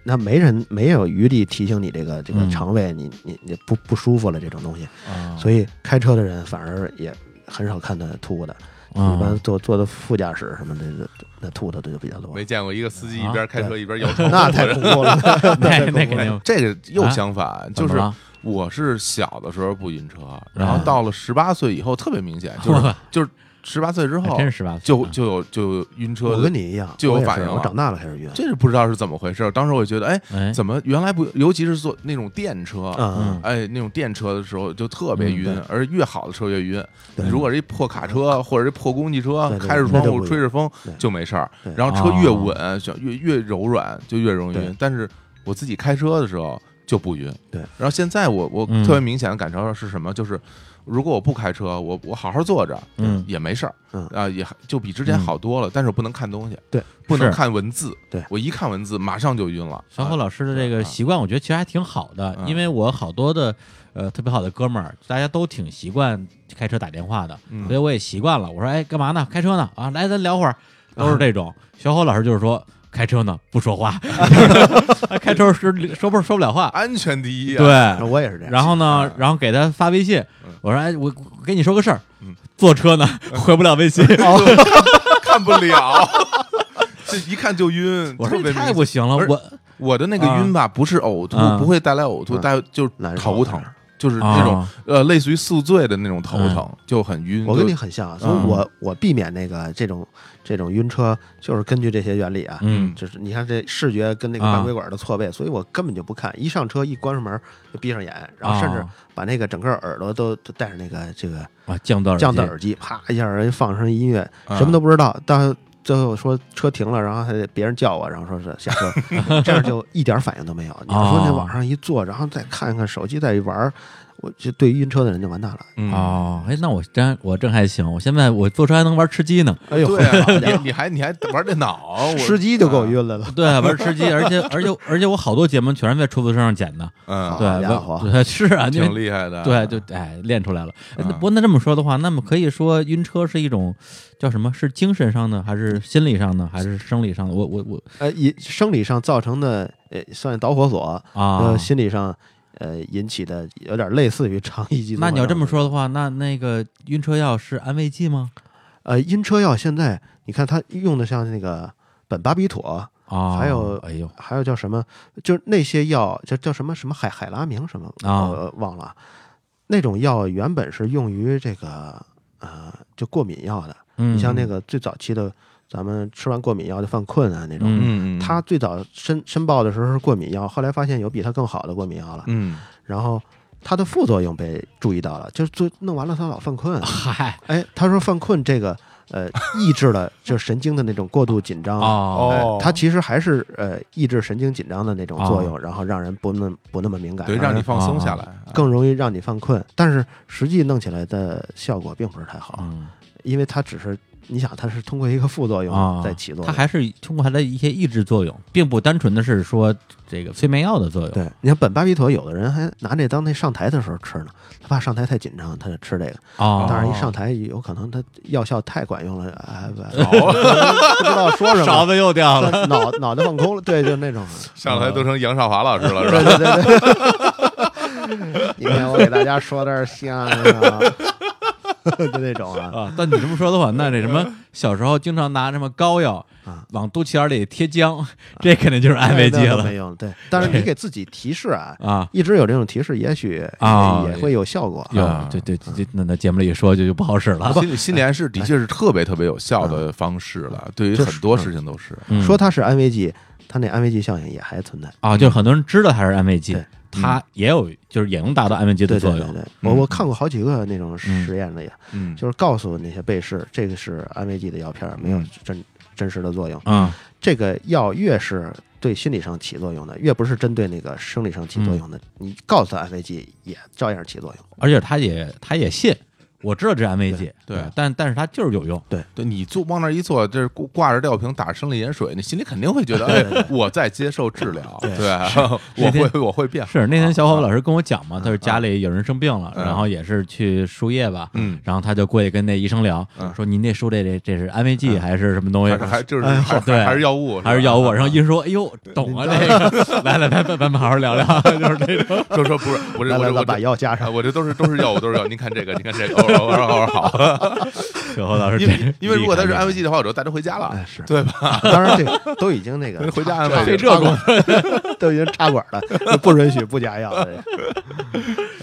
Speaker 3: 那没人没有余力提醒你这个这个
Speaker 1: 嗯
Speaker 3: 肠胃你你你不不舒服了这种东西，
Speaker 2: 啊
Speaker 3: 所以开车的人反而也很少看到吐的，
Speaker 2: 嗯
Speaker 3: 一般
Speaker 1: 啊，
Speaker 3: 坐坐的副驾驶什么的，这那吐的就比较多
Speaker 2: 没。见过一个司机
Speaker 1: 啊
Speaker 2: 一边开车一边摇 头，哎
Speaker 3: 那太恐怖了，
Speaker 1: 那
Speaker 3: 太恐怖
Speaker 1: 那肯
Speaker 3: 了
Speaker 1: 定
Speaker 2: 这个又
Speaker 1: 啊
Speaker 2: 相反，
Speaker 1: 怎
Speaker 2: 就
Speaker 1: 么
Speaker 2: 是
Speaker 1: 了啊
Speaker 2: 我是小的时候不晕车，然后到了十八岁以后特别明显， 就是就是十八岁之
Speaker 1: 还
Speaker 2: 后
Speaker 1: 真是吧？啊嗯
Speaker 2: 就就有就有晕车
Speaker 3: 我
Speaker 2: 的
Speaker 3: 跟，你一样，
Speaker 2: 就有
Speaker 3: 我也
Speaker 2: 反
Speaker 3: 是
Speaker 2: 应
Speaker 3: 我
Speaker 2: 了
Speaker 3: 长大了开始晕。
Speaker 2: 这是不知道是怎么回事。当时我就觉得，哎，
Speaker 1: 哎，
Speaker 2: 怎么原来不，尤其是坐那种电车。
Speaker 3: 嗯，
Speaker 1: 嗯
Speaker 2: 哎，那种电车的时候就特别晕，
Speaker 3: 嗯对
Speaker 2: 而越好的车越晕。
Speaker 3: 对
Speaker 2: 你如果是一破卡车或者是破公汽车
Speaker 3: 对，对
Speaker 2: 开着
Speaker 3: 对
Speaker 2: 窗
Speaker 3: 那就
Speaker 2: 户
Speaker 3: 不
Speaker 2: 吹着风
Speaker 3: 对
Speaker 2: 就没事儿
Speaker 3: 对。啊
Speaker 2: 然后车越
Speaker 1: 哦
Speaker 2: 稳，就越越柔软就越容易
Speaker 3: 对
Speaker 2: 晕。但是我自己开车的时候就不晕。
Speaker 3: 对
Speaker 2: 然后现在我我
Speaker 1: 嗯
Speaker 2: 特别明显的感受到是什么？就是如果我不开车，我我好好坐着，
Speaker 1: 嗯
Speaker 2: 也没事儿，
Speaker 3: 嗯
Speaker 2: 啊，也就比之前
Speaker 1: 嗯
Speaker 2: 好多了。但是我不能看东西，
Speaker 3: 对，
Speaker 2: 不能
Speaker 1: 是
Speaker 2: 看文字，
Speaker 3: 对
Speaker 2: 我一看文字马上就晕了。
Speaker 1: 小虎
Speaker 2: 啊
Speaker 1: 老师的这个习惯，我觉得其实还挺好的，
Speaker 2: 嗯
Speaker 1: 因为我好多的呃特别好的哥们儿，大家都挺习惯开车打电话的，
Speaker 2: 嗯
Speaker 1: 所以我也习惯了。我说哎，干嘛呢？开车呢？啊，来咱聊会儿，都是这种。小虎老师就是说。开车呢不说 话，开车时说不说不了话，
Speaker 2: 安全第一啊！
Speaker 1: 对，
Speaker 3: 我也是这样。
Speaker 1: 然后呢，然后给他发微信
Speaker 2: 啊嗯，
Speaker 1: 我说哎，我我跟你说个事儿
Speaker 2: 嗯，哦
Speaker 1: 坐车 呢回不了微信，
Speaker 2: 看不了， 这一看就晕。
Speaker 1: 我
Speaker 2: 特
Speaker 1: 说你
Speaker 2: 别
Speaker 1: 太
Speaker 2: 明
Speaker 1: 不行了，
Speaker 2: 而
Speaker 1: 我
Speaker 2: 我的那
Speaker 1: 啊
Speaker 2: 个晕吧，不是呕吐，
Speaker 1: 嗯
Speaker 2: 不会带来呕吐，
Speaker 3: 嗯
Speaker 2: 带就是
Speaker 3: 难受
Speaker 2: 头疼
Speaker 3: 难受，
Speaker 2: 就是那种
Speaker 1: 啊嗯
Speaker 2: 呃类似于宿醉的那种头疼，就很晕。
Speaker 3: 我跟你
Speaker 2: 就嗯
Speaker 3: 很像啊，所以我我避免那个这种这种晕车，就是根据这些原理啊，
Speaker 1: 嗯
Speaker 3: 就是你看这视觉跟那个
Speaker 1: 啊
Speaker 3: 半规管的错位，所以我根本就不看，一上车一关上门就闭上眼，然后甚至
Speaker 1: 啊
Speaker 3: 把那个整个耳朵都都戴上那个这个
Speaker 1: 啊降噪
Speaker 3: 降噪
Speaker 1: 耳
Speaker 3: 耳机，啪一下人放上音乐，
Speaker 2: 啊
Speaker 3: 什么都不知道，到最后说车停了，然后还得别人叫我，然后说是下车，这样就一点反应都没有。你要说那往上一坐，然后再看看手机再一玩儿，我就对于晕车的人就完蛋了。
Speaker 1: 机
Speaker 2: 嗯
Speaker 1: 哦，哎，那我真我真还行，我现在我坐车还能玩吃鸡呢，
Speaker 3: 哎呦，啊
Speaker 2: 对啊， 你你还你还玩电脑，我
Speaker 3: 吃鸡就够。晕了了。
Speaker 1: 对，玩吃鸡， 而且而且而且我好多节目全是在出租车上剪的，
Speaker 2: 嗯，
Speaker 1: 对
Speaker 3: 好家伙，
Speaker 1: 对 是啊，因为
Speaker 2: 挺厉害的。
Speaker 1: 对，就哎练出来了。哎那
Speaker 2: 嗯
Speaker 1: 不过那这么说的话，那么可以说晕车是一种叫什么？是精神上的，还是心理上的，还是生理上的？我我我
Speaker 3: 呃，也生理上造成的，呃，算导火索，
Speaker 1: 啊
Speaker 3: 呃，，心理上，呃，引起的有点类似于肠易激。
Speaker 1: 那你要这么，说的话，那那个晕车药是安慰剂吗？
Speaker 3: 呃，晕车药现在你看它用的像那个苯巴比妥，
Speaker 1: 啊，
Speaker 3: 还有
Speaker 1: 哎呦，
Speaker 3: 还有叫什么，就是那些药叫叫什么什么海海拉明什么，
Speaker 1: 啊
Speaker 3: 我呃忘了。那种药原本是用于这个呃，就过敏药的。
Speaker 1: 嗯，
Speaker 3: 你像那个最早期的，咱们吃完过敏药就犯困啊那种。
Speaker 2: 嗯，嗯
Speaker 3: 他最早申申报的时候是过敏药，后来发现有比它更好的过敏药了，
Speaker 2: 嗯
Speaker 3: 然后它的副作用被注意到了，就是做弄完了他老犯困。
Speaker 1: 嗨
Speaker 3: 哎，他说犯困这个呃抑制了就是神经的那种过度紧张。
Speaker 1: 哦
Speaker 3: 哎
Speaker 2: 哦
Speaker 3: 它其实还是呃抑制神经紧张的那种作用，然后让人不那不那么敏感，
Speaker 2: 对，让你
Speaker 3: 人
Speaker 2: 放松下来，
Speaker 1: 啊
Speaker 2: 啊
Speaker 3: 更容易让你犯困。但是实际弄起来的效果并不是太好，
Speaker 1: 嗯
Speaker 3: 因为它只是你想，它是通过一个副作
Speaker 1: 啊
Speaker 3: 用在起作
Speaker 1: 它
Speaker 3: 用。
Speaker 1: 还是通过它的一些抑制作用，并不单纯的是说这个催眠药的作用。
Speaker 3: 对，你看苯巴比妥，有的人还拿这当那上台的时候吃呢，他怕上台太紧张，他就吃这个。
Speaker 1: 哦，
Speaker 3: 当然，一
Speaker 2: 哦
Speaker 3: 上台有可能他药效太管用了，哎，不
Speaker 2: 好，
Speaker 3: 不知道说什
Speaker 1: 哦勺
Speaker 3: 么，
Speaker 1: 子又掉了。
Speaker 3: 但脑脑袋放空了，对，就 那种。
Speaker 2: 上来都成杨少华老师了，是
Speaker 3: 对
Speaker 2: 吧？
Speaker 3: 对对对。你看我给大家说点相声啊，就那种啊，
Speaker 1: 啊，但你这么说的话，那这什么，小时候经常拿什么膏药
Speaker 3: 啊
Speaker 1: 往肚脐眼里贴浆，这肯定就是 安慰剂
Speaker 3: 那都
Speaker 1: 了
Speaker 3: 没用。对，但是你给自己提示啊，
Speaker 1: 啊。
Speaker 3: 一直有这种提示，也许
Speaker 1: 啊
Speaker 3: 也会有效果。
Speaker 1: 有
Speaker 2: 啊
Speaker 1: 对对对，那那节目里一说就就不好使
Speaker 3: 啊
Speaker 1: 了。
Speaker 2: 心理心理暗示的确是特别特别有效的方式了，对于
Speaker 3: 就是
Speaker 2: 很多事情都是。
Speaker 1: 嗯
Speaker 3: 说它是安慰剂，它那安慰剂效应也还存在。
Speaker 1: 啊，就是很多人知道它是安慰剂
Speaker 3: 对，
Speaker 1: 它也有就是也能达到安慰剂的
Speaker 3: 对对
Speaker 1: 作
Speaker 3: 对
Speaker 1: 用
Speaker 3: 对，我
Speaker 2: 嗯
Speaker 3: 我看过好几个那种实验的，也
Speaker 2: 嗯，
Speaker 3: 就是告诉那些被试，这个是安慰剂的药片儿，没有
Speaker 2: 嗯
Speaker 3: 真真实的作用。
Speaker 1: 啊
Speaker 3: 这个药越是对心理上起作用的，越不是针对那个生理上起
Speaker 1: 嗯
Speaker 3: 作用的，你告诉他安慰剂也照样起作用。
Speaker 1: 而且它也它也信，我知道这是安慰剂，
Speaker 2: 对对
Speaker 1: 但但是它就是有用。
Speaker 2: 对你坐往那儿一坐，这挂挂着吊瓶，打着生理盐水，你心里肯定会觉得，哎，我在接受治疗，
Speaker 3: 对
Speaker 2: 对， 我会我会变好。
Speaker 1: 是那天小伙
Speaker 2: 啊
Speaker 1: 老师跟我讲嘛，他说家里有人生病了，
Speaker 2: 嗯
Speaker 1: 然后也是去输液吧，
Speaker 2: 嗯
Speaker 1: 然后他就过去跟那医生聊，
Speaker 2: 嗯
Speaker 1: 说您这输这这这是安慰剂还是什么东西
Speaker 2: 还？是还就是
Speaker 3: 哎
Speaker 2: 还
Speaker 1: 嗯对
Speaker 2: 还还是药嗯物，
Speaker 1: 还是药物？然后医
Speaker 2: 一
Speaker 1: 生说：“哎呦，懂啊，这个， 来来来，咱咱们好好聊 聊，就是这种。
Speaker 2: 说说不是，我这
Speaker 3: 来
Speaker 2: 我
Speaker 3: 来
Speaker 2: 这
Speaker 3: 来，
Speaker 2: 我
Speaker 3: 把
Speaker 2: 这。
Speaker 3: 药加
Speaker 2: 啊，
Speaker 3: 上。
Speaker 2: 我这都是都是药物，都是药。您看这个，您看这个，偶尔偶尔 好。”
Speaker 1: 小侯老师
Speaker 2: 因
Speaker 1: 这，
Speaker 2: 为因为如果他是安慰
Speaker 1: 剂，
Speaker 2: 剂的话，我就带他回家了。
Speaker 3: 哎，是
Speaker 2: 对
Speaker 3: 吧？当然，这个都已经那
Speaker 1: 哎
Speaker 3: 个
Speaker 2: 啊回家安慰
Speaker 3: 插
Speaker 2: 费
Speaker 1: 啊这功
Speaker 3: 管都已经插管了，就不允许不加药的。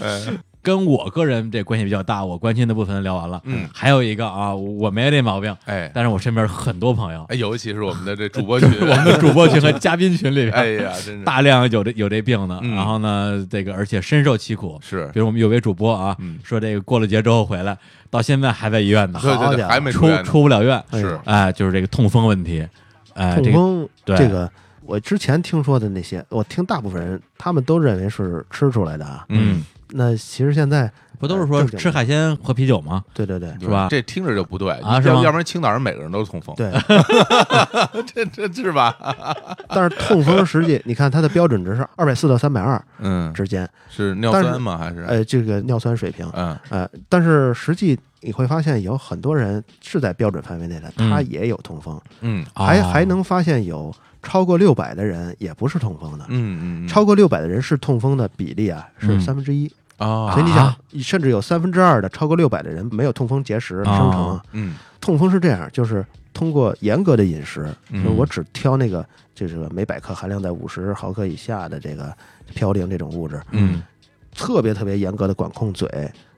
Speaker 2: 哎
Speaker 1: 跟我个人这关系比较大，我关心的部分聊完了。
Speaker 2: 嗯，
Speaker 1: 还有一个啊，我没有这毛病，
Speaker 2: 哎
Speaker 1: 但是我身边很多朋友，
Speaker 2: 哎，尤其是我们的这主播群，
Speaker 1: 我们的主播群和嘉宾群里
Speaker 2: 哎
Speaker 1: 边，
Speaker 2: 呀，真是
Speaker 1: 大量有这有这病的，
Speaker 2: 嗯
Speaker 1: 然后呢，这个而且深受其苦。
Speaker 2: 是
Speaker 1: 比，如我们有位主播啊，
Speaker 2: 嗯
Speaker 1: 说这个过了节之后回来，到现在还在医院呢，
Speaker 2: 对对
Speaker 3: 好
Speaker 2: 对，
Speaker 3: 家伙
Speaker 2: 还没
Speaker 1: 出
Speaker 2: 院呢嗯
Speaker 1: 出不了院，
Speaker 3: 哎
Speaker 2: 是
Speaker 3: 呦
Speaker 1: 哎，就是这个痛风问题，哎，这个
Speaker 3: 痛风
Speaker 1: 对
Speaker 3: 这个，我之前听说的那些，我听大部分人他们都认为是吃出来的啊。
Speaker 1: 嗯
Speaker 3: 那其实现在
Speaker 1: 不都是说
Speaker 3: 正经的
Speaker 1: 吃海鲜喝啤酒吗？
Speaker 3: 对对对
Speaker 1: 是吧
Speaker 2: 这听着就不对
Speaker 1: 啊是吗
Speaker 2: 要要不然青岛人每个人都是痛风，
Speaker 3: 对，
Speaker 2: 这这是吧？
Speaker 3: 但是痛风 实际，你看它的标准值是二百四到三百二
Speaker 2: 嗯，
Speaker 3: 之间，
Speaker 2: 是哎尿
Speaker 3: 但是
Speaker 2: 酸吗？还是
Speaker 3: 呃，这个尿酸水平，
Speaker 2: 嗯
Speaker 3: 呃，但是实际你会发现有很多人是在标准范围内的，他也有痛风，
Speaker 2: 嗯
Speaker 3: 哎还
Speaker 1: 哦
Speaker 3: 还能发现有超过六百的人也不是痛风的，
Speaker 2: 嗯嗯，
Speaker 3: 超过六百的人是痛风的比例啊是
Speaker 1: 嗯
Speaker 3: 三分之一，
Speaker 2: 啊
Speaker 3: 所以你想
Speaker 1: 啊，
Speaker 3: 甚至有三分之二的超过六百的人没有痛风结石生成
Speaker 1: 啊。
Speaker 2: 嗯
Speaker 3: 痛风是这样，就是通过严格的饮食，
Speaker 2: 嗯
Speaker 3: 就是我只挑那个就是每百克含量在五十毫克以下的这个嘌呤这种物质，
Speaker 2: 嗯
Speaker 3: 特别特别严格的管控嘴，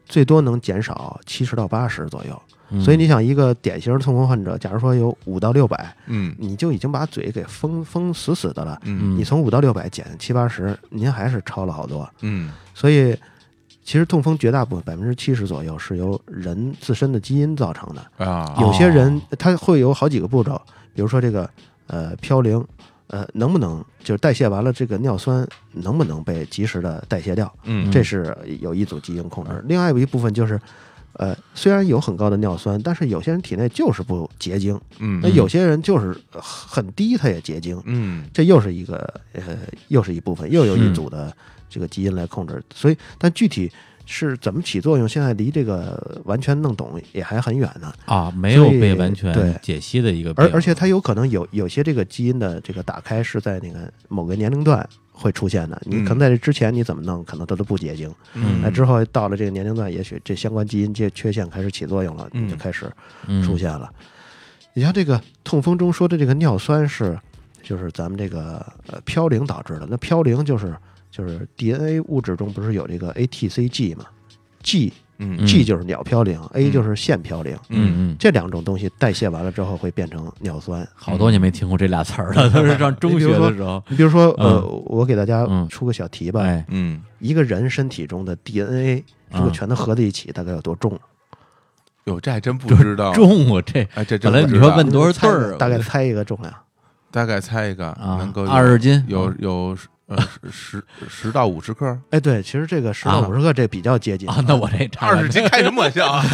Speaker 3: 最多能减少七十到八十左右。
Speaker 1: 嗯
Speaker 3: 所以你想，一个典型的痛风患者，假如说有五到六百，
Speaker 2: 嗯
Speaker 3: 你就已经把嘴给封封死死的了。
Speaker 2: 嗯
Speaker 3: 你从五到六百减七八十，您还是超了好多。
Speaker 2: 嗯
Speaker 3: 所以，其实痛风绝大部分百分之七十左右是由人自身的基因造成的。
Speaker 2: 啊
Speaker 3: 有些人他会有好几个步骤，比如说这个呃嘌呤，呃能不能就是代谢完了这个尿酸能不能被及时的代谢掉，
Speaker 2: 嗯
Speaker 3: 这是有一组基因控制。另外有一部分就是。呃，虽然有很高的尿酸，但是有些人体内就是不结晶，
Speaker 2: 嗯
Speaker 3: 那有些人就是呃很低，他也结晶，
Speaker 2: 嗯
Speaker 3: 这又是一个呃，又是一部分，又有一
Speaker 1: 是
Speaker 3: 组的这个基因来控制。所以，但具体是怎么起作用，现在离这个完全弄懂也还很远呢。
Speaker 1: 啊，没有
Speaker 3: 所以
Speaker 1: 被完全
Speaker 3: 对
Speaker 1: 解析的一个病，
Speaker 3: 而而且它有可能有有些这个基因的这个打开是在那个某个年龄段会出现的，你
Speaker 2: 嗯
Speaker 3: 可能在这之前你怎么弄，可能它都不结晶。
Speaker 1: 嗯
Speaker 3: 那之后到了这个年龄段，也许这相关基因这缺陷开始起作用了，
Speaker 2: 嗯
Speaker 3: 你就开始
Speaker 1: 嗯
Speaker 3: 出现了。你像这个痛风中说的这个尿酸是，就是咱们这个呃嘌呤导致的。那嘌呤就是就是 DNA 物质中不是有这个 ATCG 嘛？G
Speaker 2: 嗯
Speaker 3: G 就是鸟嘌呤、a 就是腺嘌呤。
Speaker 1: 嗯嗯，
Speaker 3: 这两种东西代谢完了之后会变成尿酸。
Speaker 1: 好多年没听过这俩词儿 了，都是上中学的时候，
Speaker 3: 你比如说，呃，
Speaker 1: 嗯
Speaker 3: 我给大家
Speaker 1: 嗯
Speaker 3: 出个小题吧，
Speaker 1: 哎，
Speaker 2: 嗯
Speaker 3: 一个人身体中的 DNA 如果
Speaker 1: 嗯
Speaker 3: 全都合在一起，大概有多重？
Speaker 2: 哟，这还真不知
Speaker 3: 嗯
Speaker 2: 道
Speaker 1: 中午这
Speaker 2: 哎，这真
Speaker 1: 本来
Speaker 2: 不
Speaker 1: 你
Speaker 2: 知
Speaker 1: 说
Speaker 2: 道
Speaker 1: 问多少
Speaker 3: 猜
Speaker 1: 对儿，
Speaker 3: 大概猜一个重量。
Speaker 2: 大概猜一个
Speaker 1: 啊
Speaker 2: 能够有
Speaker 1: 二十斤
Speaker 2: 有有呃十十十到五十克，
Speaker 3: 哎，对，其实这个十
Speaker 1: 啊
Speaker 3: 到五十克这比较接近
Speaker 1: 啊，那我这差
Speaker 2: 二十 斤开什么玩笑啊？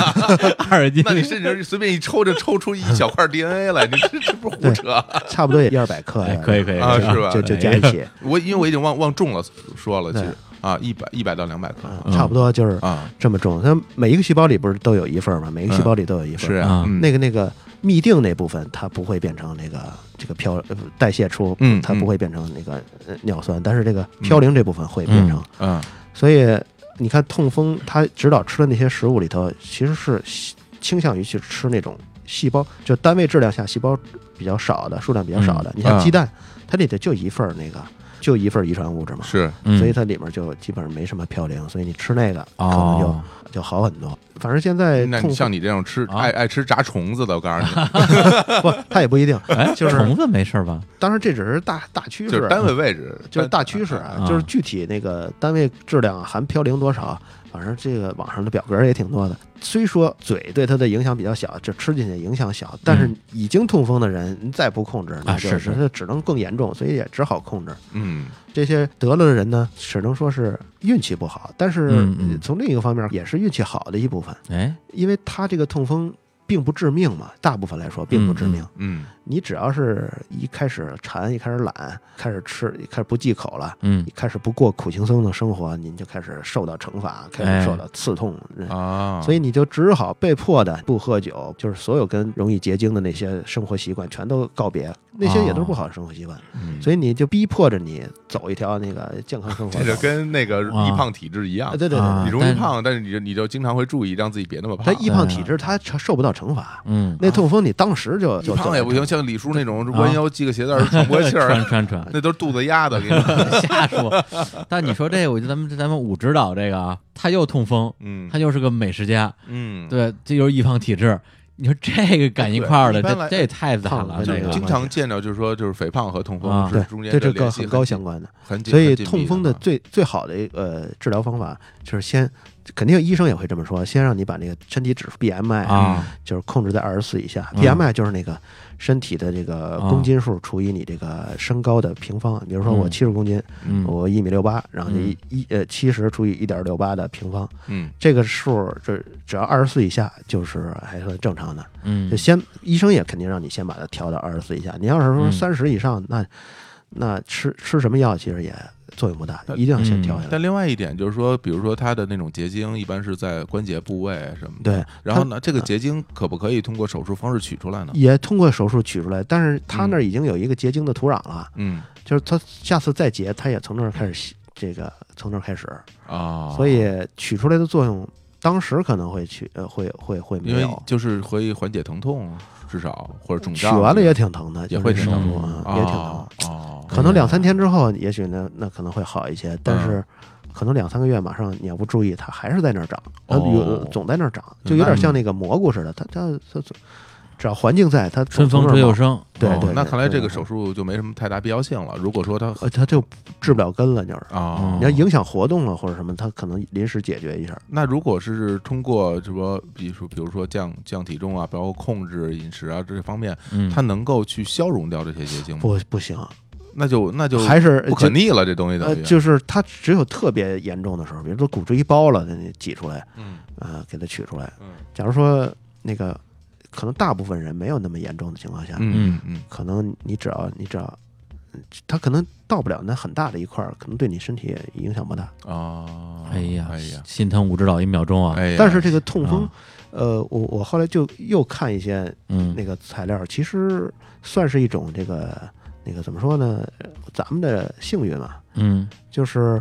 Speaker 1: 二十斤，
Speaker 2: 那你甚至随便一抽就抽出一小块 DNA 来，你这这不是胡扯？
Speaker 3: 差不 多也一二百克
Speaker 1: 哎
Speaker 3: 呀，
Speaker 1: 可以可以
Speaker 2: 啊
Speaker 1: 可以
Speaker 2: 是吧
Speaker 3: 就就加一起，
Speaker 2: 我因为我已经忘忘重了说了，其
Speaker 3: 对
Speaker 2: 实啊，一百一百到两百克
Speaker 3: 嗯差不多就是
Speaker 2: 啊，
Speaker 3: 这么重。它每一个细胞里不是都有一份
Speaker 1: 嗯
Speaker 3: 儿吗？每一个细胞里都有一份
Speaker 2: 是
Speaker 3: 儿。
Speaker 2: 啊
Speaker 1: 啊，
Speaker 2: 嗯
Speaker 3: 那个那个嘧啶那部分，它不会变成那个这个嘌呃代谢出，
Speaker 2: 嗯
Speaker 3: 它不
Speaker 2: 嗯
Speaker 3: 会变成那个呃尿酸，但是这个嘌呤这部分会变成。
Speaker 2: 嗯
Speaker 3: 所以你看，痛风它指导吃的那些食物里头，其实是西倾向于去吃那种细胞，就单位质量下细胞比较少的，数量比较
Speaker 1: 嗯
Speaker 3: 少的。你像
Speaker 2: 啊
Speaker 3: 鸡蛋，它里头就一份儿那个，就一份儿遗传物质嘛。
Speaker 2: 是
Speaker 1: 嗯
Speaker 3: 所以它里面就基本上没什么嘌呤，所以你吃那个可能就、
Speaker 1: 哦，
Speaker 3: 就好很多。反正现在
Speaker 2: 那
Speaker 3: 哎痛
Speaker 2: 你像你这种吃
Speaker 1: 啊
Speaker 2: 爱爱吃炸虫子的，我告诉 你，
Speaker 3: 不，它也不一定。
Speaker 1: 哎，
Speaker 3: 就是
Speaker 1: 虫子没事儿吧？
Speaker 3: 当然这只是大大趋势，
Speaker 2: 就是单位位置，
Speaker 3: 就是
Speaker 2: 单
Speaker 3: 大趋势啊，
Speaker 1: 啊
Speaker 3: 就是具体那个单位质量啊含嘌呤多少，反正这个网上的表格也挺多的。虽说嘴对它的影响比较小，这吃进去影响小，但是
Speaker 1: 嗯啊
Speaker 3: 已经痛风的人，你再不控制，那就是
Speaker 1: 是
Speaker 3: 那只能更严重，所以也只好控制。
Speaker 2: 嗯
Speaker 3: 这些得了的人呢，只能说是运气不好，但是
Speaker 1: 嗯嗯
Speaker 3: 呃从另一个方面也是运气好的一部分。
Speaker 1: 哎，
Speaker 3: 因为它这个痛风并不致命嘛，大部分来说并不致命。
Speaker 2: 嗯
Speaker 3: 你只要是一开始馋，一开始懒，开始吃，一开始不忌口了，
Speaker 1: 嗯
Speaker 3: 你开始不过苦行僧的生活，您就开始受到惩罚，开
Speaker 1: 哎
Speaker 3: 始受到刺痛。嗯
Speaker 2: 啊，
Speaker 3: 所以你就只好被迫的不喝酒，就是所有跟容易结晶的那些生活习惯全都告别，那些也都是不好的生活习惯，
Speaker 2: 以
Speaker 3: 所以你就逼迫着你走一条那个健康生活
Speaker 2: 这
Speaker 3: 道路。
Speaker 2: 就跟那个易胖体质一样
Speaker 3: 啊，对对对，
Speaker 1: 啊
Speaker 2: 你容易
Speaker 1: 但是
Speaker 2: 胖，但是你就你就经常会注意让自己别那么
Speaker 3: 他
Speaker 2: 胖。
Speaker 3: 易胖体质他受不到惩罚，
Speaker 1: 嗯，
Speaker 3: 那痛风你当时就就
Speaker 2: 啊
Speaker 3: 啊
Speaker 2: 一胖也不
Speaker 3: 走
Speaker 2: 行，
Speaker 3: 了
Speaker 2: 像李叔那种弯腰系个鞋带儿喘不过气
Speaker 1: 穿
Speaker 2: 儿，
Speaker 1: 穿穿，
Speaker 2: 那都是肚子压的。给你说
Speaker 1: 瞎说。但你说这个，我觉得咱们咱们武指导这个啊，他又痛风，
Speaker 2: 嗯
Speaker 1: 他又是个美食家，
Speaker 2: 嗯，
Speaker 1: 对，这就是易胖体质。你说这个赶一块儿的，
Speaker 2: 对一般来
Speaker 1: 这这也太惨了，
Speaker 3: 胖
Speaker 1: 这
Speaker 2: 就
Speaker 3: 跟
Speaker 1: 个
Speaker 3: 这
Speaker 2: 经常见到，就是说，就是肥胖和痛风
Speaker 1: 啊
Speaker 2: 是
Speaker 3: 对
Speaker 2: 中间
Speaker 3: 对
Speaker 2: 的
Speaker 3: 这
Speaker 2: 联
Speaker 3: 个
Speaker 2: 系
Speaker 3: 很高相关的。
Speaker 2: 很紧，
Speaker 3: 所以
Speaker 2: 很紧密
Speaker 3: 痛风的
Speaker 2: 嘛
Speaker 3: 最最好的一个呃治疗方法就是先肯定医生也会这么说，先让你把那个身体指数 BMI
Speaker 1: 啊，
Speaker 3: 就是控制在二十四以下、
Speaker 1: 嗯啊
Speaker 3: b m i 就是那个身体的这个公斤数除以你这个身高的平方。比如说我
Speaker 1: 嗯
Speaker 3: 七十公斤，
Speaker 1: 嗯
Speaker 3: 我一米六八，然后就
Speaker 1: 嗯
Speaker 3: 一一呃七十除以一点六八的平方，
Speaker 2: 嗯
Speaker 3: 这个数这只要二十四以下就是还算正常的。
Speaker 1: 嗯
Speaker 3: 就先医生也肯定让你先把它调到二十四以下。你要是说
Speaker 1: 嗯
Speaker 3: 三十以上，那那吃吃什么药其实也作用不大，
Speaker 2: 呃
Speaker 3: 一定要先调下来。
Speaker 2: 嗯但另外一点就是说，比如说它的那种结晶一般是在关节部位什么的，
Speaker 3: 对，嗯
Speaker 2: 然后呢，这个结晶可不可以通过手术方式取出来呢？
Speaker 3: 也通过手术取出来，但是他那儿已经有一个结晶的土壤了，
Speaker 2: 嗯
Speaker 3: 就是他下次再结，他也从那儿开始吸这个从那儿开始，
Speaker 2: 啊，
Speaker 3: 所以取出来的作用，当时可能会取呃会会会
Speaker 2: 因
Speaker 3: 没
Speaker 2: 为
Speaker 3: 有。
Speaker 2: 就是可以缓解疼痛，至少或者肿
Speaker 3: 取
Speaker 2: 胀。
Speaker 3: 完了也挺疼的，
Speaker 2: 也会
Speaker 3: 就是
Speaker 2: 挺
Speaker 3: 手
Speaker 1: 疼
Speaker 3: 术啊，
Speaker 2: 哦
Speaker 3: 也挺疼。
Speaker 2: 哦，
Speaker 3: 可能两三天之后，也许呢，那可能会好一些，但是可能两三个月，马上你要不注意，它还是在那儿长，它
Speaker 2: 哦
Speaker 3: 有总在那儿长，
Speaker 2: 嗯
Speaker 3: 就有点像那个蘑菇似的，它它它总只要环境在，它
Speaker 1: 春
Speaker 3: 总
Speaker 1: 风
Speaker 3: 从
Speaker 1: 吹
Speaker 3: 那儿
Speaker 1: 又
Speaker 3: 冒
Speaker 1: 生，
Speaker 3: 对
Speaker 2: 哦
Speaker 3: 对，
Speaker 2: 那
Speaker 3: 对
Speaker 2: 看来
Speaker 3: 对
Speaker 2: 这
Speaker 3: 对
Speaker 2: 个手术就没什么太大必要性了。如果说它
Speaker 3: 呃，它就治不了根了，就是。
Speaker 2: 啊
Speaker 1: 嗯
Speaker 3: 你要影响活动了或者什么，它可能临时解决一下。
Speaker 2: 那如果是通过什么，比如说，比如说降降体重啊，包括控制饮食啊这方面，
Speaker 1: 嗯，
Speaker 2: 它能够去消融掉这些结晶吗？
Speaker 3: 不不行，
Speaker 2: 那就那就
Speaker 3: 还是
Speaker 2: 不可逆了，这东西
Speaker 3: 就呃，
Speaker 2: 等于
Speaker 3: 就是它只有特别严重的时候，比如说骨质一包了，那你挤出来，
Speaker 2: 嗯
Speaker 3: 呃，给它取出来。
Speaker 2: 嗯
Speaker 3: 假如说那个，可能大部分人没有那么严重的情况下，
Speaker 2: 嗯嗯
Speaker 3: 可能你只要你只要，嗯它可能到不了那很大的一块儿，可能对你身体也影响不大。
Speaker 2: 啊，
Speaker 1: 哎呀
Speaker 2: 哎呀，
Speaker 1: 心疼武指导一秒钟啊，
Speaker 2: 哎呀，
Speaker 3: 但是这个痛风
Speaker 1: 啊，
Speaker 3: 呃，我我后来就又看一些
Speaker 1: 嗯
Speaker 3: 那个材料，其实算是一种这个那个怎么说呢，呃咱们的幸运嘛，
Speaker 1: 嗯
Speaker 3: 就是，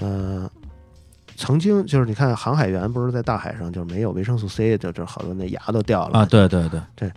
Speaker 3: 呃。曾经就是你看航海员不是在大海上就是没有维生素 C，就就好多那牙都掉了
Speaker 1: 啊，对对对，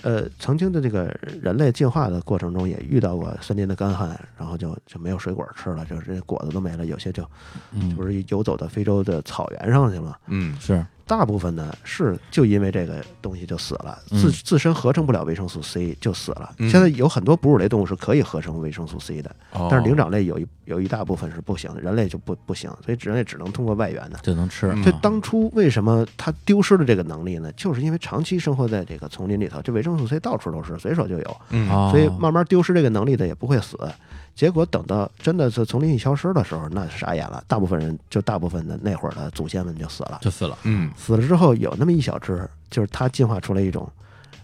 Speaker 3: 呃，曾经的这个人类进化的过程中，也遇到过森林的干旱，然后就就没有水果吃了，就是这果子都没了，有些就
Speaker 1: 嗯
Speaker 3: 不是游走到非洲的草原上去了。
Speaker 2: 嗯
Speaker 1: 是，
Speaker 3: 大部分呢是就因为这个东西就死了，
Speaker 1: 嗯
Speaker 3: 自自身合成不了维生素 C 就死了。
Speaker 2: 嗯
Speaker 3: 现在有很多哺乳类动物是可以合成维生素 C 的，
Speaker 2: 哦
Speaker 3: 但是灵长类有一有一大部分是不行的，人类就不不行，所以人类只能通过外援的。
Speaker 1: 就能吃，
Speaker 2: 嗯
Speaker 3: 这当初为什么它丢失了这个能力呢？就是因为长期生活在这个丛林里头，这维生素 C 到处都是，随手就有，
Speaker 2: 嗯
Speaker 1: 啊，
Speaker 3: 所以慢慢丢失这个能力的也不会死。结果等到真的是丛林一消失的时候，那是傻眼了，大部分人就大部分的那会儿的祖先们就死了。
Speaker 1: 就死了，
Speaker 2: 嗯
Speaker 3: 死了之后有那么一小只，就是它进化出来一种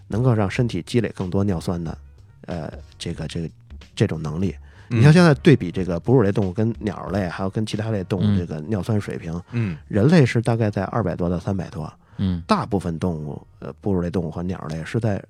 Speaker 3: 能够让身体积累更多尿酸的，呃，这个这个这种能力。
Speaker 1: 嗯
Speaker 3: 你
Speaker 2: 嗯
Speaker 3: 像现在对比这个哺乳类动物跟鸟类，啊还有跟其他类动
Speaker 1: 嗯
Speaker 3: 物这个尿酸水平，
Speaker 2: 嗯
Speaker 3: 人类是大概在二百多到三百多，
Speaker 1: 嗯
Speaker 3: 大部分动物，呃，哺乳类动物和鸟类是在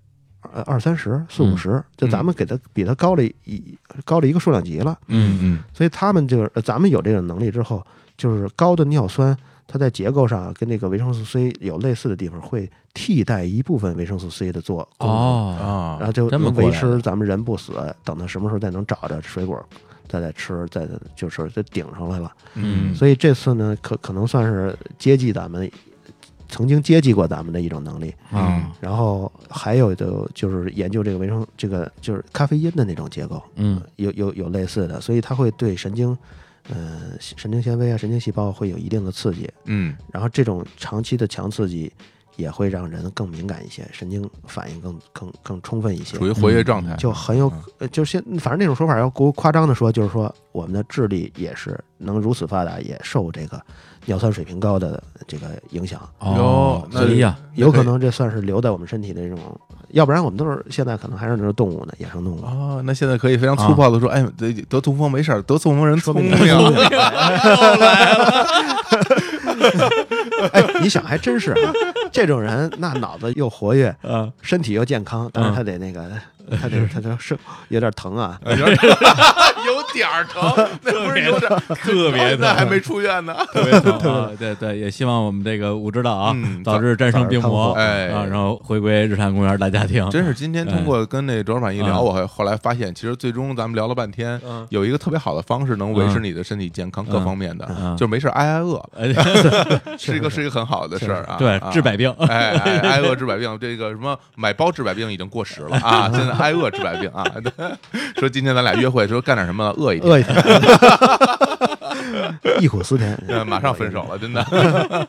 Speaker 3: 呃二三十、四五
Speaker 1: 嗯
Speaker 3: 十，就咱们给它比它高了一高了一个数量级了，
Speaker 2: 嗯嗯
Speaker 3: 所以它们就是、呃咱们有这种能力之后，就是高的尿酸，它在结构上跟那个维生素 C 有类似的地方，会替代一部分维生素 C 的作功能，
Speaker 1: 哦，
Speaker 3: 嗯然
Speaker 2: 啊
Speaker 3: 后就
Speaker 1: 这么
Speaker 3: 能
Speaker 1: 过来
Speaker 3: 维
Speaker 1: 的
Speaker 3: 持咱们人不死，等到什么时候再能找着水果。再再吃，再再就是就顶上来了，
Speaker 1: 嗯
Speaker 3: 所以这次呢，可可能算是接济咱们曾经接济过咱们的一种能力。
Speaker 2: 嗯
Speaker 1: 啊，
Speaker 3: 然后还有的就是研究这个维生这个就是咖啡因的那种结构，
Speaker 1: 嗯
Speaker 3: 有有有类似的，所以它会对神经，呃，神经纤维啊、神经细胞会有一定的刺激，
Speaker 2: 嗯
Speaker 3: 然后这种长期的强刺激也会让人更敏感一些，神经反应更更更充分一些
Speaker 2: 处，于活跃状态，
Speaker 3: 就很有
Speaker 2: 嗯
Speaker 3: 呃，就是现反正那种说法要过夸张的说，就是说我们的智力也是能如此发达，也受这个尿酸水平高的这个影响。
Speaker 1: 哦，
Speaker 2: 有那
Speaker 1: 所以呀，
Speaker 3: 有可能这算是留在我们身体的这种，要不然我们都是现在可能还是那种动物呢，野 生动物。
Speaker 2: 哦，那现在可以非常粗暴的
Speaker 3: 啊
Speaker 2: 说，哎，得得痛风没事儿，得痛风人聪明，啊
Speaker 3: 哎，你想还真是、啊，这种人那脑子又活跃，
Speaker 1: 嗯
Speaker 3: 身体又健康，但是他得那个，他得他就是有点疼啊。
Speaker 2: 有点儿 有点儿 疼，那不是有点儿
Speaker 1: 特别疼
Speaker 2: 那还没出院呢。
Speaker 1: 特 别疼啊对对，也希望我们这个武指导啊
Speaker 2: 嗯
Speaker 1: 早日战胜病魔，
Speaker 3: 早日康复
Speaker 2: 哎
Speaker 1: 啊，然后回归日坛公园大家庭。啊
Speaker 2: 真是今天通过跟那卓老板一聊，
Speaker 1: 哎嗯
Speaker 2: 我还后来发现，其实最终咱们聊了半天
Speaker 1: 嗯，
Speaker 2: 有一个特别好的方式能维持你的身体健康各方面的
Speaker 1: 嗯嗯，
Speaker 2: 就是没事儿挨挨饿，
Speaker 1: 哎，
Speaker 2: 是一个是一个很好的事儿啊。
Speaker 1: 对
Speaker 2: 啊，
Speaker 1: 治百病。
Speaker 2: 哎，哎挨饿治百病，这个什么买包治百病已经过时了啊！现在挨饿治百 病啊。说今天咱俩约会，说干点什么，饿一点。
Speaker 3: 饿一天， 忆苦思甜，
Speaker 2: 呃马上分手了，真的。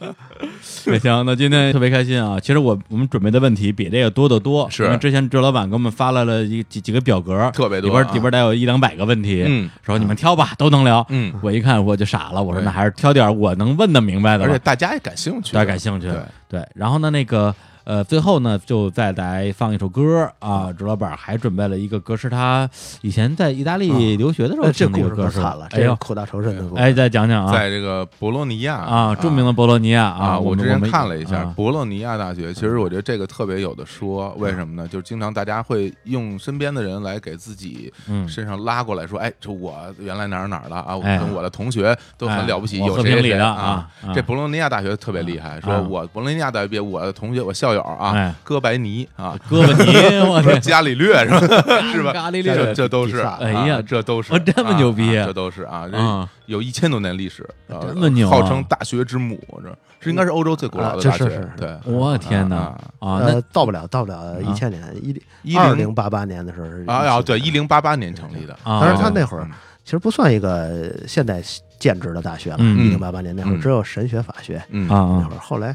Speaker 1: 也行，那今天特别开心啊！其实我我们准备的问题比这个多得多，
Speaker 2: 是
Speaker 1: 因为之前周老板给我们发来了一几几个表格，
Speaker 2: 特别多
Speaker 1: 里边
Speaker 2: 啊
Speaker 1: 里边得有一两百个问题，
Speaker 2: 嗯，
Speaker 1: 说你们挑吧，都能聊。
Speaker 2: 嗯，
Speaker 1: 我一看我就傻了，我说
Speaker 2: 对
Speaker 1: 那还是挑点我能问的明白的
Speaker 2: 而
Speaker 1: 吧
Speaker 2: 且，大家也感兴趣，
Speaker 1: 大家感兴趣。
Speaker 2: 对，
Speaker 1: 对，然后呢，那个呃，最后呢，就再来放一首歌
Speaker 2: 嗯
Speaker 1: 啊。周老板还准备了一个歌，是他以前在意大利
Speaker 3: 啊
Speaker 1: 留学的时候
Speaker 3: 哎这
Speaker 1: 听的一
Speaker 3: 故
Speaker 1: 个
Speaker 3: 事可
Speaker 1: 歌，
Speaker 3: 惨了，
Speaker 1: 哎
Speaker 3: 这是
Speaker 1: 呦，
Speaker 3: 苦大仇深的故事。
Speaker 1: 哎，再讲讲啊
Speaker 2: 在这个博洛尼亚
Speaker 1: 啊，著名的博洛尼亚
Speaker 2: 啊，
Speaker 1: 我
Speaker 2: 我
Speaker 1: 们
Speaker 2: 之前
Speaker 1: 们
Speaker 2: 看了一下
Speaker 1: 啊嗯
Speaker 2: 博洛尼亚大学，其实我觉得这个特别有的说，为什么呢？就是经常大家会用身边的人来给自己
Speaker 1: 嗯，
Speaker 2: 身上拉过来说，哎，这我原来哪儿哪儿的啊，我
Speaker 1: 哎
Speaker 2: 跟我的同学都
Speaker 1: 哎
Speaker 2: 很了不起，
Speaker 1: 我
Speaker 2: 有
Speaker 1: 和
Speaker 2: 谁
Speaker 1: 平
Speaker 2: 谁
Speaker 1: 里
Speaker 2: 谁
Speaker 1: 的
Speaker 2: 啊。
Speaker 1: 啊
Speaker 2: 这博洛尼亚大学特别厉害，
Speaker 1: 啊
Speaker 2: 说我博洛尼亚大学毕业，我的同学，我校友
Speaker 1: 哎
Speaker 2: 啊，哥白尼啊，
Speaker 1: 胳膊泥，我
Speaker 2: 说
Speaker 1: 天，
Speaker 2: 伽利略 是吧？是吧？
Speaker 1: 咖喱
Speaker 2: 这
Speaker 1: 绿，
Speaker 2: 这都是，
Speaker 3: 比萨
Speaker 2: 哎
Speaker 1: 哎呀
Speaker 2: 这都是，
Speaker 1: 哦这么牛逼
Speaker 2: 啊啊这都是啊，
Speaker 1: 啊
Speaker 2: 这有一千多年历史，啊
Speaker 1: 这么牛啊嗯
Speaker 2: 号称大学之母，这这应该是欧洲最古老的
Speaker 3: 啊
Speaker 2: 大
Speaker 3: 这
Speaker 2: 学
Speaker 3: 是是，是
Speaker 2: 对，
Speaker 1: 我天哪
Speaker 2: 啊
Speaker 1: 啊，
Speaker 3: 呃
Speaker 1: 那，
Speaker 3: 到不了，到不了一千年，一
Speaker 2: 一
Speaker 3: 二
Speaker 2: 零
Speaker 3: 零八八年的时候是
Speaker 2: 啊啊，对，一
Speaker 3: 一，
Speaker 2: 零八八年成立的，
Speaker 1: 啊
Speaker 3: 当然他那会儿
Speaker 2: 嗯
Speaker 3: 其实不算一个现代建制的大学了，
Speaker 1: 嗯
Speaker 3: 一零八八年那会儿
Speaker 2: 嗯
Speaker 3: 只有神学、法学，
Speaker 2: 嗯
Speaker 1: 啊
Speaker 3: 那
Speaker 1: 啊
Speaker 3: 会儿后来。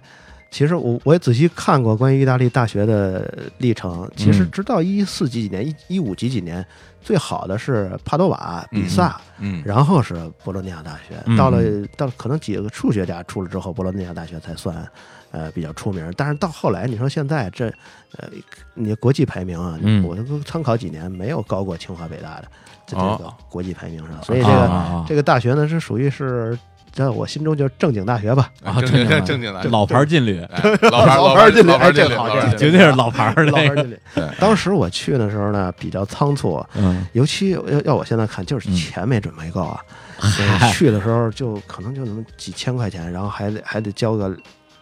Speaker 3: 其实我我也仔细看过关于意大利大学的历程。其实
Speaker 1: 嗯
Speaker 3: 直到一四几几年、一一五几几年，最好的是帕多瓦、比萨，
Speaker 2: 嗯
Speaker 3: 然后是博洛尼亚大学
Speaker 1: 嗯。
Speaker 3: 到了到了可能几个数学家出了之后，博洛尼亚大学才算呃比较出名。但是到后来，你说现在这呃，你国际排名啊，
Speaker 1: 嗯
Speaker 3: 我都参考几年没有高过清华北大的在这个
Speaker 2: 哦
Speaker 3: 国际排名上，所以这
Speaker 1: 啊
Speaker 3: 个、
Speaker 1: 啊，
Speaker 3: 这个大学呢是属于是在我心中就是正经大学吧。
Speaker 1: 啊
Speaker 2: 哎正
Speaker 1: 正经
Speaker 2: 经
Speaker 1: 的
Speaker 2: 正经的
Speaker 1: 这，老牌劲旅，
Speaker 2: 哎 老牌
Speaker 3: 老
Speaker 2: 牌
Speaker 3: 牌劲旅
Speaker 2: 老牌
Speaker 3: 哎这
Speaker 2: 劲旅，
Speaker 3: 好
Speaker 2: 老
Speaker 3: 这
Speaker 2: 牌
Speaker 3: 好
Speaker 2: 劲
Speaker 1: 绝 对是老牌儿
Speaker 3: 老
Speaker 1: 那个，
Speaker 3: 牌劲旅
Speaker 2: 对。
Speaker 3: 当时我去的时候呢，比较仓促，
Speaker 1: 嗯，
Speaker 3: 尤其要要我现在看，就是
Speaker 1: 嗯
Speaker 3: 钱没准备够啊。
Speaker 1: 嗨
Speaker 3: 去的时候就可能就那么几千块钱，然后还得还得交个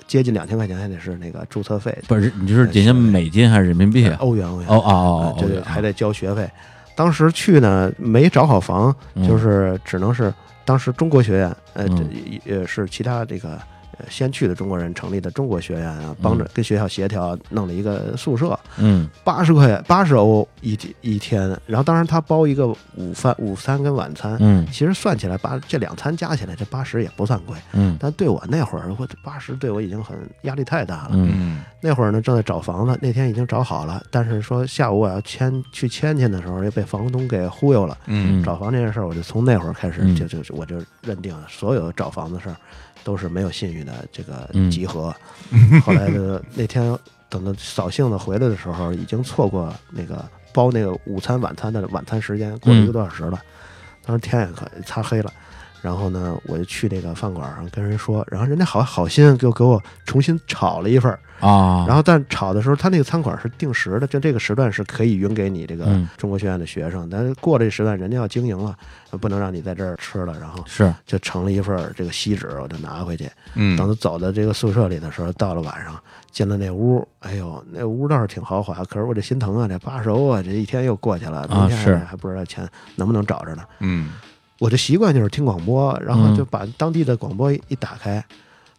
Speaker 3: 接近两千块钱，还得是那个注册费，
Speaker 1: 不是你就是人家美金还是人民币啊？
Speaker 3: 欧元欧元
Speaker 1: 哦哦
Speaker 3: 啊
Speaker 1: 哦，
Speaker 3: 对
Speaker 1: 哦
Speaker 3: 对，还得交学费。当时去呢没找好房，
Speaker 1: 嗯
Speaker 3: 就是只能是当时中国学院，呃，
Speaker 1: 嗯
Speaker 3: 这也也是其他这个。呃先去的中国人成立的中国学院啊，帮着
Speaker 1: 嗯
Speaker 3: 跟学校协调弄了一个宿舍，
Speaker 1: 嗯
Speaker 3: 八十块钱八十欧一一天，然后当然他包一个午饭、午餐跟晚餐，
Speaker 1: 嗯
Speaker 3: 其实算起来八这两餐加起来这八十也不算贵，
Speaker 1: 嗯
Speaker 3: 但对我那会儿，我八十对我已经很压力太大了。
Speaker 1: 嗯
Speaker 2: 嗯
Speaker 3: 那会儿呢，正在找房子，那天已经找好了，但是说下午我要签去签去的时候，又被房东给忽悠了。
Speaker 2: 嗯
Speaker 3: 找房这件事儿，我就从那会儿开
Speaker 1: 嗯
Speaker 3: 始就就就我就认定了所有找房的事儿都是没有信誉的这个
Speaker 1: 嗯
Speaker 3: 集合。后来就那天等到扫兴的回来的时候，已经错过那个包那个午餐晚餐的晚餐时间，过了一个多小时
Speaker 1: 嗯
Speaker 3: 了。当时天也快擦黑了，然后呢，我就去那个饭馆上跟人说，然后人家好好心就给我重新炒了一份儿。
Speaker 1: 啊，
Speaker 3: 然后但炒的时候，他那个餐馆是定时的，就这个时段是可以匀给你这个
Speaker 1: 嗯
Speaker 3: 中国学院的学生，但是过了这时段，人家要经营了，呃不能让你在这儿吃了，然后
Speaker 1: 是
Speaker 3: 就盛了一份儿这个锡纸，我就拿回去。
Speaker 2: 嗯
Speaker 3: 等他走到这个宿舍里的时候，到了晚上进了那屋，哎呦，那屋倒是挺豪华，可是我这心疼啊，这八十欧啊，这一天又过去了，明天
Speaker 1: 是
Speaker 3: 还还不知道钱能不能找着呢。
Speaker 2: 嗯
Speaker 3: 我的习惯就是听广播，然后就把当地的广播一打开，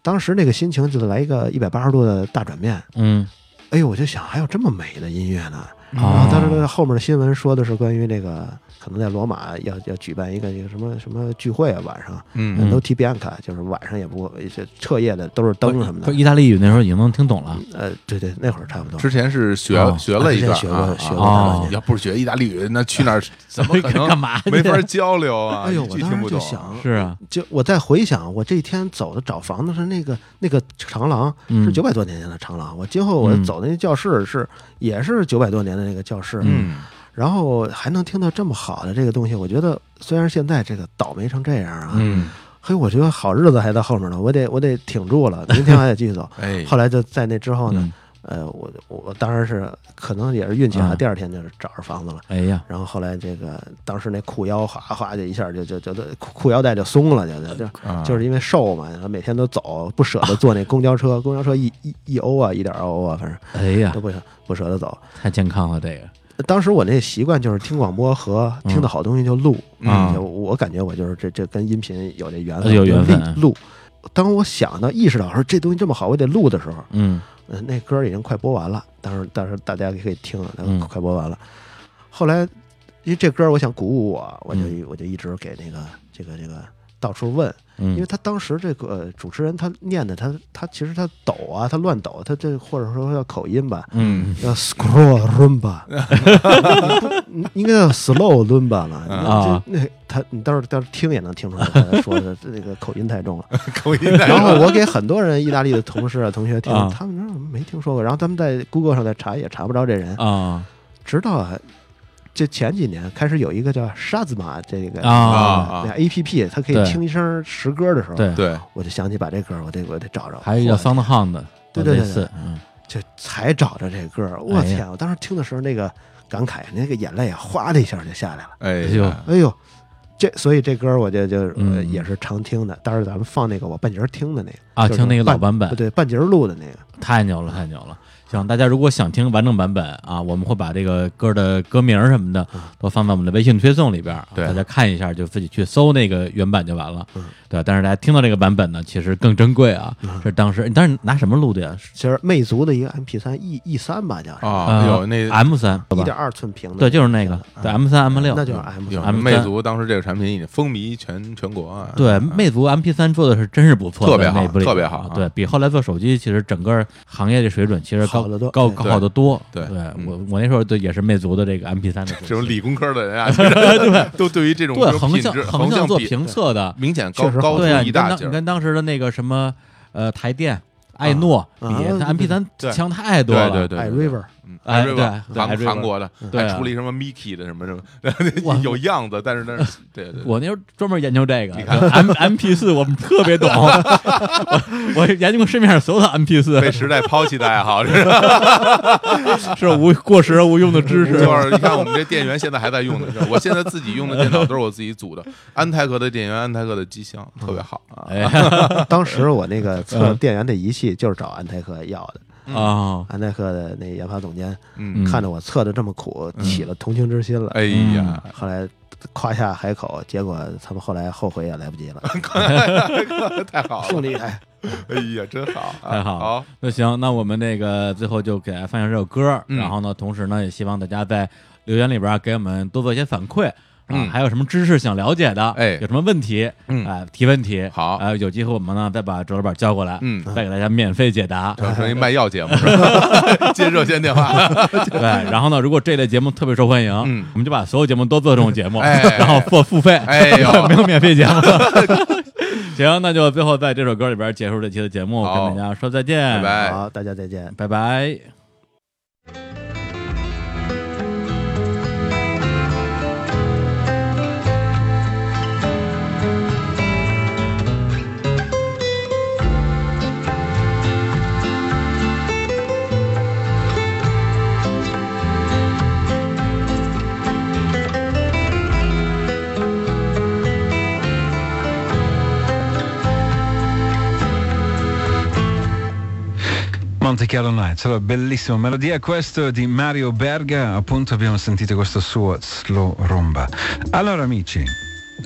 Speaker 3: 当时那个心情就来一个一百八十度的大转变。
Speaker 1: 嗯
Speaker 3: 哎呦，我就想还有这么美的音乐呢。
Speaker 1: 然
Speaker 3: 然后
Speaker 1: 啊
Speaker 3: 他这个后面的新闻说的是关于这个，可能在罗马要要举办一个一个什么什么聚会啊，晚上
Speaker 2: 嗯
Speaker 3: 都提比安卡，就是晚上也不这彻夜的都是灯什么
Speaker 1: 不是
Speaker 3: 的。
Speaker 1: 意大利语那时候已经能听懂了
Speaker 3: 呃，对对，那会儿差不多。
Speaker 2: 之前是学
Speaker 1: 哦
Speaker 2: 学了一段
Speaker 3: 之前学过
Speaker 2: 啊，
Speaker 3: 学过
Speaker 2: 啊
Speaker 1: 哦
Speaker 2: 要不是学意大利语，那去哪儿怎么可 能
Speaker 1: 干嘛去
Speaker 2: 没法交流啊？
Speaker 3: 哎呦，
Speaker 2: 一
Speaker 3: 我
Speaker 2: 句
Speaker 3: 当
Speaker 2: 听
Speaker 3: 时
Speaker 2: 不
Speaker 3: 就
Speaker 2: 懂。
Speaker 3: 想，
Speaker 1: 是啊，
Speaker 3: 就我再回想，我这一天走的找房子是那个那个长廊，
Speaker 1: 嗯
Speaker 3: 是九百多年前的长廊。我今后我
Speaker 1: 嗯
Speaker 3: 走的那教室是也是九百多年的那个教室，
Speaker 2: 嗯。
Speaker 3: 然后还能听到这么好的这个东西，我觉得虽然现在这个倒霉成这样啊，
Speaker 1: 嗯
Speaker 3: 嘿，我觉得好日子还在后面呢，我得我得挺住了，明天还得继续 走
Speaker 2: 哎，
Speaker 3: 后来就在那之后呢
Speaker 1: 嗯，
Speaker 3: 呃，我我我当然是可能也是运气啊，
Speaker 1: 嗯
Speaker 3: 第二天就是找着房子了。
Speaker 1: 哎呀，
Speaker 3: 然后后来这个当时那裤腰哗哗就一下就就就就裤裤腰带就松了，就就就
Speaker 2: 啊
Speaker 3: 就是因为瘦嘛，然后每天都走，不舍得坐那公交车，公交车一一一欧啊，一点二欧啊，反正
Speaker 1: 哎呀
Speaker 3: 都，不舍不舍得走。
Speaker 1: 太健康了这个，
Speaker 3: 当时我那习惯就是听广播和听到好东西就录
Speaker 2: 嗯
Speaker 3: 就我感觉我就是这这跟音频有这缘分，
Speaker 1: 啊有缘分嗯
Speaker 3: 就录录。当我想到意识到说这东西这么好，我得录的时候，
Speaker 1: 嗯
Speaker 3: 呃那歌儿已经快播完了。当时当时大家也可以听啊，
Speaker 1: 嗯
Speaker 3: 快播完了。后来因为这歌儿我想鼓舞我，我就
Speaker 1: 嗯
Speaker 3: 我就一直给那个这个这个到处问，
Speaker 1: 嗯
Speaker 3: 因为他当时这个呃主持人他念的他他其实他抖啊，他乱抖，他这或者说叫口音吧，
Speaker 1: 嗯
Speaker 3: 叫 scroll rumba，你不你应该叫 slow rumba 了
Speaker 1: 啊
Speaker 3: 你这那他你到时候到时候听也能听 出来他说的这个口音太重了。
Speaker 2: 口音太
Speaker 3: 然后我给很多人意大利的同事啊同学听
Speaker 1: 啊，
Speaker 3: 他们说没听说过，然后他们在 Google 上再查也查不着这人，
Speaker 1: 啊
Speaker 3: 直到啊，这前几年开始有一个叫沙子玛这个
Speaker 1: 啊
Speaker 2: 啊
Speaker 3: 那 A P P，它可
Speaker 1: 对
Speaker 3: 以听一声识歌的时候，
Speaker 1: 对，
Speaker 2: 对，
Speaker 3: 我就想起把这歌，我得我得找找。
Speaker 1: 还有一个叫
Speaker 3: 我
Speaker 1: Sound Hound，的
Speaker 3: 对对对
Speaker 1: 类似嗯
Speaker 3: 对，就才找着这歌，我
Speaker 1: 哎呀
Speaker 3: 天！我当时听的时候那个感慨，那个眼泪啊，哗的一下就下来了。
Speaker 2: 哎
Speaker 1: 呦
Speaker 2: 呀，
Speaker 3: 哎呦，这所以这歌我就就、呃
Speaker 1: 嗯
Speaker 3: 也是常听的。当时咱们放那个我半截儿听的那个
Speaker 1: 啊，
Speaker 3: 就是
Speaker 1: 听那个老版
Speaker 3: 不
Speaker 1: 本，
Speaker 3: 对，半截儿录的那个。
Speaker 1: 太牛了，太牛了。行，大家如果想听完整版本啊，我们会把这个歌的歌名什么
Speaker 3: 嗯
Speaker 1: 的都放在我们的微信推送里边儿，
Speaker 2: 对
Speaker 1: 大家看一下就自己去搜那个原版就完了
Speaker 3: 嗯。
Speaker 1: 对，但是大家听到这个版本呢，其实更珍贵啊。是当时你当时拿什么录的呀？
Speaker 3: 其实魅族的一个 M P 三 E E 三吧，叫
Speaker 2: 啊，有那
Speaker 1: M 三
Speaker 3: 一点二寸屏的，
Speaker 1: 哦对，就是那个对 M 三 M 六，
Speaker 3: 那就是 M
Speaker 2: 有
Speaker 1: 咱们
Speaker 2: 魅
Speaker 1: 在
Speaker 2: 族当时这个产品已经风靡全全国啊，
Speaker 1: 对，魅族 MP 三做的是真是不错的，
Speaker 2: 特别好
Speaker 1: 那部里
Speaker 2: 特别好啊
Speaker 1: 对比后来做手机，其实整个行业的水准其实高
Speaker 3: 好得多
Speaker 1: 高
Speaker 3: 对
Speaker 1: 高好得多。
Speaker 2: 对嗯
Speaker 1: 我我那时候对也是魅族的这个 MP 三的
Speaker 2: 这
Speaker 1: 手
Speaker 2: 种
Speaker 1: 机，
Speaker 2: 理工科的人啊，对，都对于这种
Speaker 1: 对
Speaker 2: 这种
Speaker 1: 横
Speaker 2: 品
Speaker 1: 向
Speaker 2: 质
Speaker 1: 横
Speaker 2: 向
Speaker 1: 向做
Speaker 2: 比
Speaker 1: 评测的，
Speaker 2: 明显高
Speaker 3: 确实
Speaker 2: 高出
Speaker 1: 对啊，
Speaker 2: 一
Speaker 1: 你跟
Speaker 2: 大
Speaker 1: 当
Speaker 2: 截
Speaker 1: 你
Speaker 2: 儿，啊
Speaker 1: 跟当时的那个什么呃台电、爱诺比，
Speaker 3: 啊
Speaker 1: 那 MP 三
Speaker 2: 对
Speaker 1: 强太多
Speaker 2: 对
Speaker 1: 了。
Speaker 2: 对对
Speaker 3: i
Speaker 2: 对
Speaker 3: River，
Speaker 2: 嗯
Speaker 1: 哎对
Speaker 2: ，iRiver，
Speaker 1: 对
Speaker 2: 韩
Speaker 1: iRiver
Speaker 2: 韩国的，
Speaker 1: 对啊
Speaker 2: 还出了一什么 Mickey 的什么什
Speaker 1: 哇
Speaker 2: 么，有样子，但是但是对对，对
Speaker 1: 我那时候专门研究这个，M M P 四我们特别 懂，我我研究过市面上所有的 M P 四
Speaker 2: 被，时代抛弃的爱好，是吧
Speaker 1: 是无过时而无用的知识。
Speaker 2: 就是你看我们这电源现在还在用的，是吧我现在自己用的电脑都是我自己组的，安泰格的电源，安泰格的机箱特别好啊，
Speaker 1: 哎呀
Speaker 3: 当 时我那
Speaker 1: 嗯
Speaker 3: 个测电源的仪器就是找安泰克要的，
Speaker 1: 啊，
Speaker 3: 安泰克的那研发总监
Speaker 2: 嗯，
Speaker 3: 看着我测的这么苦，
Speaker 1: 嗯
Speaker 3: 起了同情之心了。
Speaker 2: 哎呀，
Speaker 3: 后来夸下海口，结果他们后来后悔也来不及了。
Speaker 2: 太好了
Speaker 3: 兄，弟，哎，
Speaker 2: 哎呀，真好啊，
Speaker 1: 嗯太好了
Speaker 2: 好，
Speaker 1: 那行，那我们那个最后就给大家放下这首歌，
Speaker 2: 嗯
Speaker 1: 然后呢，同时呢，也希望大家在留言里边儿啊给我们多做一些反馈。啊，
Speaker 2: 嗯
Speaker 1: 还有什么知识想了解的？
Speaker 2: 哎
Speaker 1: 有什么问题？
Speaker 2: 嗯
Speaker 1: 哎提问题。
Speaker 2: 好
Speaker 1: 呃，有机会我们呢再把周老板叫过来，
Speaker 2: 嗯
Speaker 1: 再给大家免费解 答。
Speaker 2: 这成一卖药节目，是吧 接热线电话，
Speaker 1: 对，然后呢，如果这类节目特别受欢迎，
Speaker 2: 嗯
Speaker 1: 我们就把所有节目都做这种节目，
Speaker 2: 哎
Speaker 1: 然后做付费，
Speaker 2: 哎呦
Speaker 1: 没有免费节目。 行，那就最后在这首歌里边儿结束这期的节目，
Speaker 2: 好
Speaker 1: 跟大家说再见，
Speaker 2: 拜拜。
Speaker 3: 好，大家再见。
Speaker 1: 拜拜。
Speaker 4: Monte Carlo Nights, allora bellissima melodia questo di Mario Berga, appunto abbiamo sentito questo suo slow rumba. Allora amici,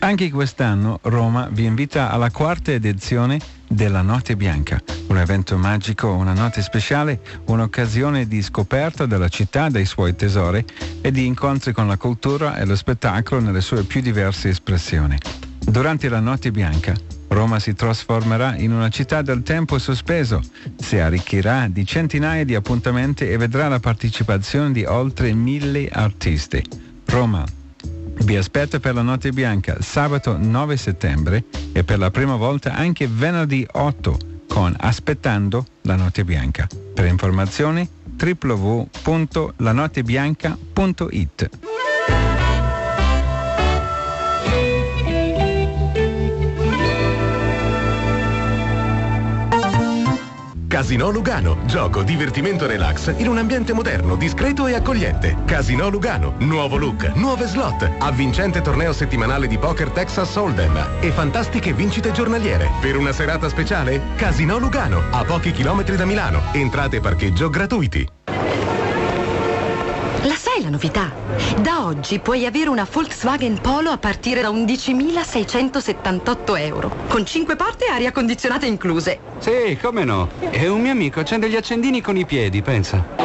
Speaker 4: anche quest'anno Roma vi invita alla quarta edizione della Notte Bianca, un evento magico, una notte speciale, un'occasione di scoperta della città, dei suoi tesori e di incontri con la cultura e lo spettacolo nelle sue più diverse espressioni. Durante la notte bianca, Roma si trasformerà in una città del tempo sospeso, si arricchirà di centinaia di appuntamenti e vedrà la partecipazione di oltre mille artisti. Roma. Vi aspetto per la notte bianca sabato 9 settembre e per la prima volta anche venerdì 8 con Aspettando la notte bianca. Per informazioni www.lanottebianca.it
Speaker 5: Casino Lugano, gioco, divertimento e relax in un ambiente moderno, discreto e accogliente. Casino Lugano, nuovo look, nuove slot, avvincente torneo settimanale di poker Texas Hold'em e fantastiche vincite giornaliere. Per una serata speciale, Casino Lugano, a pochi chilometri da Milano, entrate e parcheggio gratuiti.
Speaker 6: La sai la novità? Da oggi puoi avere una Volkswagen Polo a partire da 11.678 euro, con 5 porte e aria condizionata incluse.
Speaker 7: Sì, come no? E un mio amico accende gli accendini con i piedi, pensa.